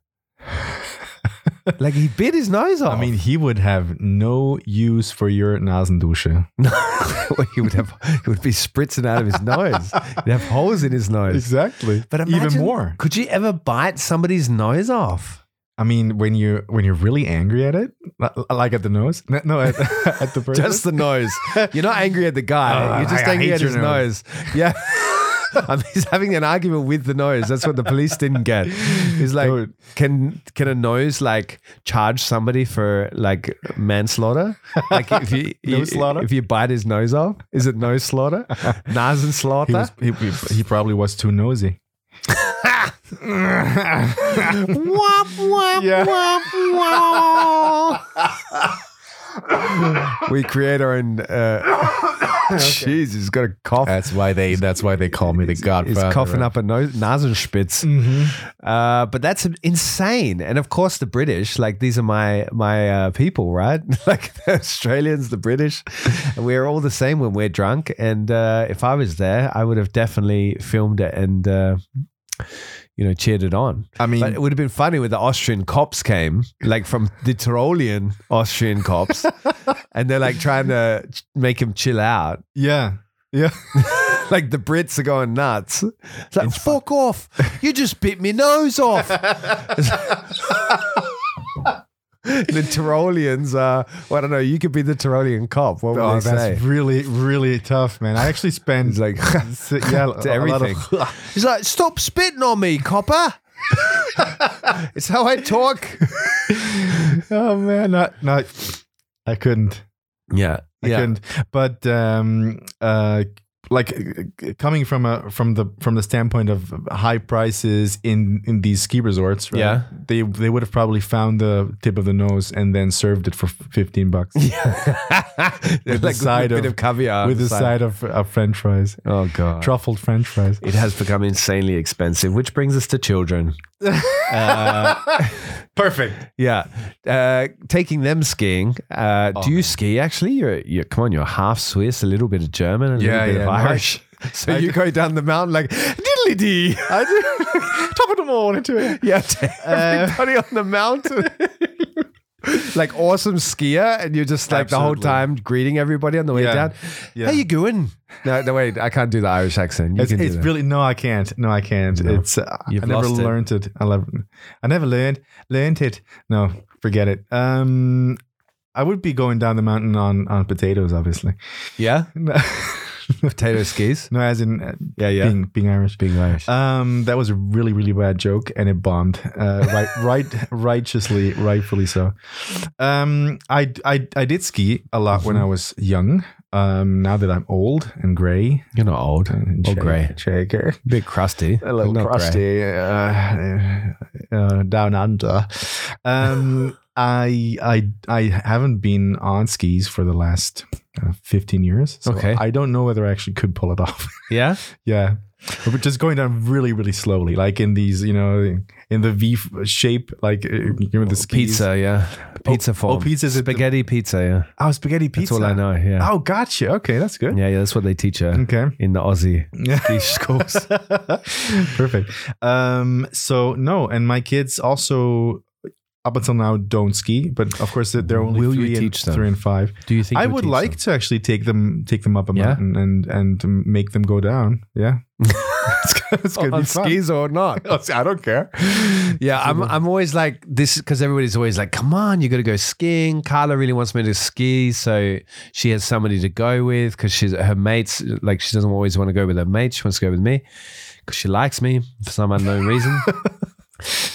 [SPEAKER 5] like he bit his nose off.
[SPEAKER 2] I mean, he would have no use for your Nasendusche.
[SPEAKER 5] [LAUGHS] he would have he would be spritzing out of his nose. He'd have holes in his nose.
[SPEAKER 2] Exactly.
[SPEAKER 5] But
[SPEAKER 2] even
[SPEAKER 5] imagine-
[SPEAKER 2] more.
[SPEAKER 5] Could you ever bite somebody's nose off?
[SPEAKER 2] I mean, when you when you're really angry at it, li- like at the nose, no, no, at, [LAUGHS] at the person.
[SPEAKER 5] [LAUGHS] Just the nose. You're not angry at the guy.
[SPEAKER 2] Oh,
[SPEAKER 5] You're just
[SPEAKER 2] I- I
[SPEAKER 5] angry
[SPEAKER 2] hate
[SPEAKER 5] at
[SPEAKER 2] your
[SPEAKER 5] his nose.
[SPEAKER 2] nose.
[SPEAKER 5] Yeah. [LAUGHS] I mean, he's having an argument with the nose. That's what the police didn't get. He's like,
[SPEAKER 2] Dude.
[SPEAKER 5] can can a nose like charge somebody for like manslaughter? Like if you,
[SPEAKER 2] [LAUGHS] No
[SPEAKER 5] you-
[SPEAKER 2] slaughter?
[SPEAKER 5] if you bite his nose off, is it nose slaughter? Nasen
[SPEAKER 2] he, was,
[SPEAKER 5] slaughter?
[SPEAKER 2] he, he- he probably was too nosy.
[SPEAKER 5] Womp, womp,
[SPEAKER 2] Yeah.
[SPEAKER 5] womp, womp. we create our own. Uh,
[SPEAKER 2] [LAUGHS]
[SPEAKER 5] [LAUGHS] Jeez, he's got a cough.
[SPEAKER 2] That's why they. That's why they call me the Godfather.
[SPEAKER 5] He's coughing up a nose, Nasenspitz. Uh, but that's insane. And of course, the British, like these are my my uh, people, right? [LAUGHS] like the Australians, the British, and we're all the same when we're drunk. And uh, if I was there, I would have definitely filmed it and. Uh, you know, cheered it on.
[SPEAKER 2] I mean-
[SPEAKER 5] but it would have been funny when the Austrian cops came, like from the Tyrolean Austrian
[SPEAKER 2] [LAUGHS]
[SPEAKER 5] cops, and they're like trying to ch- make him chill out
[SPEAKER 2] Yeah, yeah.
[SPEAKER 5] [LAUGHS] like the Brits are going nuts. It's like, fuck off. You just bit me nose [LAUGHS] off. the Tyroleans are, well, I don't know, you could be the Tyrolean cop. What would
[SPEAKER 2] Oh,
[SPEAKER 5] they
[SPEAKER 2] that's
[SPEAKER 5] say?
[SPEAKER 2] really, really tough, man. I actually spend
[SPEAKER 5] He's like,
[SPEAKER 2] [LAUGHS] yeah,
[SPEAKER 5] to everything. He's like, stop spitting on me, copper. [LAUGHS] it's how I talk.
[SPEAKER 2] [LAUGHS] oh man, not not. I couldn't.
[SPEAKER 5] Yeah.
[SPEAKER 2] I
[SPEAKER 5] yeah.
[SPEAKER 2] couldn't. But um, uh, like uh, coming from a from the from the standpoint of high prices in in these ski resorts, right?
[SPEAKER 5] Yeah.
[SPEAKER 2] they they would have probably found the tip of the nose and then served it for fifteen bucks
[SPEAKER 5] [LAUGHS] with
[SPEAKER 2] the side
[SPEAKER 5] a bit
[SPEAKER 2] of-
[SPEAKER 5] of caviar. on
[SPEAKER 2] with a
[SPEAKER 5] side.
[SPEAKER 2] side of uh, French fries,
[SPEAKER 5] Oh, God.
[SPEAKER 2] truffled French fries.
[SPEAKER 5] It has become insanely expensive, which brings us to children.
[SPEAKER 2] Perfect.
[SPEAKER 5] Yeah, uh, taking them skiing. Uh,
[SPEAKER 2] Oh,
[SPEAKER 5] do you ski actually? You're, you're come on. You're half Swiss, a little bit of German,
[SPEAKER 2] Yeah,
[SPEAKER 5] a little bit
[SPEAKER 2] yeah,
[SPEAKER 5] of
[SPEAKER 2] no, I- [LAUGHS]
[SPEAKER 5] Irish. [LAUGHS] so you go down the mountain like diddly
[SPEAKER 2] [LAUGHS]
[SPEAKER 5] dee.
[SPEAKER 2] Top of the morning to it. Uh,
[SPEAKER 5] yeah, to everybody on the mountain.
[SPEAKER 2] [LAUGHS]
[SPEAKER 5] like awesome skier, and you're just like the whole
[SPEAKER 2] Absolutely.
[SPEAKER 5] time greeting everybody on the way
[SPEAKER 2] Yeah,
[SPEAKER 5] down.
[SPEAKER 2] yeah.
[SPEAKER 5] How you going? No, no, wait. I can't do the Irish accent. You
[SPEAKER 2] It's,
[SPEAKER 5] can do
[SPEAKER 2] it's
[SPEAKER 5] that.
[SPEAKER 2] really no, I can't. No, I can't. It's uh, I
[SPEAKER 5] You've
[SPEAKER 2] never
[SPEAKER 5] lost it.
[SPEAKER 2] learned it. I love. I never learned learned it. No, forget it. Um, I would be going down the mountain on on potatoes, obviously. [LAUGHS]
[SPEAKER 5] yeah,
[SPEAKER 2] No,
[SPEAKER 5] potato skis.
[SPEAKER 2] no as in uh,
[SPEAKER 5] Yeah, yeah.
[SPEAKER 2] being [LAUGHS] being Irish.
[SPEAKER 5] Being Irish.
[SPEAKER 2] Um, that was a really really bad joke, and it bombed. Uh, right, [LAUGHS] right, righteously, rightfully so. Um, I I I did ski a lot
[SPEAKER 5] Mm-hmm.
[SPEAKER 2] when I was young. Um, now that I'm old and gray
[SPEAKER 5] You're not old.
[SPEAKER 2] and
[SPEAKER 5] Or grey.
[SPEAKER 2] shaker.
[SPEAKER 5] A bit crusty.
[SPEAKER 2] a little
[SPEAKER 5] but not grey.
[SPEAKER 2] crusty uh, uh, down under. Um, [LAUGHS] I I I haven't been on skis for the last uh, fifteen years. So
[SPEAKER 5] Okay.
[SPEAKER 2] I don't know whether I actually could pull it [LAUGHS] off.
[SPEAKER 5] Yeah.
[SPEAKER 2] yeah, we're just going down really really slowly, like in these you know in the V f- shape, like uh, you know the skis.
[SPEAKER 5] Pizza, yeah. Pizza
[SPEAKER 2] oh,
[SPEAKER 5] form.
[SPEAKER 2] pizza's at the-
[SPEAKER 5] spaghetti pizza, yeah.
[SPEAKER 2] Oh, spaghetti pizza.
[SPEAKER 5] That's all I know, yeah.
[SPEAKER 2] Oh, gotcha. Okay, that's good. Mm.
[SPEAKER 5] Yeah, yeah, that's what they teach her
[SPEAKER 2] Okay.
[SPEAKER 5] in the Aussie.
[SPEAKER 2] [LAUGHS] Yeah.
[SPEAKER 5] ski schools.
[SPEAKER 2] Perfect. Um, so no, and my kids also up until now don't ski, but of course they're only
[SPEAKER 5] Will you
[SPEAKER 2] three,
[SPEAKER 5] teach
[SPEAKER 2] and,
[SPEAKER 5] them?
[SPEAKER 2] three and five.
[SPEAKER 5] Do you think
[SPEAKER 2] I
[SPEAKER 5] you'll
[SPEAKER 2] would
[SPEAKER 5] teach
[SPEAKER 2] like
[SPEAKER 5] them?
[SPEAKER 2] to actually take them take them up a
[SPEAKER 5] Yeah?
[SPEAKER 2] mountain and and make them go down.
[SPEAKER 5] [LAUGHS]
[SPEAKER 2] Yeah, [LAUGHS] it's, gonna- it's gonna
[SPEAKER 5] on
[SPEAKER 2] be fun.
[SPEAKER 5] skis [LAUGHS] or
[SPEAKER 2] [LAUGHS]
[SPEAKER 5] not?
[SPEAKER 2] I don't care.
[SPEAKER 5] Yeah, I'm. I'm always like this because everybody's always like, "Come on, you got to go skiing." Carla really wants me to ski, so she has somebody to go with because she's her mates. Like she doesn't always want to go with her mates; she wants to go with me because she likes me for some unknown
[SPEAKER 2] [LAUGHS]
[SPEAKER 5] reason.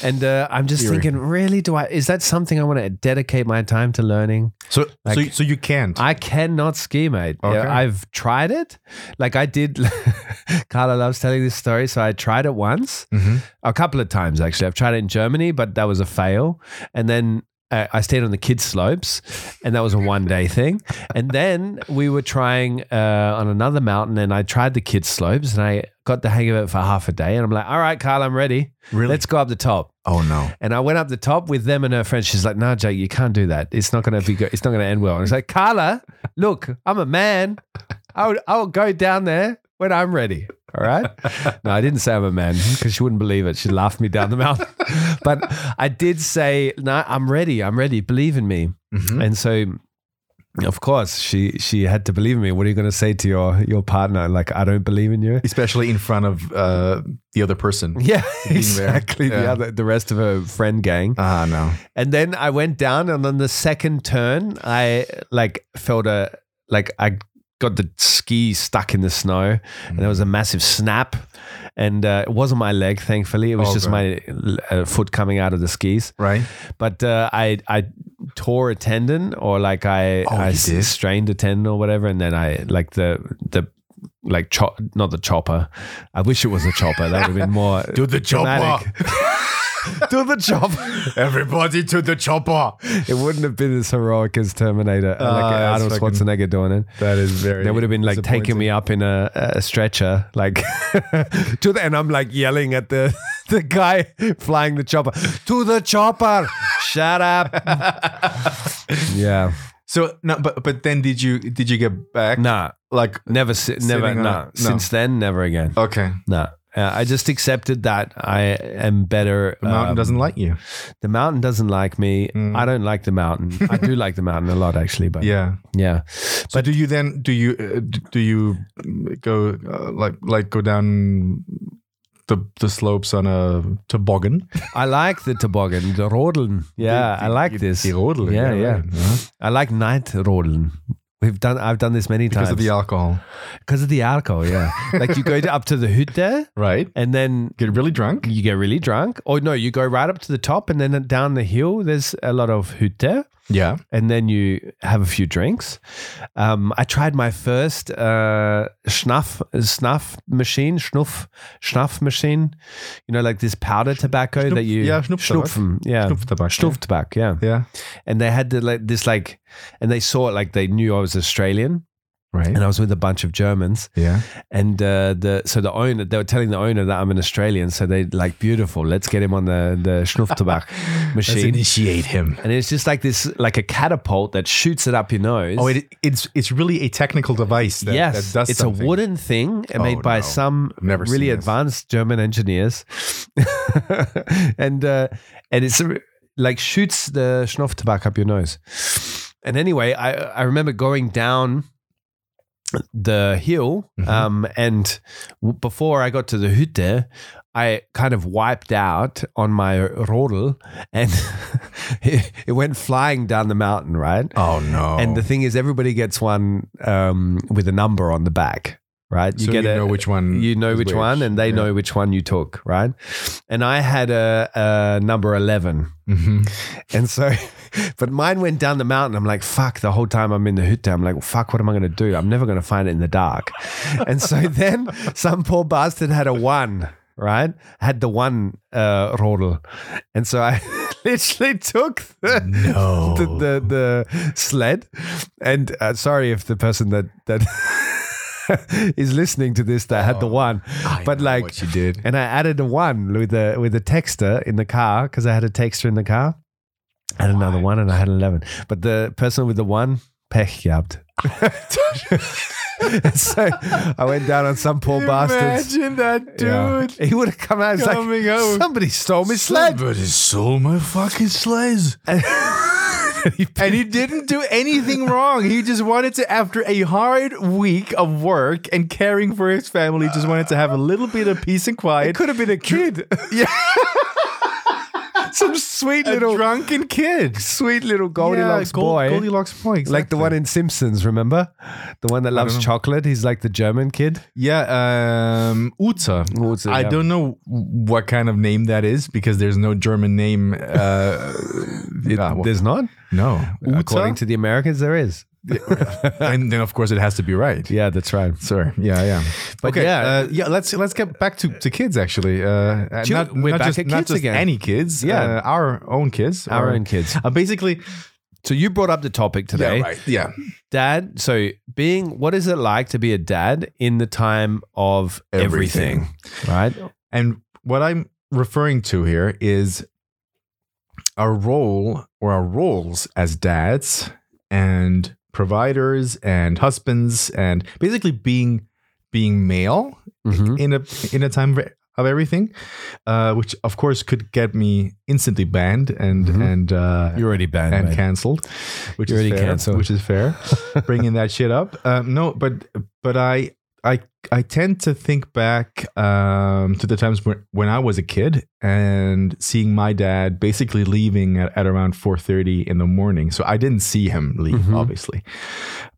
[SPEAKER 5] and uh, I'm just
[SPEAKER 2] Eerie.
[SPEAKER 5] thinking, really, do I? Is that something I want to dedicate my time to learning?
[SPEAKER 2] So so
[SPEAKER 5] Like-
[SPEAKER 2] so you can't.
[SPEAKER 5] I cannot ski, mate. Yeah,
[SPEAKER 2] Okay.
[SPEAKER 5] I've tried it. Like I did. [LAUGHS] Carla loves telling this story, so I tried it once, a couple of times actually. I've tried it in Germany, but that was a fail. And then uh, I stayed on the kids' slopes, and that was a one day thing. And then we were trying uh, on another mountain, and I tried the kids' slopes, and I got the hang of it for half a day. And I'm like, all right, Carla, I'm ready.
[SPEAKER 2] Really?
[SPEAKER 5] Let's go up the top.
[SPEAKER 2] oh no.
[SPEAKER 5] And I went up the top with them and her friend. She's like, "No, Jake, you can't do that. It's not going to be good. It's not going to end well." And I was like, "Carla, look, I'm a man. I would, I will go down there when I'm ready. All
[SPEAKER 2] [LAUGHS]
[SPEAKER 5] right." No, I didn't say I'm a man because she wouldn't believe it. She laughed me down the mountain. [LAUGHS] But I did say, "No, I'm ready. I'm ready. Believe in me."
[SPEAKER 2] Mhm.
[SPEAKER 5] And so Of course, she she had to believe in me. What are you going to say to your your partner? Like, I don't believe in you.
[SPEAKER 2] especially in front of uh, the other person.
[SPEAKER 5] [LAUGHS] Yeah,
[SPEAKER 2] there.
[SPEAKER 5] exactly. The
[SPEAKER 2] Yeah.
[SPEAKER 5] other, the rest of her friend gang.
[SPEAKER 2] Ah, no.
[SPEAKER 5] And then I went down, and on the second turn, I like felt a like I got the ski stuck in the snow, and there was a massive snap. And uh, it wasn't my leg, thankfully. It was
[SPEAKER 2] Oh,
[SPEAKER 5] just
[SPEAKER 2] good.
[SPEAKER 5] my uh, foot coming out of the skis.
[SPEAKER 2] Right?
[SPEAKER 5] But uh, I I tore a tendon, or like I
[SPEAKER 2] Oh,
[SPEAKER 5] I
[SPEAKER 2] you
[SPEAKER 5] s-
[SPEAKER 2] did?
[SPEAKER 5] strained a tendon or whatever, and then I like the the. Like chop, not the chopper. I wish it was a chopper. That would have been more.
[SPEAKER 2] Do the [LAUGHS]
[SPEAKER 5] dramatic. Do the chopper.
[SPEAKER 2] Everybody to the chopper.
[SPEAKER 5] It wouldn't have been as heroic as Terminator, uh, like
[SPEAKER 2] Ah, that's
[SPEAKER 5] Arnold
[SPEAKER 2] fucking-
[SPEAKER 5] Schwarzenegger doing it.
[SPEAKER 2] That is very.
[SPEAKER 5] They would have been like taking me up in a, a stretcher, like [LAUGHS] to the, and I'm like yelling at the [LAUGHS] the guy flying the chopper to the chopper.
[SPEAKER 2] [LAUGHS]
[SPEAKER 5] Shut up. yeah.
[SPEAKER 2] So no, but but then did you did you get back?
[SPEAKER 5] Nah.
[SPEAKER 2] Like
[SPEAKER 5] Never. si- Never.
[SPEAKER 2] Sitting on
[SPEAKER 5] Nah.
[SPEAKER 2] it. No. Oh.
[SPEAKER 5] Since then, never again.
[SPEAKER 2] okay,
[SPEAKER 5] Nah. Uh, I just accepted that I am better.
[SPEAKER 2] the mountain
[SPEAKER 5] um,
[SPEAKER 2] doesn't like you.
[SPEAKER 5] The mountain doesn't like me.
[SPEAKER 2] Mm.
[SPEAKER 5] I don't like the mountain. I
[SPEAKER 2] [LAUGHS]
[SPEAKER 5] do like the mountain a lot, actually. But
[SPEAKER 2] Yeah.
[SPEAKER 5] yeah.
[SPEAKER 2] So do you then do you uh, d- do you mm, go uh, like like go down the the slopes on a toboggan?
[SPEAKER 5] I like the toboggan, the rodeln. Yeah, I like this.
[SPEAKER 2] The rodel.
[SPEAKER 5] Yeah, yeah.
[SPEAKER 2] right. Uh-huh.
[SPEAKER 5] I like night rodeln. We've done. I've done this many
[SPEAKER 2] Because of
[SPEAKER 5] times
[SPEAKER 2] the alcohol,
[SPEAKER 5] because of the alcohol. [LAUGHS] Yeah, like you go to, up to the hütte
[SPEAKER 2] right?
[SPEAKER 5] and then
[SPEAKER 2] Get really drunk.
[SPEAKER 5] you get really drunk, or no, you go right up to the top and then down the hill. There's a lot of hütte.
[SPEAKER 2] Yeah.
[SPEAKER 5] And then you have a few drinks. Um, I tried my first uh, schnuff snuff machine, schnuff schnuff machine. You know, like this powder tobacco that you
[SPEAKER 2] yeah, Schnupftabak.
[SPEAKER 5] Schnupfen, yeah,
[SPEAKER 2] Schnupftabak, yeah.
[SPEAKER 5] Schnupftabak, yeah.
[SPEAKER 2] Yeah.
[SPEAKER 5] and they had the, like this like and they saw it like they knew i was australian
[SPEAKER 2] Right.
[SPEAKER 5] and uh, i was with a bunch of germans
[SPEAKER 2] Yeah.
[SPEAKER 5] and uh, the so the owner they were telling the owner that i'm an australian so they like beautiful let's get him on the
[SPEAKER 2] [LAUGHS]
[SPEAKER 5] the schnuff machine
[SPEAKER 2] initiate him.
[SPEAKER 5] and it's just like this like a catapult that shoots it up your nose
[SPEAKER 2] Oh, it, it's it's really a technical device. That,
[SPEAKER 5] yes,
[SPEAKER 2] that does
[SPEAKER 5] it's
[SPEAKER 2] something.
[SPEAKER 5] a wooden thing uh, made
[SPEAKER 2] Oh,
[SPEAKER 5] by
[SPEAKER 2] no.
[SPEAKER 5] some
[SPEAKER 2] I've never
[SPEAKER 5] really
[SPEAKER 2] seen this.
[SPEAKER 5] advanced German engineers, [LAUGHS] and uh, and it's a- like shoots the schnoff tobacco up your nose. And anyway, I I remember going down the hill,
[SPEAKER 2] Mhm.
[SPEAKER 5] um, and w- before I got to the hütte, I kind of wiped out on my rodel, and [LAUGHS] it, it went flying down the mountain, right?
[SPEAKER 2] Oh no!
[SPEAKER 5] And the thing is, everybody gets one um, with a number on the back, right?
[SPEAKER 2] so you
[SPEAKER 5] a-
[SPEAKER 2] know which one.
[SPEAKER 5] you know
[SPEAKER 2] is
[SPEAKER 5] which one, and they
[SPEAKER 2] Yeah.
[SPEAKER 5] know which one you took, right? And I had a, a number eleven,
[SPEAKER 2] [LAUGHS] Mhm.
[SPEAKER 5] and so, but mine went down the mountain. I'm like, fuck, the whole time I'm in the hütte. I'm like, fuck, what am I going to do? I'm never going to find it in the dark.
[SPEAKER 2] [LAUGHS]
[SPEAKER 5] and so then some poor bastard had a one, right? Had the one uh, rodel. And so I [LAUGHS] literally took the,
[SPEAKER 2] No.
[SPEAKER 5] [LAUGHS] the, the, the sled. And uh, sorry if the person that, that [LAUGHS] is listening to this that had the one,
[SPEAKER 2] Oh, I
[SPEAKER 5] but
[SPEAKER 2] know
[SPEAKER 5] like,
[SPEAKER 2] what you did.
[SPEAKER 5] and I added a one with the with a texter in the car because I had a texter in the car. I had another one and I had eleven. But the person with the one pech gehabt. [LAUGHS] And so I went down on some poor bastards.
[SPEAKER 2] Imagine that
[SPEAKER 5] Yeah.
[SPEAKER 2] dude.
[SPEAKER 5] He would have come out. He's like,
[SPEAKER 2] Coming home.
[SPEAKER 5] somebody stole my sled.
[SPEAKER 2] Somebody stole my fucking sleds.
[SPEAKER 5] He
[SPEAKER 2] [LAUGHS] And he didn't do anything wrong. He just wanted to, after a hard week of work and caring for his family, just wanted to have a little bit of peace and quiet.
[SPEAKER 5] could have been
[SPEAKER 2] [LAUGHS]
[SPEAKER 5] a kid. Yeah. Some sweet
[SPEAKER 2] A
[SPEAKER 5] little
[SPEAKER 2] drunken kid.
[SPEAKER 5] sweet little Goldilocks
[SPEAKER 2] Yeah, Gold-
[SPEAKER 5] boy.
[SPEAKER 2] Goldilocks boy.
[SPEAKER 5] Like the
[SPEAKER 2] exactly.
[SPEAKER 5] one in Simpsons, remember? The one that loves
[SPEAKER 2] know.
[SPEAKER 5] chocolate. He's like the German kid.
[SPEAKER 2] Yeah, um, Uta.
[SPEAKER 5] Ute,
[SPEAKER 2] I
[SPEAKER 5] yeah.
[SPEAKER 2] don't know what kind of name that is because there's no German [LAUGHS] name. Uh,
[SPEAKER 5] It-
[SPEAKER 2] yeah, well,
[SPEAKER 5] there's not.
[SPEAKER 2] no.
[SPEAKER 5] According to the Americans, there is.
[SPEAKER 2] and then of course it has to be right.
[SPEAKER 5] Yeah, that's right.
[SPEAKER 2] Sorry. Yeah, yeah.
[SPEAKER 5] But
[SPEAKER 2] okay,
[SPEAKER 5] yeah.
[SPEAKER 2] uh, yeah. Let's let's get back to, to kids actually. Uh, uh,
[SPEAKER 5] Do you-
[SPEAKER 2] not
[SPEAKER 5] we're
[SPEAKER 2] not
[SPEAKER 5] back
[SPEAKER 2] just
[SPEAKER 5] at
[SPEAKER 2] not
[SPEAKER 5] kids
[SPEAKER 2] just
[SPEAKER 5] again.
[SPEAKER 2] any kids.
[SPEAKER 5] Yeah.
[SPEAKER 2] uh, our own kids.
[SPEAKER 5] Our
[SPEAKER 2] or-
[SPEAKER 5] own kids.
[SPEAKER 2] Uh, basically,
[SPEAKER 5] Um, So you brought up the topic today.
[SPEAKER 2] Yeah, right. Yeah.
[SPEAKER 5] Dad, so being what is it like to be a dad in the time of everything?
[SPEAKER 2] Everything.
[SPEAKER 5] Right?
[SPEAKER 2] And what I'm referring to here is our role or our roles as dads and providers and husbands and basically being being male
[SPEAKER 5] Mhm.
[SPEAKER 2] in a in a time of of everything, uh, which of course could get me instantly banned and and uh,
[SPEAKER 5] Mm-hmm. You're already banned.
[SPEAKER 2] and
[SPEAKER 5] mate.
[SPEAKER 2] canceled, which
[SPEAKER 5] You're
[SPEAKER 2] is
[SPEAKER 5] already
[SPEAKER 2] fair,
[SPEAKER 5] canceled.
[SPEAKER 2] which is fair.
[SPEAKER 5] [LAUGHS]
[SPEAKER 2] Bringing that shit up, um, no, but but I I I tend to think back um, to the times when, when I was a kid and seeing my dad basically leaving at, at around four thirty in the morning. So I didn't see him leave,
[SPEAKER 5] Mhm.
[SPEAKER 2] obviously,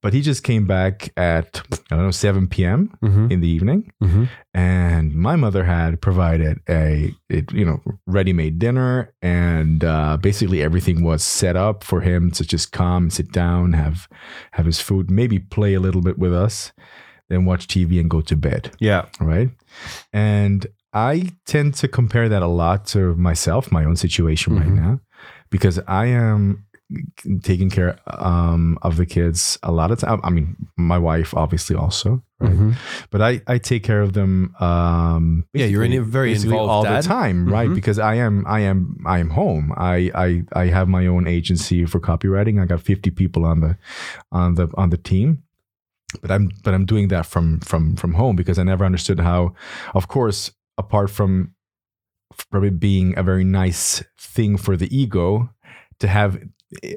[SPEAKER 2] but he just came back at I don't know seven p.m.
[SPEAKER 5] Mhm.
[SPEAKER 2] in the evening
[SPEAKER 5] Mhm.
[SPEAKER 2] and my mother had provided a it, you know ready-made dinner and uh, basically everything was set up for him to just come sit down have have his food maybe play a little bit with us then watch tv and go to bed
[SPEAKER 5] Yeah.
[SPEAKER 2] right and i tend to compare that a lot to myself my own situation
[SPEAKER 5] Mhm.
[SPEAKER 2] right now because i am taking care um, of the kids a lot of time i mean my wife obviously also right
[SPEAKER 5] Mhm.
[SPEAKER 2] but I, I take care of them. Um,
[SPEAKER 5] Yeah, you're in a
[SPEAKER 2] basically-
[SPEAKER 5] very
[SPEAKER 2] basically
[SPEAKER 5] involved
[SPEAKER 2] all
[SPEAKER 5] dad.
[SPEAKER 2] the time, right?
[SPEAKER 5] Mhm.
[SPEAKER 2] Because I am I am I am home. I, I I have my own agency for copywriting. I got 50 people on the on the on the team. But I'm but I'm doing that from from from home because I never understood how, of course, apart from probably being a very nice thing for the ego to have eh,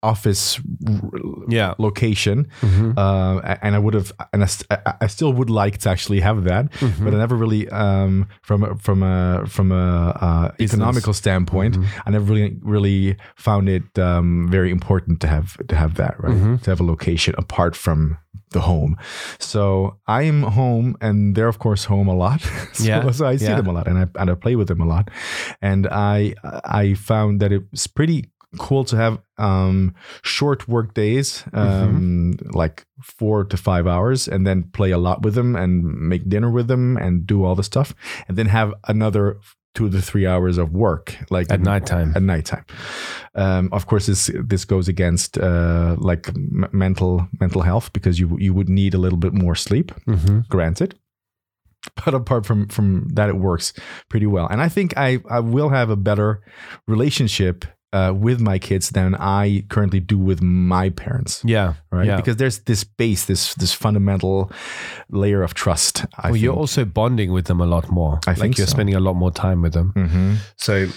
[SPEAKER 2] office r-
[SPEAKER 5] Yeah.
[SPEAKER 2] location
[SPEAKER 5] Mhm.
[SPEAKER 2] uh, and I would have, and I, st- I- I still would like to actually have that,
[SPEAKER 5] Mhm.
[SPEAKER 2] but I never really, um, from a- from a from a uh,
[SPEAKER 5] Business.
[SPEAKER 2] economical standpoint,
[SPEAKER 5] Mhm.
[SPEAKER 2] I never really really found it um, very important to have to have that right
[SPEAKER 5] Mhm.
[SPEAKER 2] to have a location apart from the home. So I am home, and they're of course home a lot. [LAUGHS] so,
[SPEAKER 5] Yeah,
[SPEAKER 2] so I see
[SPEAKER 5] yeah.
[SPEAKER 2] them a lot, and I and I play with them a lot, and I I found that it's pretty cool to have um short work days um like four to five hours and then play a lot with them and make dinner with them and do all the stuff and then have another two to three hours of work like
[SPEAKER 5] At nighttime.
[SPEAKER 2] at nighttime. Um, of course, this this goes against uh, like m- mental mental health because you you would need a little bit more sleep.
[SPEAKER 5] Mhm.
[SPEAKER 2] Granted. But apart from from that, it works pretty well, and I think I I will have a better relationship uh, with my kids than I currently do with my parents,
[SPEAKER 5] Yeah.
[SPEAKER 2] right?
[SPEAKER 5] Yeah.
[SPEAKER 2] Because there's this base, this this fundamental layer of trust. I
[SPEAKER 5] well,
[SPEAKER 2] think.
[SPEAKER 5] you're also bonding with them a lot more.
[SPEAKER 2] I
[SPEAKER 5] like
[SPEAKER 2] think
[SPEAKER 5] you're
[SPEAKER 2] so.
[SPEAKER 5] spending a lot more time with them.
[SPEAKER 2] Mhm.
[SPEAKER 5] So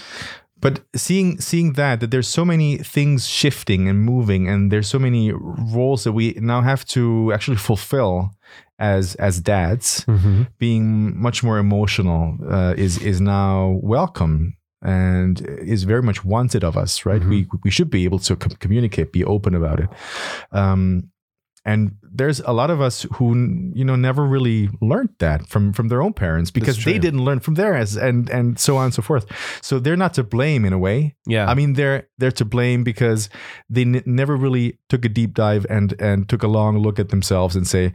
[SPEAKER 2] but seeing seeing that that there's so many things shifting and moving and there's so many roles that we now have to actually [LAUGHS] fulfill as as dads
[SPEAKER 5] Mm-hmm.
[SPEAKER 2] being much more emotional uh, is is now welcome and is very much wanted of us right we we should be able to com- communicate be open about it um and there's a lot of us who you know never really learned that from from their own parents because they
[SPEAKER 5] true.
[SPEAKER 2] didn't learn from theirs and and so on and so forth so they're not to blame in a way
[SPEAKER 5] yeah,
[SPEAKER 2] I mean, they're they're to blame because they n- never really took a deep dive and and took a long look at themselves and say,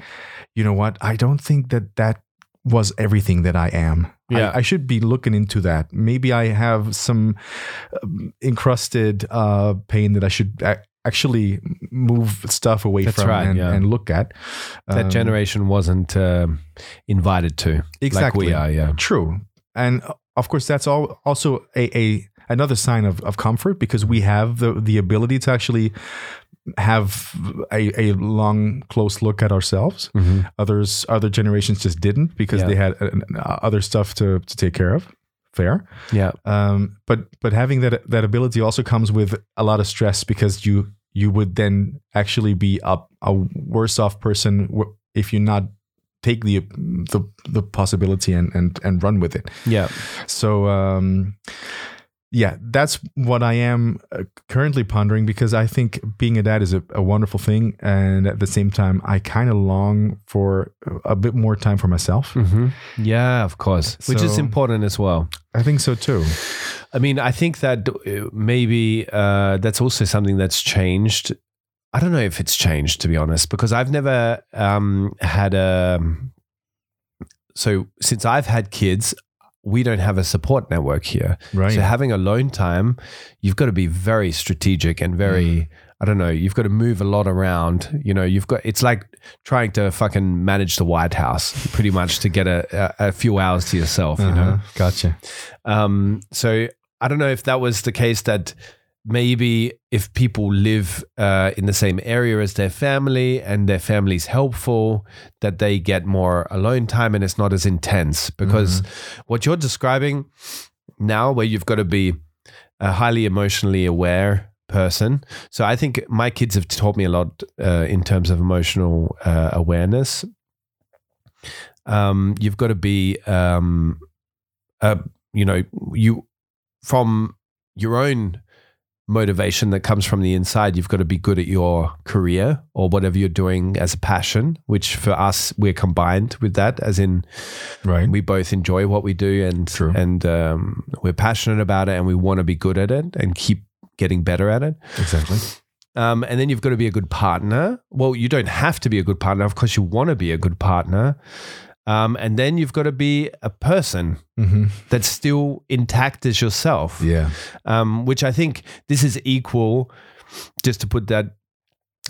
[SPEAKER 2] you know what? I don't think that that was everything that I am. I-
[SPEAKER 5] Yeah.
[SPEAKER 2] I, should be looking into that. Maybe I have some um, encrusted uh, pain that I should ac- actually move stuff away
[SPEAKER 5] That's
[SPEAKER 2] from
[SPEAKER 5] right,
[SPEAKER 2] and,
[SPEAKER 5] yeah.
[SPEAKER 2] and look at.
[SPEAKER 5] that
[SPEAKER 2] Um,
[SPEAKER 5] generation wasn't um, invited to.
[SPEAKER 2] Exactly.
[SPEAKER 5] Like we are. Yeah.
[SPEAKER 2] True. And uh, of course, that's all also a, a another sign of, of comfort because we have the, the ability to actually have a, a long, close look at ourselves.
[SPEAKER 5] Mhm.
[SPEAKER 2] Others, other generations just didn't because
[SPEAKER 5] Yeah.
[SPEAKER 2] they had uh, uh, other stuff to, to take care of. Fair.
[SPEAKER 5] Mm-hmm. Yeah.
[SPEAKER 2] Um, but, but having that, that ability also comes with a lot of stress because you, you would then actually be a, a worse off person w- if you're not take the the the possibility and and and run with it.
[SPEAKER 5] Yeah.
[SPEAKER 2] So um yeah, that's what I am uh, currently pondering because I think being a dad is a, a wonderful thing and at the same time I kind of long for uh, a bit more time for myself.
[SPEAKER 5] Mhm. Yeah. Of course, which is
[SPEAKER 2] So-
[SPEAKER 5] important as well.
[SPEAKER 2] I think so too.
[SPEAKER 5] I mean, I think that uh, maybe uh, that's also something that's changed. I don't know if it's changed, to be honest, because I've never um, had a. So since I've had kids, we don't have a support network here.
[SPEAKER 2] Right.
[SPEAKER 5] So having alone time, you've got to be very strategic and very. I don't know. You've got to move a lot around. You know, you've got. It's like trying to fucking manage the White House, pretty much, to get a, a, a few hours to yourself. You know.
[SPEAKER 2] Uh-huh. Gotcha.
[SPEAKER 5] Um, so I don't know if that was the case that maybe if people live uh, in the same area as their family and their family's helpful, that they get more alone time and it's not as intense. Because what you're describing now, where you've got to be a highly emotionally aware person. So I think my kids have taught me a lot uh, in terms of emotional uh, awareness. Um, you've got to be, um, uh, you know, you from your own motivation that comes from the inside. You've got to be good at your career or whatever you're doing as a passion, which for us we're combined with that, as in
[SPEAKER 2] Right.
[SPEAKER 5] we both enjoy what we do and
[SPEAKER 2] True.
[SPEAKER 5] and um, we're passionate about it and we want to be good at it and keep getting better at it.
[SPEAKER 2] Exactly.
[SPEAKER 5] Um, and then you've got to be a good partner. Well, you don't have to be a good partner. Of course, you want to be a good partner. Um, and then you've got to be a person
[SPEAKER 2] Mm-hmm.
[SPEAKER 5] that's still intact as yourself
[SPEAKER 2] Yeah.
[SPEAKER 5] um, which I think this is equal. Just to put that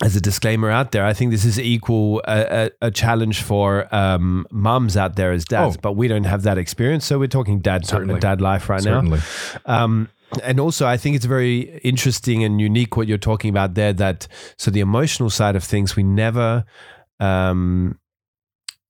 [SPEAKER 5] as a disclaimer out there, I think this is equal a, a, a challenge for um, mums out there as dads,
[SPEAKER 2] Oh.
[SPEAKER 5] but we don't have that experience, so we're talking dad
[SPEAKER 2] Certainly.
[SPEAKER 5] dad life right now.
[SPEAKER 2] Certainly.
[SPEAKER 5] Um, and also, I think it's very interesting and unique what you're talking about there. That so the emotional side of things, we never, um,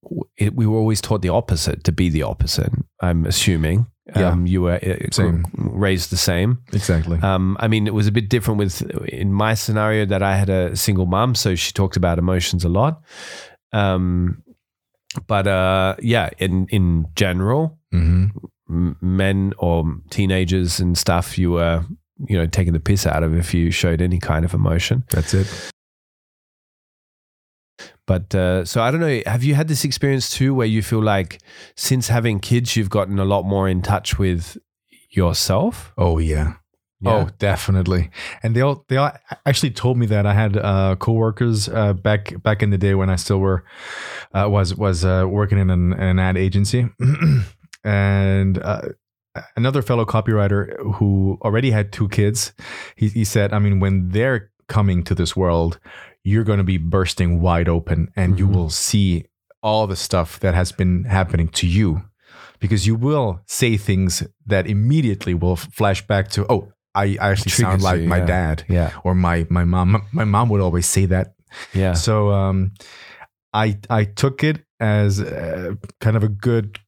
[SPEAKER 5] w- it, we were always taught the opposite to be the opposite. I'm assuming.
[SPEAKER 2] Yeah.
[SPEAKER 5] Um, you were uh,
[SPEAKER 2] Same.
[SPEAKER 5] raised the same.
[SPEAKER 2] Exactly.
[SPEAKER 5] Um, I mean, it was a bit different with in my scenario that I had a single mom, so she talked about emotions a lot. Um, but uh, yeah, in in general,
[SPEAKER 2] mm-hmm.
[SPEAKER 5] m- men or teenagers and stuff, you were you know taking the piss out of if you showed any kind of emotion.
[SPEAKER 2] That's it.
[SPEAKER 5] But uh, so I don't know. Have you had this experience too, where you feel like since having kids, you've gotten a lot more in touch with yourself?
[SPEAKER 2] Oh yeah. Oh, definitely. And they all they all actually told me that I had uh, coworkers uh, back back in the day when I still were uh, was was uh, working in an, an ad agency, [CLEARS THROAT] and uh, another fellow copywriter who already had two kids. He, he said, I mean, when they're coming to this world, you're going to be bursting wide open, and you
[SPEAKER 5] Mhm.
[SPEAKER 2] will see all the stuff that has been happening to you because you will say things that immediately will f- flash back to oh i, I actually sound
[SPEAKER 5] Triggers
[SPEAKER 2] like
[SPEAKER 5] you,
[SPEAKER 2] my
[SPEAKER 5] yeah.
[SPEAKER 2] dad
[SPEAKER 5] yeah,
[SPEAKER 2] or my my mom my mom would always say that
[SPEAKER 5] yeah.
[SPEAKER 2] so um i i took it as uh, kind of a good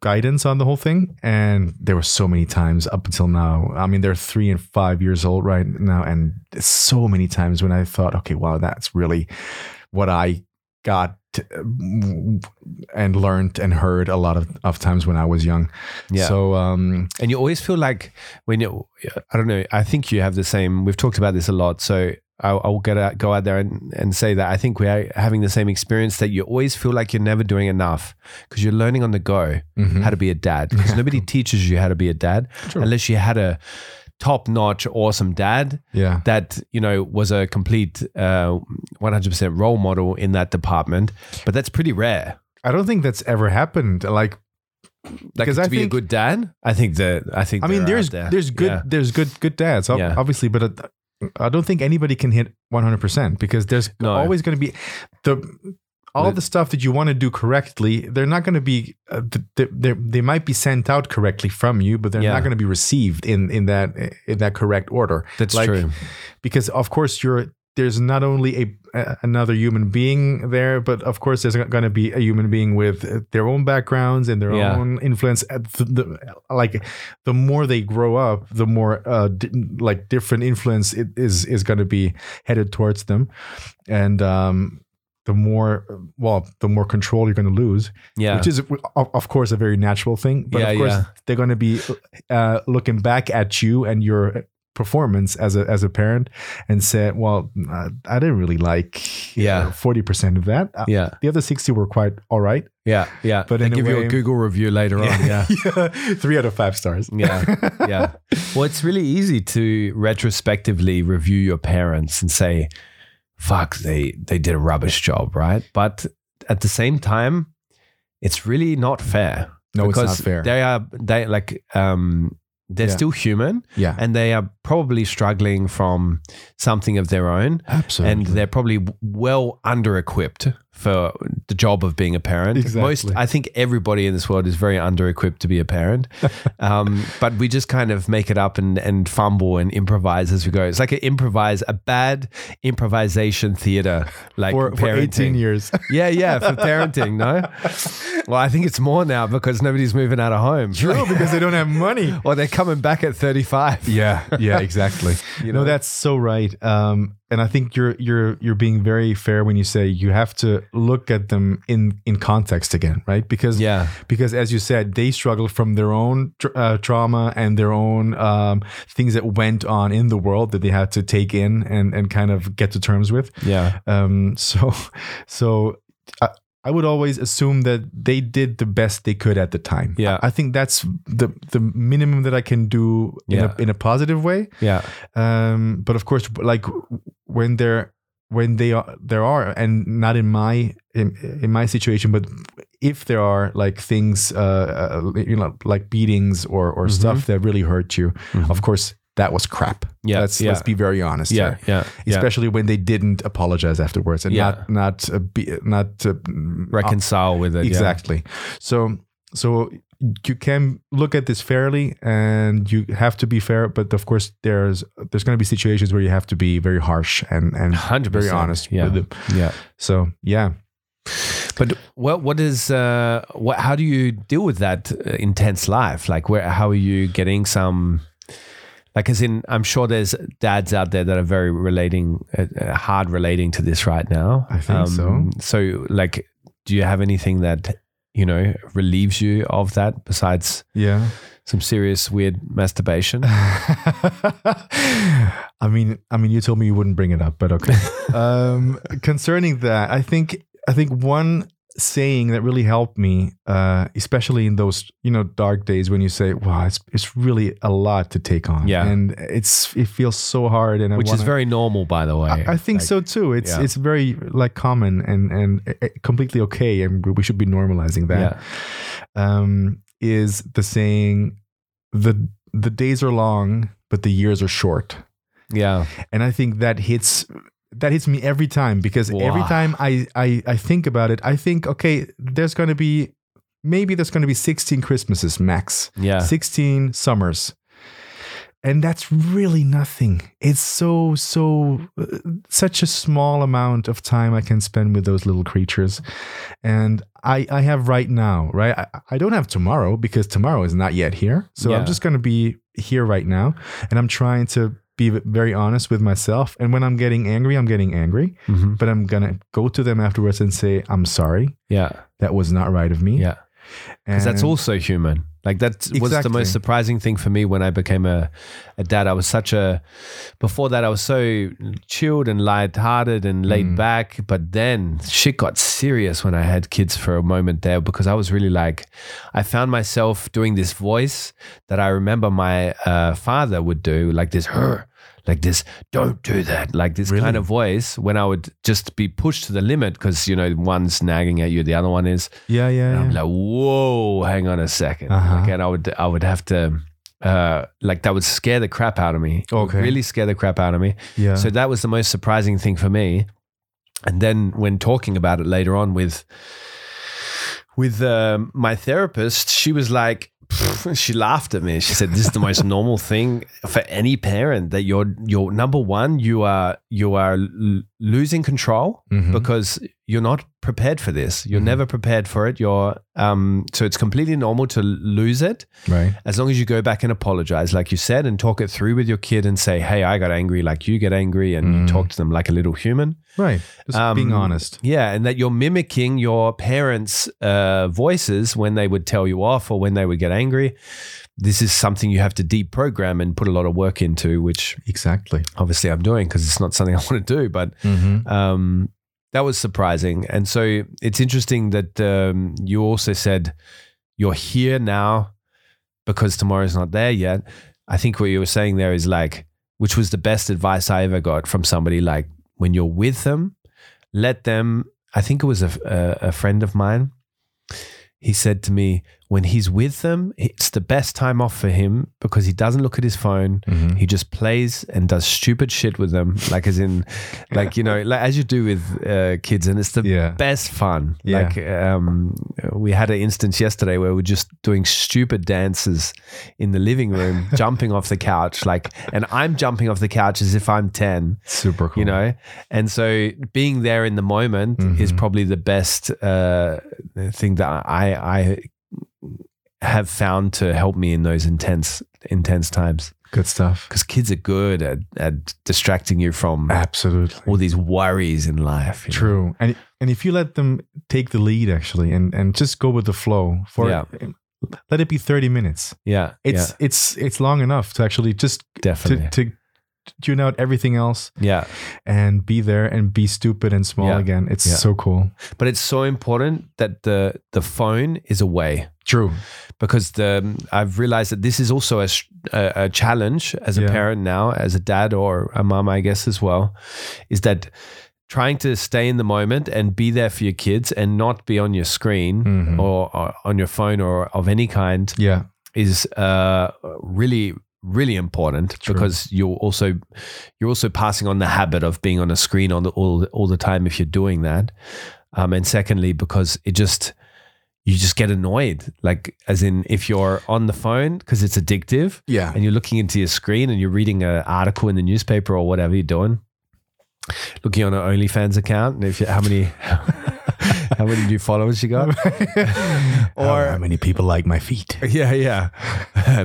[SPEAKER 2] guidance on the whole thing and there were so many times up until now i mean they're three and five years old right now and so many times when i thought okay wow that's really what i got uh, and learned and heard a lot of, of times when i was young
[SPEAKER 5] Yeah.
[SPEAKER 2] so um
[SPEAKER 5] And you always feel like when you, I don't know, I think you have the same, we've talked about this a lot. So I'll, I'll get out, go out there and, and say that I think we are having the same experience that you always feel like you're never doing enough because you're learning on the go
[SPEAKER 2] mhm.
[SPEAKER 5] how to be a dad because nobody teaches you how to be a dad
[SPEAKER 2] True.
[SPEAKER 5] unless you had a top notch, awesome dad
[SPEAKER 2] yeah
[SPEAKER 5] that, you know, was a complete uh, 100% role model in that department. But that's pretty rare.
[SPEAKER 2] i don't think that's ever happened like
[SPEAKER 5] Like
[SPEAKER 2] Because I
[SPEAKER 5] to be a
[SPEAKER 2] think-
[SPEAKER 5] good dad, I think that, I think,
[SPEAKER 2] I mean,
[SPEAKER 5] they're out
[SPEAKER 2] there's
[SPEAKER 5] there.
[SPEAKER 2] there's good
[SPEAKER 5] Yeah.
[SPEAKER 2] there's good good dads, ob-
[SPEAKER 5] Yeah.
[SPEAKER 2] obviously, but uh, I don't think anybody can hit 100 percent because there's
[SPEAKER 5] No.
[SPEAKER 2] always going to be the all
[SPEAKER 5] The-
[SPEAKER 2] the stuff that you want to do correctly. They're not going to be uh, th- th- they're- they might be sent out correctly from you, but they're
[SPEAKER 5] Yeah.
[SPEAKER 2] not going to be received in in that in that correct order
[SPEAKER 5] That's
[SPEAKER 2] like-
[SPEAKER 5] true.
[SPEAKER 2] because of course you're there's not only a, a another human being there but of course there's going to be a human being with uh, their own backgrounds and their
[SPEAKER 5] Yeah.
[SPEAKER 2] own influence Uh, th- the, like the more they grow up the more uh, di- like different influence it is is going to be headed towards them and um the more well the more control you're going to lose
[SPEAKER 5] Yeah.
[SPEAKER 2] which is of, of course a very natural thing but
[SPEAKER 5] Yeah,
[SPEAKER 2] of course
[SPEAKER 5] yeah.
[SPEAKER 2] they're going to be uh, looking back at you and your performance as a as a parent and say well uh, i didn't really like you
[SPEAKER 5] Yeah.
[SPEAKER 2] know, 40% of that [LAUGHS] Uh,
[SPEAKER 5] yeah.
[SPEAKER 2] the other 60 were quite all
[SPEAKER 5] [LAUGHS]
[SPEAKER 2] right
[SPEAKER 5] Yeah, yeah.
[SPEAKER 2] But
[SPEAKER 5] they
[SPEAKER 2] in a
[SPEAKER 5] give you
[SPEAKER 2] way-
[SPEAKER 5] a Google review later on. Yeah,
[SPEAKER 2] [LAUGHS] Yeah. three out of five stars
[SPEAKER 5] yeah,
[SPEAKER 2] [LAUGHS]
[SPEAKER 5] yeah. Well, it's really easy to retrospectively review your parents and say, "Fuck, they they did a rubbish job," right? But at the same time, it's really not fair.
[SPEAKER 2] no it's not
[SPEAKER 5] because
[SPEAKER 2] fair
[SPEAKER 5] They are they like um they're
[SPEAKER 2] Yeah.
[SPEAKER 5] still human
[SPEAKER 2] yeah
[SPEAKER 5] and they are probably struggling from something of their own.
[SPEAKER 2] absolutely
[SPEAKER 5] And they're probably w- well under equipped for the job of being a parent.
[SPEAKER 2] Exactly.
[SPEAKER 5] Most, I think everybody in this world is very under-equipped to be a
[SPEAKER 2] [LAUGHS]
[SPEAKER 5] parent, um, but we just kind of make it up and and fumble and improvise as we go. It's like an improvise, a bad improvisation theater, like
[SPEAKER 2] for, for 18
[SPEAKER 5] parenting.
[SPEAKER 2] years. [LAUGHS]
[SPEAKER 5] Yeah, yeah, for parenting, no? Well, I think it's more now because nobody's moving out of home.
[SPEAKER 2] True, because they don't have money.
[SPEAKER 5] [LAUGHS] Or they're coming back at 35.
[SPEAKER 2] [LAUGHS] Yeah, yeah, exactly. you know,
[SPEAKER 5] know?
[SPEAKER 2] that's so right. Um, and I think you're you're you're being very fair when you say you have to look at them in in context again, right? Because
[SPEAKER 5] Yeah.
[SPEAKER 2] because as you said, they struggle from their own tr- uh, trauma and their own um, things that went on in the world that they had to take in and and kind of get to terms with.
[SPEAKER 5] Yeah.
[SPEAKER 2] Um, [LAUGHS] so so. I, I would always assume that they did the best they could at the time.
[SPEAKER 5] Yeah.
[SPEAKER 2] I think that's the the minimum that I can do in,
[SPEAKER 5] Yeah.
[SPEAKER 2] a, in a positive way.
[SPEAKER 5] Yeah.
[SPEAKER 2] Um, but of course, like when they're when they are there are, and not in my in, in my situation, but if there are like things, uh, uh, you know, like beatings or or
[SPEAKER 5] Mm-hmm.
[SPEAKER 2] stuff that really hurt you, of course, that was crap.
[SPEAKER 5] Yeah,
[SPEAKER 2] let's
[SPEAKER 5] yeah.
[SPEAKER 2] let's be very honest.
[SPEAKER 5] Yeah.
[SPEAKER 2] here
[SPEAKER 5] Yeah. Yeah.
[SPEAKER 2] especially when they didn't apologize afterwards and
[SPEAKER 5] Yeah.
[SPEAKER 2] not not uh, be, not uh,
[SPEAKER 5] Reconcile with it. yeah.
[SPEAKER 2] exactly. So so you can look at this fairly and you have to be fair, but of course there's there's going to be situations where you have to be very harsh and
[SPEAKER 5] [SIGHS]
[SPEAKER 2] and
[SPEAKER 5] 100%,
[SPEAKER 2] very honest
[SPEAKER 5] yeah.
[SPEAKER 2] with them.
[SPEAKER 5] Yeah.
[SPEAKER 2] So yeah,
[SPEAKER 5] But what what is uh what how do you deal with that uh, intense life? Like where how are you getting some like as in I'm sure there's dads out there that are very relating uh, uh, hard relating to this right now. Um,
[SPEAKER 2] I think so.
[SPEAKER 5] So like do you have anything that you know relieves you of that besides
[SPEAKER 2] yeah.
[SPEAKER 5] some serious weird
[SPEAKER 2] [SIGHS]
[SPEAKER 5] masturbation?
[SPEAKER 2] [LAUGHS] I mean, I mean, you told me you wouldn't bring it up, but
[SPEAKER 5] [LAUGHS]
[SPEAKER 2] okay. um, concerning that, I think I think one saying that really helped me, uh, especially in those you know dark days when you say, "Wow, it's it's really a lot to take on,"
[SPEAKER 5] Yeah.
[SPEAKER 2] and it's it feels so hard, and I
[SPEAKER 5] Which is
[SPEAKER 2] wanna-
[SPEAKER 5] very normal by the way.
[SPEAKER 2] I, I think
[SPEAKER 5] Like,
[SPEAKER 2] so too. It's
[SPEAKER 5] yeah.
[SPEAKER 2] it's very like common and and uh, completely okay, and we should be normalizing that. Um, is the saying the the days are long, but the years are short,
[SPEAKER 5] Yeah.
[SPEAKER 2] and I think that hits that hits me every time because every
[SPEAKER 5] Wow.
[SPEAKER 2] time I, I I think about it, I think okay, there's going to be maybe there's going to be 16 Christmases max,
[SPEAKER 5] Yeah.
[SPEAKER 2] 16 summers. And that's really nothing. It's so, so, uh, such a small amount of time I can spend with those little creatures. And I, I have right now, right? I, I don't have tomorrow because tomorrow is not yet here. So
[SPEAKER 5] Yeah.
[SPEAKER 2] I'm just going to be here right now. And I'm trying to be very honest with myself. And when I'm getting angry, I'm getting angry.
[SPEAKER 5] Mhm.
[SPEAKER 2] But I'm going to go to them afterwards and say, I'm sorry.
[SPEAKER 5] Yeah.
[SPEAKER 2] That was not right of me.
[SPEAKER 5] Yeah. Because that's
[SPEAKER 2] And-
[SPEAKER 5] also human. Like that was the
[SPEAKER 2] Exactly.
[SPEAKER 5] most surprising thing for me when I became a, a dad. I was such a before that I was so chilled and lighthearted and laid
[SPEAKER 2] Mm.
[SPEAKER 5] back. But then shit got serious when I had kids for a moment there because I was really like I found myself doing this voice that I remember my uh, father would do, like this her like this don't do that like this kind of voice when i would just be pushed to the limit because you know one's nagging at you the other one is
[SPEAKER 2] Yeah. Yeah.
[SPEAKER 5] and
[SPEAKER 2] yeah.
[SPEAKER 5] I'm like, whoa, hang on a 2nd
[SPEAKER 2] Uh-huh.
[SPEAKER 5] Like, and I would, I would have to, uh, like that would scare the crap out of me. It would
[SPEAKER 2] Okay.
[SPEAKER 5] really scare the crap out of me.
[SPEAKER 2] yeah.
[SPEAKER 5] So that was the most surprising thing for me. And then when talking about it later on with, with um my therapist, she was like, [LAUGHS] she laughed at me. She said, "This is the most normal thing for any parent that you're you're number one. You are you are l- losing control
[SPEAKER 2] Mhm.
[SPEAKER 5] because you're not prepared for this.
[SPEAKER 2] Mm-hmm.
[SPEAKER 5] You're never prepared for it. You're um, so it's completely normal to lose it
[SPEAKER 2] Right.
[SPEAKER 5] as long as you go back and apologize, like you said, and talk it through with your kid and say, "Hey, I got angry, like you get angry," and you
[SPEAKER 2] Mm.
[SPEAKER 5] talk to them like a little human.
[SPEAKER 2] Right. Just
[SPEAKER 5] Um,
[SPEAKER 2] being honest.
[SPEAKER 5] Yeah, and that you're mimicking your parents' uh, voices when they would tell you off or when they would get angry. This is something you have to deprogram and put a lot of work into, which
[SPEAKER 2] Exactly.
[SPEAKER 5] obviously I'm doing because it's not something [LAUGHS] I want to do, but
[SPEAKER 2] Mm-hmm.
[SPEAKER 5] um, that was surprising. And so it's interesting that um, you also said you're here now because tomorrow's not there yet. I think what you were saying there is like, which was the best advice I ever got from somebody like, when you're with them, let them. I think it was a, a, a friend of mine. he said to me, when he's with them, it's the best time off for him because he doesn't look at his phone.
[SPEAKER 2] Mm-hmm.
[SPEAKER 5] He just plays and does stupid shit with them, like as in, like you know, like as you do with uh, kids, and it's the
[SPEAKER 2] Yeah.
[SPEAKER 5] best fun.
[SPEAKER 2] Yeah.
[SPEAKER 5] Like um, we had an instance yesterday where we we're just doing stupid dances in the living
[SPEAKER 2] [LAUGHS]
[SPEAKER 5] room, jumping off the couch, like, and I'm jumping off the couch as if I'm ten
[SPEAKER 2] Super cool.
[SPEAKER 5] you know and so being there in the moment
[SPEAKER 2] Mm-hmm.
[SPEAKER 5] is probably the best uh, thing that i i have found to help me in those intense intense times
[SPEAKER 2] good stuff.
[SPEAKER 5] because kids are good at, at distracting you from
[SPEAKER 2] Absolutely.
[SPEAKER 5] all these worries in life you know?
[SPEAKER 2] Ah, True. And and if you let them take the lead actually and and just go with the flow for
[SPEAKER 5] Yeah.
[SPEAKER 2] let it be 30 minutes.
[SPEAKER 5] yeah
[SPEAKER 2] It's
[SPEAKER 5] yeah,
[SPEAKER 2] it's it's long enough to actually just
[SPEAKER 5] definitely
[SPEAKER 2] to, to tune out everything else
[SPEAKER 5] yeah
[SPEAKER 2] and be there and be stupid and small
[SPEAKER 5] Yeah.
[SPEAKER 2] again. It's
[SPEAKER 5] Yeah.
[SPEAKER 2] so cool.
[SPEAKER 5] but it's so important that the the phone is away
[SPEAKER 2] True.
[SPEAKER 5] because the I've realized that this is also a, sh- a, a challenge as a
[SPEAKER 2] Yeah.
[SPEAKER 5] parent now, as a dad or a mom, I guess as well, is that trying to stay in the moment and be there for your kids and not be on your screen
[SPEAKER 2] Mhm.
[SPEAKER 5] or, or on your phone or of any kind
[SPEAKER 2] Yeah.
[SPEAKER 5] is uh, really really important
[SPEAKER 2] True.
[SPEAKER 5] because you're also you're also passing on the habit of being on a screen on the, all all the time if you're doing that um, and secondly because it just you just get annoyed like as in if you're on the phone because it's addictive
[SPEAKER 2] Yeah.
[SPEAKER 5] and you're looking into your screen and you're reading an article in the newspaper or whatever you're doing looking on an OnlyFans account and if you, how many [LAUGHS] how many new followers you
[SPEAKER 2] [LAUGHS]
[SPEAKER 5] got
[SPEAKER 2] or [LAUGHS] how many people like my feet? [LAUGHS]
[SPEAKER 5] yeah, yeah.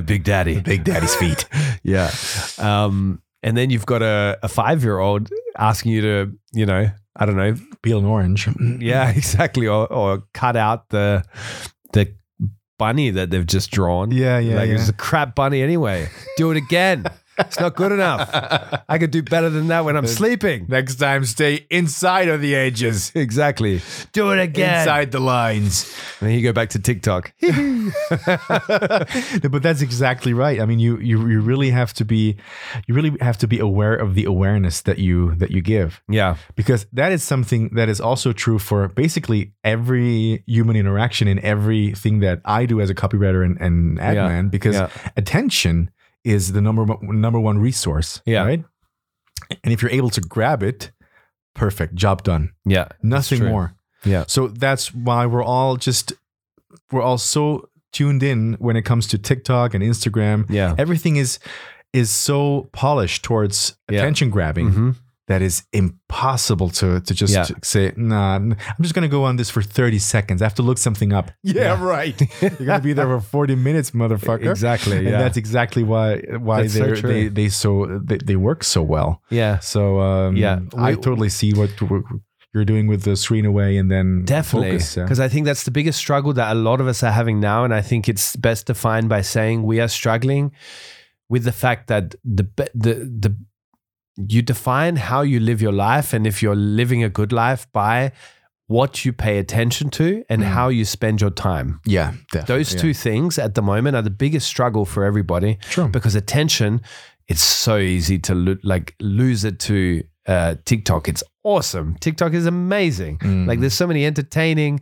[SPEAKER 5] [LAUGHS] Big Daddy.
[SPEAKER 2] Big Daddy's feet.
[SPEAKER 5] [LAUGHS] Yeah. Um, and then you've got a, a five year old asking you to, you know, I don't know. [LAUGHS]
[SPEAKER 2] Peel an orange.
[SPEAKER 5] Yeah, [LAUGHS] exactly. Or, or cut out the the bunny that they've just drawn.
[SPEAKER 2] Yeah, yeah,
[SPEAKER 5] Like
[SPEAKER 2] yeah.
[SPEAKER 5] it's a crap bunny anyway. Do it
[SPEAKER 2] [LAUGHS]
[SPEAKER 5] again. it's not good enough. I could do better than that when I'm
[SPEAKER 2] [LAUGHS]
[SPEAKER 5] sleeping.
[SPEAKER 2] Next time, stay inside of the [LAUGHS] edges,
[SPEAKER 5] Exactly. Do it again.
[SPEAKER 2] inside the lines.
[SPEAKER 5] And then you go back to TikTok.
[SPEAKER 2] No, but that's exactly right. I mean, you, you you really have to be, you really have to be aware of the awareness that you that you give,
[SPEAKER 5] yeah.
[SPEAKER 2] because that is something that is also true for basically every human interaction and everything that I do as a copywriter and, and ad
[SPEAKER 5] Yeah.
[SPEAKER 2] man. Because
[SPEAKER 5] Yeah.
[SPEAKER 2] attention is the number one, number one resource.
[SPEAKER 5] Yeah.
[SPEAKER 2] Right. And if you're able to grab it, perfect job done.
[SPEAKER 5] Yeah.
[SPEAKER 2] Nothing
[SPEAKER 5] true.
[SPEAKER 2] more.
[SPEAKER 5] Yeah.
[SPEAKER 2] So that's why we're all just we're all so tuned in when it comes to TikTok and Instagram. [LAUGHS]
[SPEAKER 5] Yeah.
[SPEAKER 2] Everything is is so polished towards
[SPEAKER 5] Yeah.
[SPEAKER 2] attention grabbing
[SPEAKER 5] Mhm.
[SPEAKER 2] that is impossible to to just
[SPEAKER 5] Yeah.
[SPEAKER 2] say nah. n- I'm just gonna go on this for 30 seconds. I have to look something
[SPEAKER 5] [LAUGHS]
[SPEAKER 2] up. Yeah, right. You're gonna be there for 40 minutes, motherfucker.
[SPEAKER 5] Exactly.
[SPEAKER 2] And
[SPEAKER 5] Yeah.
[SPEAKER 2] that's exactly why why
[SPEAKER 5] That's so
[SPEAKER 2] they're,
[SPEAKER 5] true.
[SPEAKER 2] they they so they, they work so well.
[SPEAKER 5] yeah.
[SPEAKER 2] So um,
[SPEAKER 5] Yeah.
[SPEAKER 2] I
[SPEAKER 5] We-
[SPEAKER 2] totally see what you're doing with the screen away and then
[SPEAKER 5] Definitely.
[SPEAKER 2] focus, yeah.
[SPEAKER 5] Because I think that's the biggest struggle that a lot of us are having now. And I think it's best defined by saying we are struggling with the fact that the, be- the, the, you define how you live your life and if you're living a good life by what you pay attention to and how you spend your time.
[SPEAKER 2] yeah, definitely.
[SPEAKER 5] Those two things at the moment are the biggest struggle for everybody
[SPEAKER 2] True.
[SPEAKER 5] because attention, it's so easy to lo- like lose it to uh, TikTok. It's awesome. TikTok is amazing.
[SPEAKER 2] Mm,
[SPEAKER 5] Like there's so many entertaining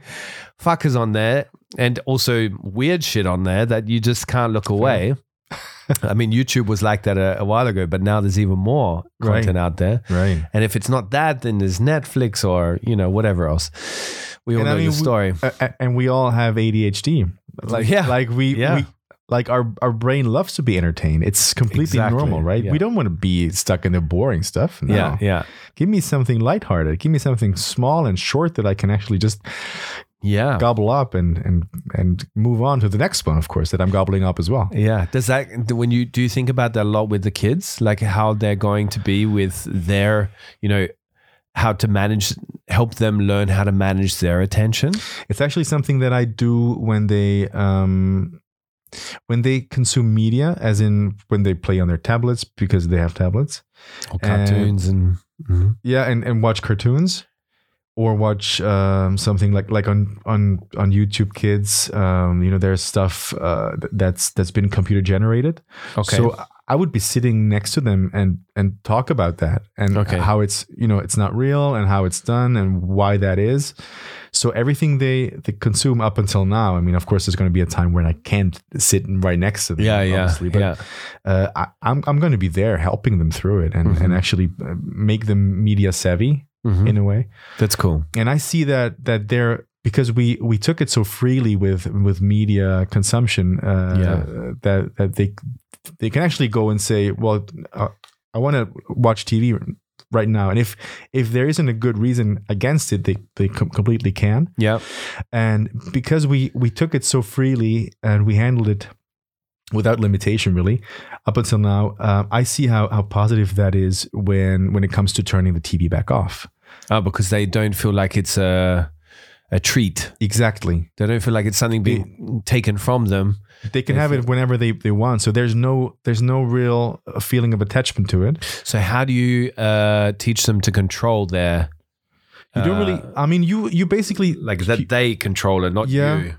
[SPEAKER 5] fuckers on there and also weird shit on there that you just can't look away. [LAUGHS] I mean, YouTube was like that a, a while ago, but now there's even more
[SPEAKER 2] Right.
[SPEAKER 5] content out there.
[SPEAKER 2] right.
[SPEAKER 5] And if it's not that, then there's Netflix or you know whatever else. We all
[SPEAKER 2] And I
[SPEAKER 5] know
[SPEAKER 2] mean,
[SPEAKER 5] the
[SPEAKER 2] we-
[SPEAKER 5] story.
[SPEAKER 2] A- a- and we all have ADHD. Like
[SPEAKER 5] Yeah.
[SPEAKER 2] like we,
[SPEAKER 5] Yeah.
[SPEAKER 2] we like our our brain loves to be entertained. It's completely
[SPEAKER 5] Exactly,
[SPEAKER 2] normal, right?
[SPEAKER 5] yeah.
[SPEAKER 2] We don't want to be stuck in the boring stuff. No.
[SPEAKER 5] Yeah, yeah,
[SPEAKER 2] Give me something lighthearted. Give me something small and short that I can actually just
[SPEAKER 5] yeah.
[SPEAKER 2] gobble up and and and move on to the next one, of course, that I'm gobbling up as well.
[SPEAKER 5] Yeah. Does that when you do you think about that a lot with the kids, like how they're going to be with their, you know, how to manage, help them learn how to manage their attention?
[SPEAKER 2] It's actually something that I do when they um, when they consume media, as in when they play on their tablets because they have tablets.
[SPEAKER 5] Or cartoons and,
[SPEAKER 2] Yeah, and, mm-hmm. and watch cartoons or watch um, something like like on on on YouTube Kids. Um, you know, there's stuff uh, th- that's that's been computer generated.
[SPEAKER 5] okay.
[SPEAKER 2] So I would be sitting next to them and and talk about that and
[SPEAKER 5] Okay.
[SPEAKER 2] how it's you know it's not real and how it's done and why that is. So everything they they consume up until now, I mean, of course, there's going to be a time when I can't sit right next to them.
[SPEAKER 5] Yeah, yeah,
[SPEAKER 2] obviously, but
[SPEAKER 5] yeah.
[SPEAKER 2] uh, I, I'm I'm going to be there helping them through it
[SPEAKER 5] Mm-hmm.
[SPEAKER 2] and and actually uh, make them media savvy
[SPEAKER 5] Mhm.
[SPEAKER 2] in a way
[SPEAKER 5] That's cool.
[SPEAKER 2] and I see that that there because we we took it so freely with with media consumption uh,
[SPEAKER 5] Yeah.
[SPEAKER 2] that that they they can actually go and say, well, uh, I want to watch TV right now, and if if there isn't a good reason against it, they they com- completely can.
[SPEAKER 5] Yeah.
[SPEAKER 2] And because we we took it so freely and we handled it without limitation, really, up until now, uh, I see how how positive that is when when it comes to turning the TV back off.
[SPEAKER 5] Oh, because they don't feel like it's a a treat.
[SPEAKER 2] Exactly.
[SPEAKER 5] They don't feel like it's something being taken from them.
[SPEAKER 2] they can have it whenever they, they want so there's no there's no real uh, feeling of attachment to it
[SPEAKER 5] So how do you uh, teach them to control their
[SPEAKER 2] you don't really i mean you you basically
[SPEAKER 5] Uh, like that they control it, not
[SPEAKER 2] Yeah.
[SPEAKER 5] you?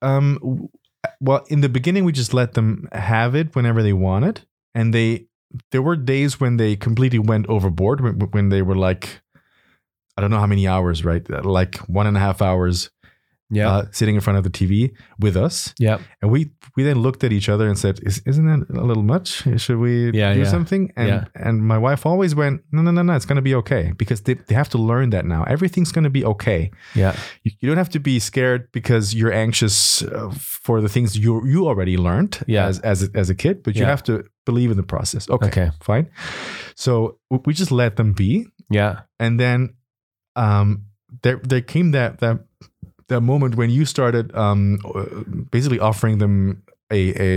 [SPEAKER 2] um w- well in the beginning we just let them have it whenever they want it and they there were days when they completely went overboard when, when they were like i don't know how many hours right like one and a half hours
[SPEAKER 5] Yeah.
[SPEAKER 2] uh, sitting in front of the tv with us
[SPEAKER 5] yeah.
[SPEAKER 2] and we we then looked at each other and said Is, isn't that a little much should we
[SPEAKER 5] Yeah,
[SPEAKER 2] do
[SPEAKER 5] yeah.
[SPEAKER 2] something and
[SPEAKER 5] Yeah.
[SPEAKER 2] and my wife always went no no no no it's going to be okay because they, they have to learn that now everything's going to be okay
[SPEAKER 5] Yeah.
[SPEAKER 2] you, you don't have to be scared because you're anxious uh, for the things you you already learned
[SPEAKER 5] Yeah.
[SPEAKER 2] as as a, as a kid but you
[SPEAKER 5] Yeah.
[SPEAKER 2] have to believe in the process okay,
[SPEAKER 5] Okay.
[SPEAKER 2] fine so w- we just let them be
[SPEAKER 5] Yeah.
[SPEAKER 2] and then um there there came that that that moment when you started um uh, basically offering them a a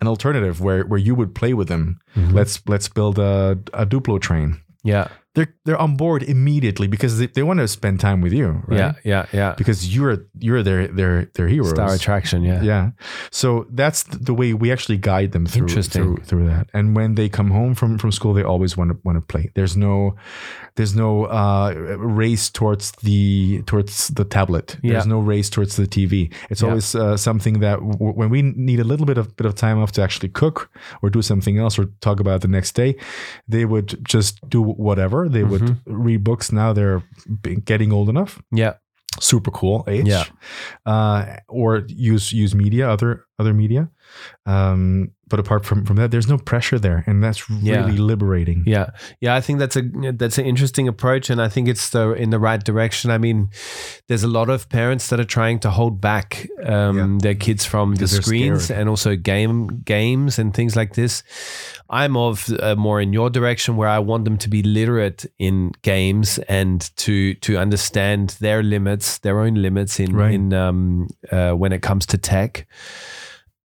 [SPEAKER 2] an alternative where where you would play with them let's let's build a a duplo train
[SPEAKER 5] Yeah.
[SPEAKER 2] they're they're on board immediately because they, they want to spend time with you right
[SPEAKER 5] Yeah. Yeah. Yeah.
[SPEAKER 2] because you're you're their their their heroes
[SPEAKER 5] Star attraction. Yeah.
[SPEAKER 2] yeah. So that's th- the way we actually guide them through,
[SPEAKER 5] Interesting.
[SPEAKER 2] through through that. And when they come home from from school, they always want to want to play. There's no there's no uh, race towards the towards the tablet. There's
[SPEAKER 5] Yeah.
[SPEAKER 2] no race towards the TV. It's
[SPEAKER 5] Yeah.
[SPEAKER 2] always uh, something that w- when we need a little bit of bit of time off to actually cook or do something else or talk about it the next day, they would just do whatever. They would
[SPEAKER 5] Mm-hmm.
[SPEAKER 2] read books. Now they're b- getting old enough
[SPEAKER 5] Yeah.
[SPEAKER 2] super cool age
[SPEAKER 5] Yeah.
[SPEAKER 2] uh, or use use media other other media um, but apart from from that there's no pressure there and that's really
[SPEAKER 5] Yeah.
[SPEAKER 2] liberating
[SPEAKER 5] Yeah, yeah, I think that's a that's an interesting approach, and I think it's the in the right direction. I mean, there's a lot of parents that are trying to hold back um, their kids from the
[SPEAKER 2] Because they're
[SPEAKER 5] screens
[SPEAKER 2] scared.
[SPEAKER 5] and also game games and things like this. I'm of uh, more in your direction where I want them to be literate in games and to to understand their limits, their own limits in
[SPEAKER 2] Right.
[SPEAKER 5] in um, uh, when it comes to tech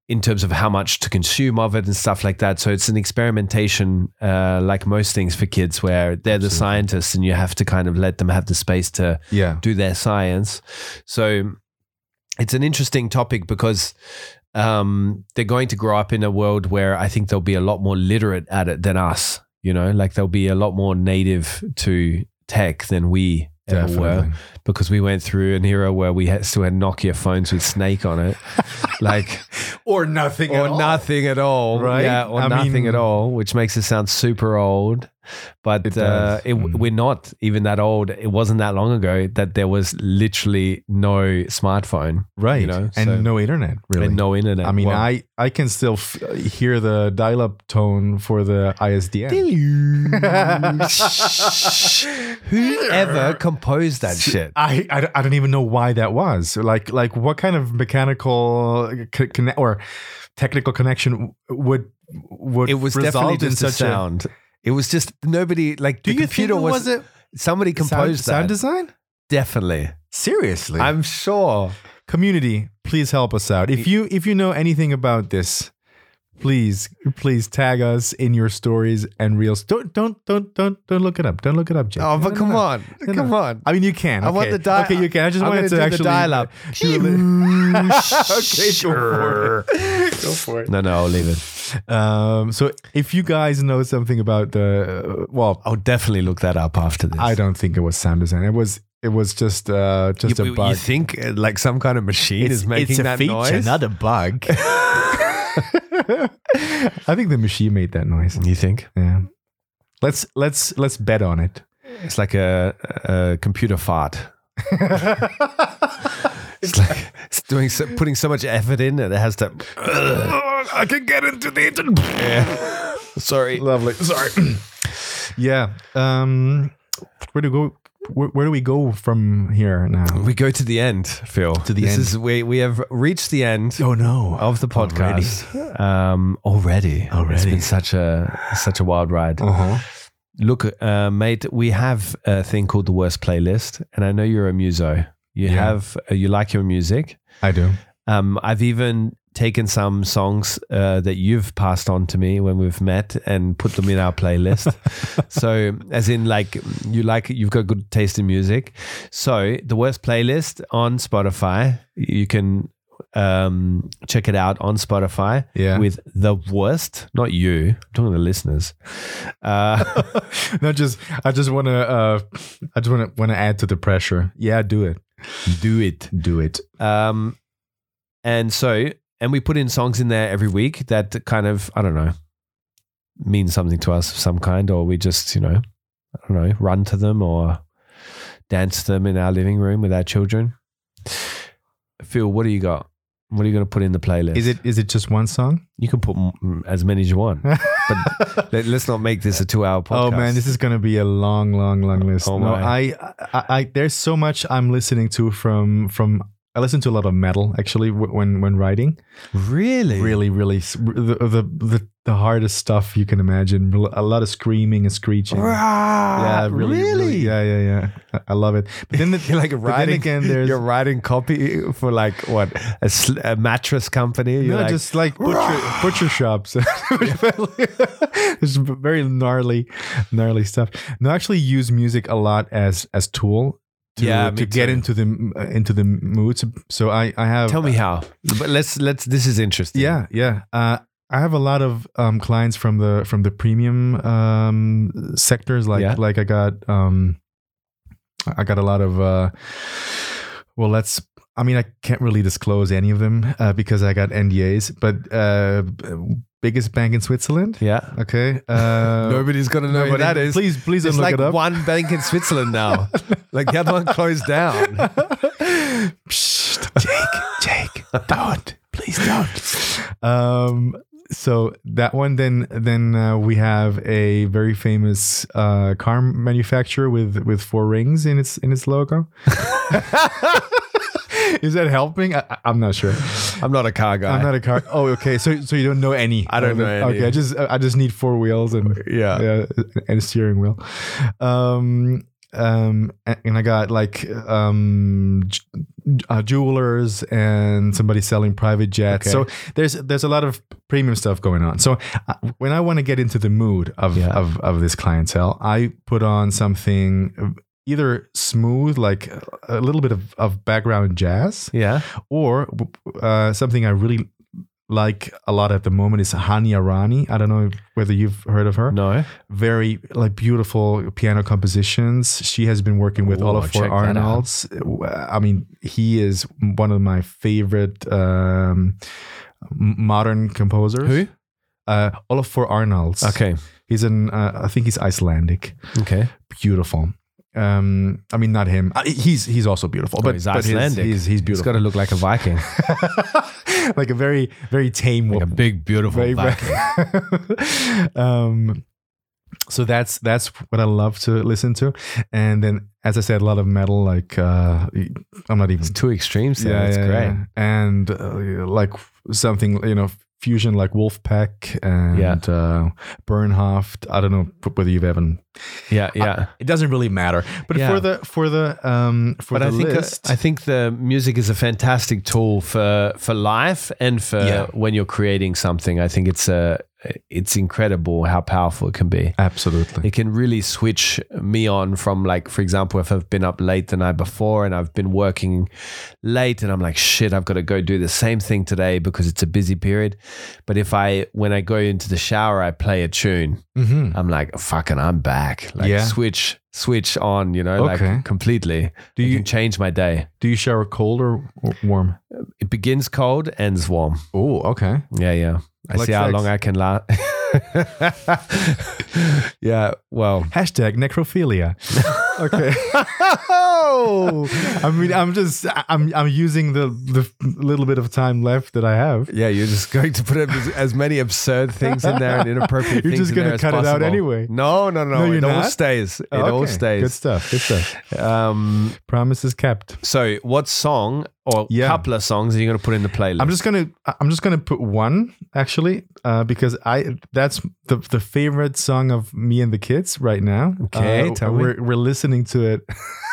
[SPEAKER 5] in terms of how much to consume of it and stuff like that. So it's an experimentation, uh, like most things for kids, where they're the scientists and you have to kind of let them have the space to
[SPEAKER 2] yeah
[SPEAKER 5] do their science. So it's an interesting topic because um, they're going to grow up in a world where I think they'll be a lot more literate at it than us. You know, like they'll be a lot more native to tech than we ever were
[SPEAKER 2] definitely
[SPEAKER 5] because we went through an era where we had, still had Nokia phones with Snake on it. like,
[SPEAKER 2] or nothing
[SPEAKER 5] or nothing at all,
[SPEAKER 2] Right?
[SPEAKER 5] Yeah, or
[SPEAKER 2] I
[SPEAKER 5] nothing
[SPEAKER 2] mean-
[SPEAKER 5] at all, which makes it sound super old. But
[SPEAKER 2] It
[SPEAKER 5] uh,
[SPEAKER 2] does.
[SPEAKER 5] it,
[SPEAKER 2] Mm.
[SPEAKER 5] we're not even that old. It wasn't that long ago that there was literally no smartphone
[SPEAKER 2] right
[SPEAKER 5] You know,
[SPEAKER 2] and
[SPEAKER 5] so-
[SPEAKER 2] no internet really
[SPEAKER 5] and no internet.
[SPEAKER 2] I mean,
[SPEAKER 5] Well, [LAUGHS]
[SPEAKER 2] I, I can still f- hear the dial up tone for the ISDN. [LAUGHS]
[SPEAKER 5] whoever composed that shit.
[SPEAKER 2] I, I, don't- I don't even know why that was. Like like what kind of mechanical co- conne- or technical connection would would
[SPEAKER 5] It was definitely
[SPEAKER 2] result in
[SPEAKER 5] just a
[SPEAKER 2] such
[SPEAKER 5] sound. it was just nobody like
[SPEAKER 2] Do
[SPEAKER 5] the
[SPEAKER 2] you think
[SPEAKER 5] computer
[SPEAKER 2] it
[SPEAKER 5] was,
[SPEAKER 2] was a
[SPEAKER 5] somebody
[SPEAKER 2] a sound,
[SPEAKER 5] composed
[SPEAKER 2] sound
[SPEAKER 5] that
[SPEAKER 2] design?
[SPEAKER 5] definitely.
[SPEAKER 2] Seriously,
[SPEAKER 5] I'm sure.
[SPEAKER 2] community, please help us out. If you if you know anything about this, please please tag us in your stories and reels. Don't don't don't don't don't look it up. Don't look it up, Jake.
[SPEAKER 5] Oh,
[SPEAKER 2] No,
[SPEAKER 5] but
[SPEAKER 2] no,
[SPEAKER 5] come
[SPEAKER 2] no.
[SPEAKER 5] on,
[SPEAKER 2] No, no.
[SPEAKER 5] come on.
[SPEAKER 2] I mean, you can.
[SPEAKER 5] I want
[SPEAKER 2] Okay.
[SPEAKER 5] the dial.
[SPEAKER 2] Okay, you can. I just
[SPEAKER 5] I'm
[SPEAKER 2] wanted to
[SPEAKER 5] gonna do
[SPEAKER 2] actually
[SPEAKER 5] the dial up.
[SPEAKER 2] do a
[SPEAKER 5] [LAUGHS]
[SPEAKER 2] li- okay, go for it.
[SPEAKER 5] No, no, I'll leave it.
[SPEAKER 2] Um, so if you guys know something about the, uh, well,
[SPEAKER 5] I'll definitely look that up after this.
[SPEAKER 2] I don't think it was sound design. It was it was just uh, just
[SPEAKER 5] You,
[SPEAKER 2] a
[SPEAKER 5] you
[SPEAKER 2] bug. [LAUGHS]
[SPEAKER 5] think uh, like some kind of machine is making that noise?
[SPEAKER 2] a bug. I think the machine made that noise.
[SPEAKER 5] You think?
[SPEAKER 2] Yeah. Let's let's let's bet on it.
[SPEAKER 5] It's like a, a computer fart.
[SPEAKER 2] [LAUGHS]
[SPEAKER 5] It's like it's doing so, putting so much effort in that it has to.
[SPEAKER 2] I can get into the
[SPEAKER 5] Sorry.
[SPEAKER 2] Lovely. Sorry. [CLEARS THROAT] yeah. Um where do we go where, where do we go from here now?
[SPEAKER 5] We go to the end, Phil. To
[SPEAKER 2] the
[SPEAKER 5] this
[SPEAKER 2] end.
[SPEAKER 5] Is, we, we have reached the end
[SPEAKER 2] Oh no.
[SPEAKER 5] of the podcast
[SPEAKER 2] [LAUGHS]
[SPEAKER 5] already. Um, already. It's
[SPEAKER 2] Already.
[SPEAKER 5] been such a such a wild ride.
[SPEAKER 2] Uh-huh.
[SPEAKER 5] Look, uh, mate, we have a thing called the worst playlist, and I know you're a muso. You
[SPEAKER 2] Yeah.
[SPEAKER 5] have uh, you like your music.
[SPEAKER 2] I do.
[SPEAKER 5] Um, I've even taken some songs uh, that you've passed on to me when we've met and put them in our playlist. so, as in, like you like you've got good taste in music. So, the worst playlist on Spotify, you can um, check it out on Spotify
[SPEAKER 2] Yeah. [LAUGHS]
[SPEAKER 5] with the worst, not you. I'm talking to the listeners. Uh, [LAUGHS]
[SPEAKER 2] Not just I just wanna uh I just wanna wanna add to the pressure. Yeah, do it.
[SPEAKER 5] do it.
[SPEAKER 2] Do it.
[SPEAKER 5] Um, and so, and we put in songs in there every week that kind of, I don't know, mean something to us of some kind, or we just, you know, I don't know, run to them or dance them in our living room with our children. Phil, what do you got? What are you going to put in the playlist?
[SPEAKER 2] Is it is it just one [LAUGHS] song?
[SPEAKER 5] You can put mm, as many as you want.
[SPEAKER 2] But
[SPEAKER 5] Let, us not make this a two-hour podcast.
[SPEAKER 2] Oh man, this is gonna be a long, long, long list.
[SPEAKER 5] Oh,
[SPEAKER 2] no,
[SPEAKER 5] my.
[SPEAKER 2] I, I, I, there's so much I'm listening to from from. I listen to a lot of metal actually wh- when when writing.
[SPEAKER 5] really,
[SPEAKER 2] Really, really, s- r- the the the, the hardest stuff you can imagine. Rel- A lot of screaming and screeching.
[SPEAKER 5] yeah,
[SPEAKER 2] Yeah, really, really, yeah, yeah, yeah. I- I love it. But then the,
[SPEAKER 5] [LAUGHS] You're like
[SPEAKER 2] but then
[SPEAKER 5] writing [LAUGHS]
[SPEAKER 2] again, there's
[SPEAKER 5] you're writing copy for like what a, sl- a mattress company. You're
[SPEAKER 2] no,
[SPEAKER 5] like,
[SPEAKER 2] just like butcher, butcher shops. [LAUGHS] it's very gnarly, gnarly stuff. No, I actually use music a lot as as tool to,
[SPEAKER 5] Yeah, me
[SPEAKER 2] to get
[SPEAKER 5] too.
[SPEAKER 2] into the uh, into the mood. So I I have
[SPEAKER 5] tell me how. But let's let's. This is interesting.
[SPEAKER 2] yeah yeah. Uh, I have a lot of um, clients from the from the premium um, sectors. Like
[SPEAKER 5] Yeah.
[SPEAKER 2] like I got um, I got a lot of uh, well, let's. I mean, I can't really disclose any of them uh, because I got NDAs. But uh, b- biggest bank in Switzerland.
[SPEAKER 5] yeah.
[SPEAKER 2] Okay. [LAUGHS] Uh,
[SPEAKER 5] Nobody's gonna know what that is.
[SPEAKER 2] Please, please don't
[SPEAKER 5] There's
[SPEAKER 2] look
[SPEAKER 5] like
[SPEAKER 2] it up.
[SPEAKER 5] one bank in
[SPEAKER 2] [LAUGHS]
[SPEAKER 5] Switzerland now. like the other one closed down.
[SPEAKER 2] Psst, Jake, Jake, don't, please don't. Um, so that one, then, then uh, we have a very famous uh, car manufacturer with with four rings in its in its logo. [LAUGHS] Is that helping? I, I- I'm not sure.
[SPEAKER 5] I'm not a car guy.
[SPEAKER 2] I'm not a car. Oh, okay. So, so you don't know any?
[SPEAKER 5] I don't know any.
[SPEAKER 2] Okay, I just I just need four wheels and
[SPEAKER 5] yeah.
[SPEAKER 2] yeah, and a steering wheel. Um, um, and and I got like um, j- uh, jewelers and somebody selling private jets.
[SPEAKER 5] Okay.
[SPEAKER 2] So there's there's a lot of premium stuff going on. So uh, when I want to get into the mood of
[SPEAKER 5] Yeah.
[SPEAKER 2] of of this clientele, I put on something. Either smooth, like a little bit of, of background jazz,
[SPEAKER 5] Yeah.
[SPEAKER 2] or uh, something I really like a lot at the moment is Hani Arani. I don't know whether you've heard of her
[SPEAKER 5] No.
[SPEAKER 2] very like beautiful piano compositions. She has been working with
[SPEAKER 5] Ooh, I'll
[SPEAKER 2] Olaf
[SPEAKER 5] check
[SPEAKER 2] for
[SPEAKER 5] that out.
[SPEAKER 2] Arnolds. Uh, I mean, he is one of my favorite um, m- modern composers.
[SPEAKER 5] Who?
[SPEAKER 2] Uh, Olaf for Arnolds.
[SPEAKER 5] Okay.
[SPEAKER 2] he's an uh, I think he's Icelandic.
[SPEAKER 5] Okay.
[SPEAKER 2] Beautiful. Um, I mean, not him. Uh, he's he's also beautiful, but
[SPEAKER 5] Oh, he's
[SPEAKER 2] but his-
[SPEAKER 5] Icelandic.
[SPEAKER 2] He's, he's,
[SPEAKER 5] It's
[SPEAKER 2] beautiful.
[SPEAKER 5] got to look like
[SPEAKER 2] [LAUGHS]
[SPEAKER 5] a Viking.
[SPEAKER 2] like a very very tame
[SPEAKER 5] like a
[SPEAKER 2] woman. [LAUGHS]
[SPEAKER 5] big, beautiful
[SPEAKER 2] Very
[SPEAKER 5] Viking.
[SPEAKER 2] bad. [LAUGHS] um, so that's that's what I love to listen to, and then as I said, a lot of metal. Like uh, I'm not even.
[SPEAKER 5] It's two extremes. Yeah. That's great.
[SPEAKER 2] yeah. And uh, like something you know, fusion like Wolfpack and
[SPEAKER 5] Yeah.
[SPEAKER 2] uh, Bernhoft. I don't know whether you've ever.
[SPEAKER 5] Yeah. Yeah.
[SPEAKER 2] It doesn't really matter. But
[SPEAKER 5] Yeah.
[SPEAKER 2] for the for the um for
[SPEAKER 5] but
[SPEAKER 2] the
[SPEAKER 5] I think uh,
[SPEAKER 2] list,
[SPEAKER 5] I think the music is a fantastic tool for for life and for
[SPEAKER 2] Yeah.
[SPEAKER 5] when you're creating something. I think it's a it's incredible how powerful it can be.
[SPEAKER 2] absolutely.
[SPEAKER 5] It can really switch me on from like, for example, if I've been up late the night before and I've been working late and I'm like, shit, I've got to go do the same thing today because it's a busy period. But if I when I go into the shower, I play a tune.
[SPEAKER 2] hmm
[SPEAKER 5] I'm like, fucking, I'm back. Like
[SPEAKER 2] Yeah.
[SPEAKER 5] switch switch on, you know,
[SPEAKER 2] Okay.
[SPEAKER 5] like completely. Do you
[SPEAKER 2] you-
[SPEAKER 5] can change my day?
[SPEAKER 2] Do you shower cold or warm?
[SPEAKER 5] It begins cold, ends warm.
[SPEAKER 2] Oh, okay.
[SPEAKER 5] Yeah, yeah. I
[SPEAKER 2] Like
[SPEAKER 5] see how
[SPEAKER 2] sex.
[SPEAKER 5] long I can last. [LAUGHS] yeah, well.
[SPEAKER 2] Hashtag necrophilia.
[SPEAKER 5] [LAUGHS]
[SPEAKER 2] okay. [LAUGHS] I mean, I'm just I'm I'm using the the little bit of time left that I have.
[SPEAKER 5] Yeah, you're just going to put as, as many absurd things in
[SPEAKER 2] [LAUGHS]
[SPEAKER 5] there and inappropriate
[SPEAKER 2] You're
[SPEAKER 5] things
[SPEAKER 2] just
[SPEAKER 5] in there
[SPEAKER 2] gonna
[SPEAKER 5] as
[SPEAKER 2] cut it out
[SPEAKER 5] possible.
[SPEAKER 2] anyway.
[SPEAKER 5] No, no, no.
[SPEAKER 2] No, you're
[SPEAKER 5] it all
[SPEAKER 2] not?
[SPEAKER 5] stays. It all
[SPEAKER 2] Okay. Good
[SPEAKER 5] stays.
[SPEAKER 2] stuff. Good stuff.
[SPEAKER 5] Um,
[SPEAKER 2] Promises kept.
[SPEAKER 5] so, what song or
[SPEAKER 2] Yeah.
[SPEAKER 5] couple of songs are you going to put in the playlist?
[SPEAKER 2] I'm just gonna I'm just gonna put one actually uh, because I that's the the favorite song of me and the kids right now.
[SPEAKER 5] Okay,
[SPEAKER 2] Uh,
[SPEAKER 5] tell me.
[SPEAKER 2] we're we're listening to it.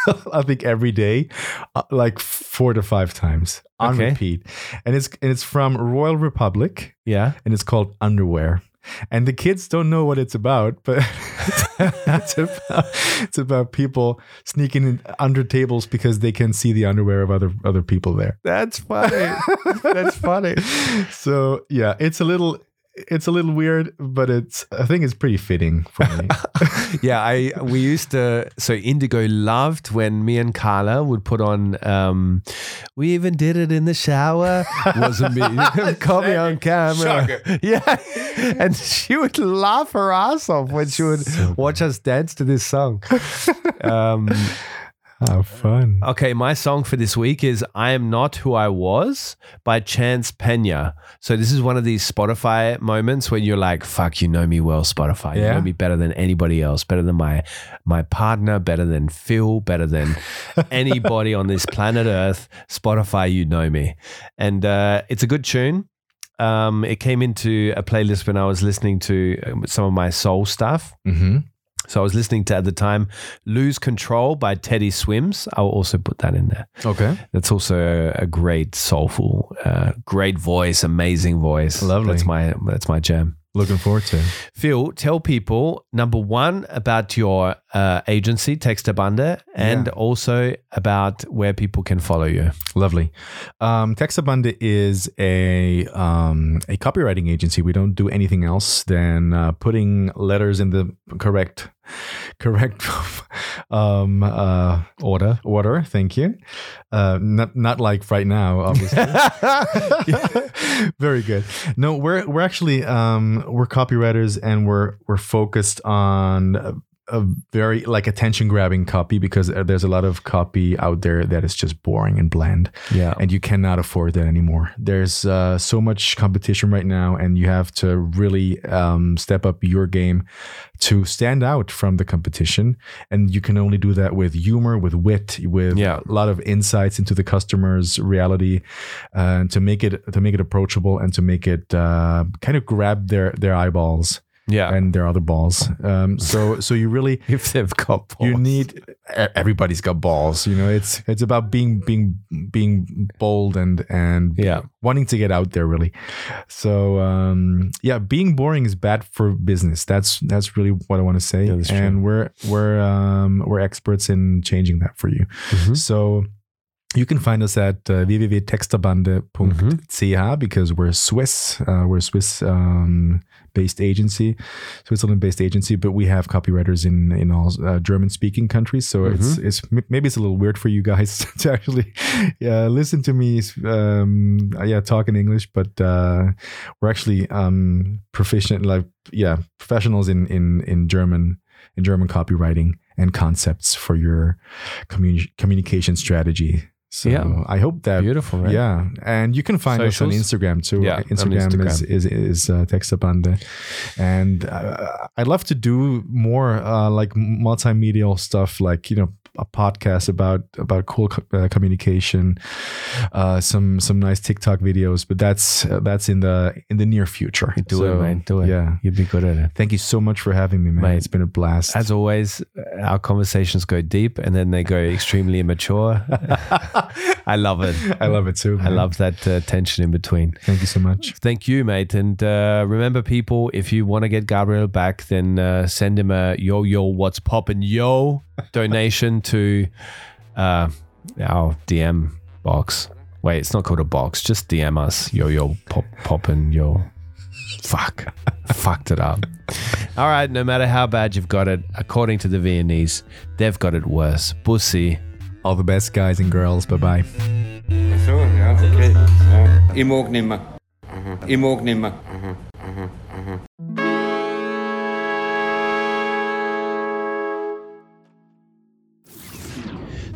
[SPEAKER 2] [LAUGHS] I think every day, uh, like four to five times on
[SPEAKER 5] Okay.
[SPEAKER 2] repeat, and it's and it's from Royal Republic,
[SPEAKER 5] yeah.
[SPEAKER 2] and it's called Underwear. And the kids don't know what it's about, but [LAUGHS] it's, about, it's about people sneaking in under tables because they can see the underwear of other other people there.
[SPEAKER 5] That's funny. That's funny.
[SPEAKER 2] So yeah, it's a little it's a little weird, but it's I think it's pretty fitting for me.
[SPEAKER 5] [LAUGHS] yeah, I we used to. So Indigo loved when me and Carla would put on. Um, we even did it in the shower. Wasn't me. [LAUGHS] Caught me on camera. Yeah, [LAUGHS] and she would laugh her ass off when she would watch us dance to this [LAUGHS] song. um,
[SPEAKER 2] How fun.
[SPEAKER 5] Okay, my song for this week is I Am Not Who I Was by Chance Pena. So, this is one of these Spotify moments when you're like, fuck, you know me well, Spotify. You
[SPEAKER 2] Yeah.
[SPEAKER 5] know me better than anybody else, better than my, my partner, better than Phil, better than anybody on this planet Earth. Spotify, you know me. And uh, it's a good tune. Um, it came into a playlist when I was listening to um, some of my soul stuff.
[SPEAKER 2] Mm-hmm.
[SPEAKER 5] So I was listening to at the time Lose Control by Teddy Swims. I'll also put that in there.
[SPEAKER 2] Okay.
[SPEAKER 5] That's also a, a great soulful, uh, great voice, amazing voice.
[SPEAKER 2] Lovely.
[SPEAKER 5] That's my that's my jam.
[SPEAKER 2] Looking forward to it.
[SPEAKER 5] Phil, tell people number one about your uh, agency, Textabunda, and
[SPEAKER 2] Yeah.
[SPEAKER 5] also about where people can follow you.
[SPEAKER 2] Lovely. Um, Texabunda is a um, a copywriting agency. We don't do anything else than uh, putting letters in the correct correct [LAUGHS] um, uh, order. Order. Thank you. Uh, not not like right now, obviously. [LAUGHS] Very good. No, we're we're actually um, we're copywriters and we're we're focused on a, a very like attention grabbing copy because uh, there's a lot of copy out there that is just boring and bland
[SPEAKER 5] Yeah.
[SPEAKER 2] and you cannot afford that anymore. There's uh, so much competition right now, and you have to really um, step up your game to stand out from the competition. And you can only do that with humor, with wit, with
[SPEAKER 5] Yeah.
[SPEAKER 2] a lot of insights into the customer's reality, uh, to make it to make it approachable and to make it uh, kind of grab their their eyeballs
[SPEAKER 5] Yeah.
[SPEAKER 2] and their other balls. Um, so so you really
[SPEAKER 5] [LAUGHS] if they've got
[SPEAKER 2] you
[SPEAKER 5] balls.
[SPEAKER 2] need e- everybody's got balls you know it's it's about being being being bold and and
[SPEAKER 5] Yeah.
[SPEAKER 2] wanting to get out there really so um yeah being boring is bad for business that's that's really what i want to say
[SPEAKER 5] Yeah, that's true.
[SPEAKER 2] and we're we're um we're experts in changing that for you
[SPEAKER 5] Mhm.
[SPEAKER 2] so you can find us at uh, www.textabande.ch because we're Swiss. Uh, we're a Swiss um, based agency, Switzerland based agency, but we have copywriters in in all uh, German speaking countries. So it's it's m- maybe it's a little weird for you guys [LAUGHS] to actually yeah, listen to me um, yeah talk in English, but uh, we're actually um, proficient like yeah professionals in in in German in German copywriting and concepts for your communi- communication strategy. So
[SPEAKER 5] Yeah.
[SPEAKER 2] I hope that
[SPEAKER 5] Beautiful, right?
[SPEAKER 2] yeah, and you can find us on
[SPEAKER 5] Socials?
[SPEAKER 2] Instagram too.
[SPEAKER 5] Yeah, on
[SPEAKER 2] Instagram, is is is uh, Textabande, and uh, I'd love to do more uh, like multimedia stuff, like you know a podcast about about cool co- uh, communication, uh, some some nice TikTok videos, but that's uh, that's in the in the near future.
[SPEAKER 5] Do it, man. Do it.
[SPEAKER 2] Yeah.
[SPEAKER 5] You'd be good at it.
[SPEAKER 2] Thank you so much for having me, man.
[SPEAKER 5] Mate,
[SPEAKER 2] it's been a blast.
[SPEAKER 5] As always, our conversations go deep and then they go extremely immature. [LAUGHS] I love it.
[SPEAKER 2] [LAUGHS] I love it too.
[SPEAKER 5] I love that uh, tension in between.
[SPEAKER 2] Thank you so much.
[SPEAKER 5] Thank you, mate. And uh, remember, people, if you want to get Gabriel back, then uh, send him a yo yo what's poppin' yo donation to uh, our DM box. Wait, it's not called a box. Just DM us yo yo pop poppin' yo. Fuck, I fucked it up. All right, no matter how bad you've got it, according to the Viennese, they've got it worse. Bussy.
[SPEAKER 2] All the best, guys and girls. Bye bye.
[SPEAKER 3] Ach so, ja, okay. Ja. Ich mag nimmer. Ich mag nimmer.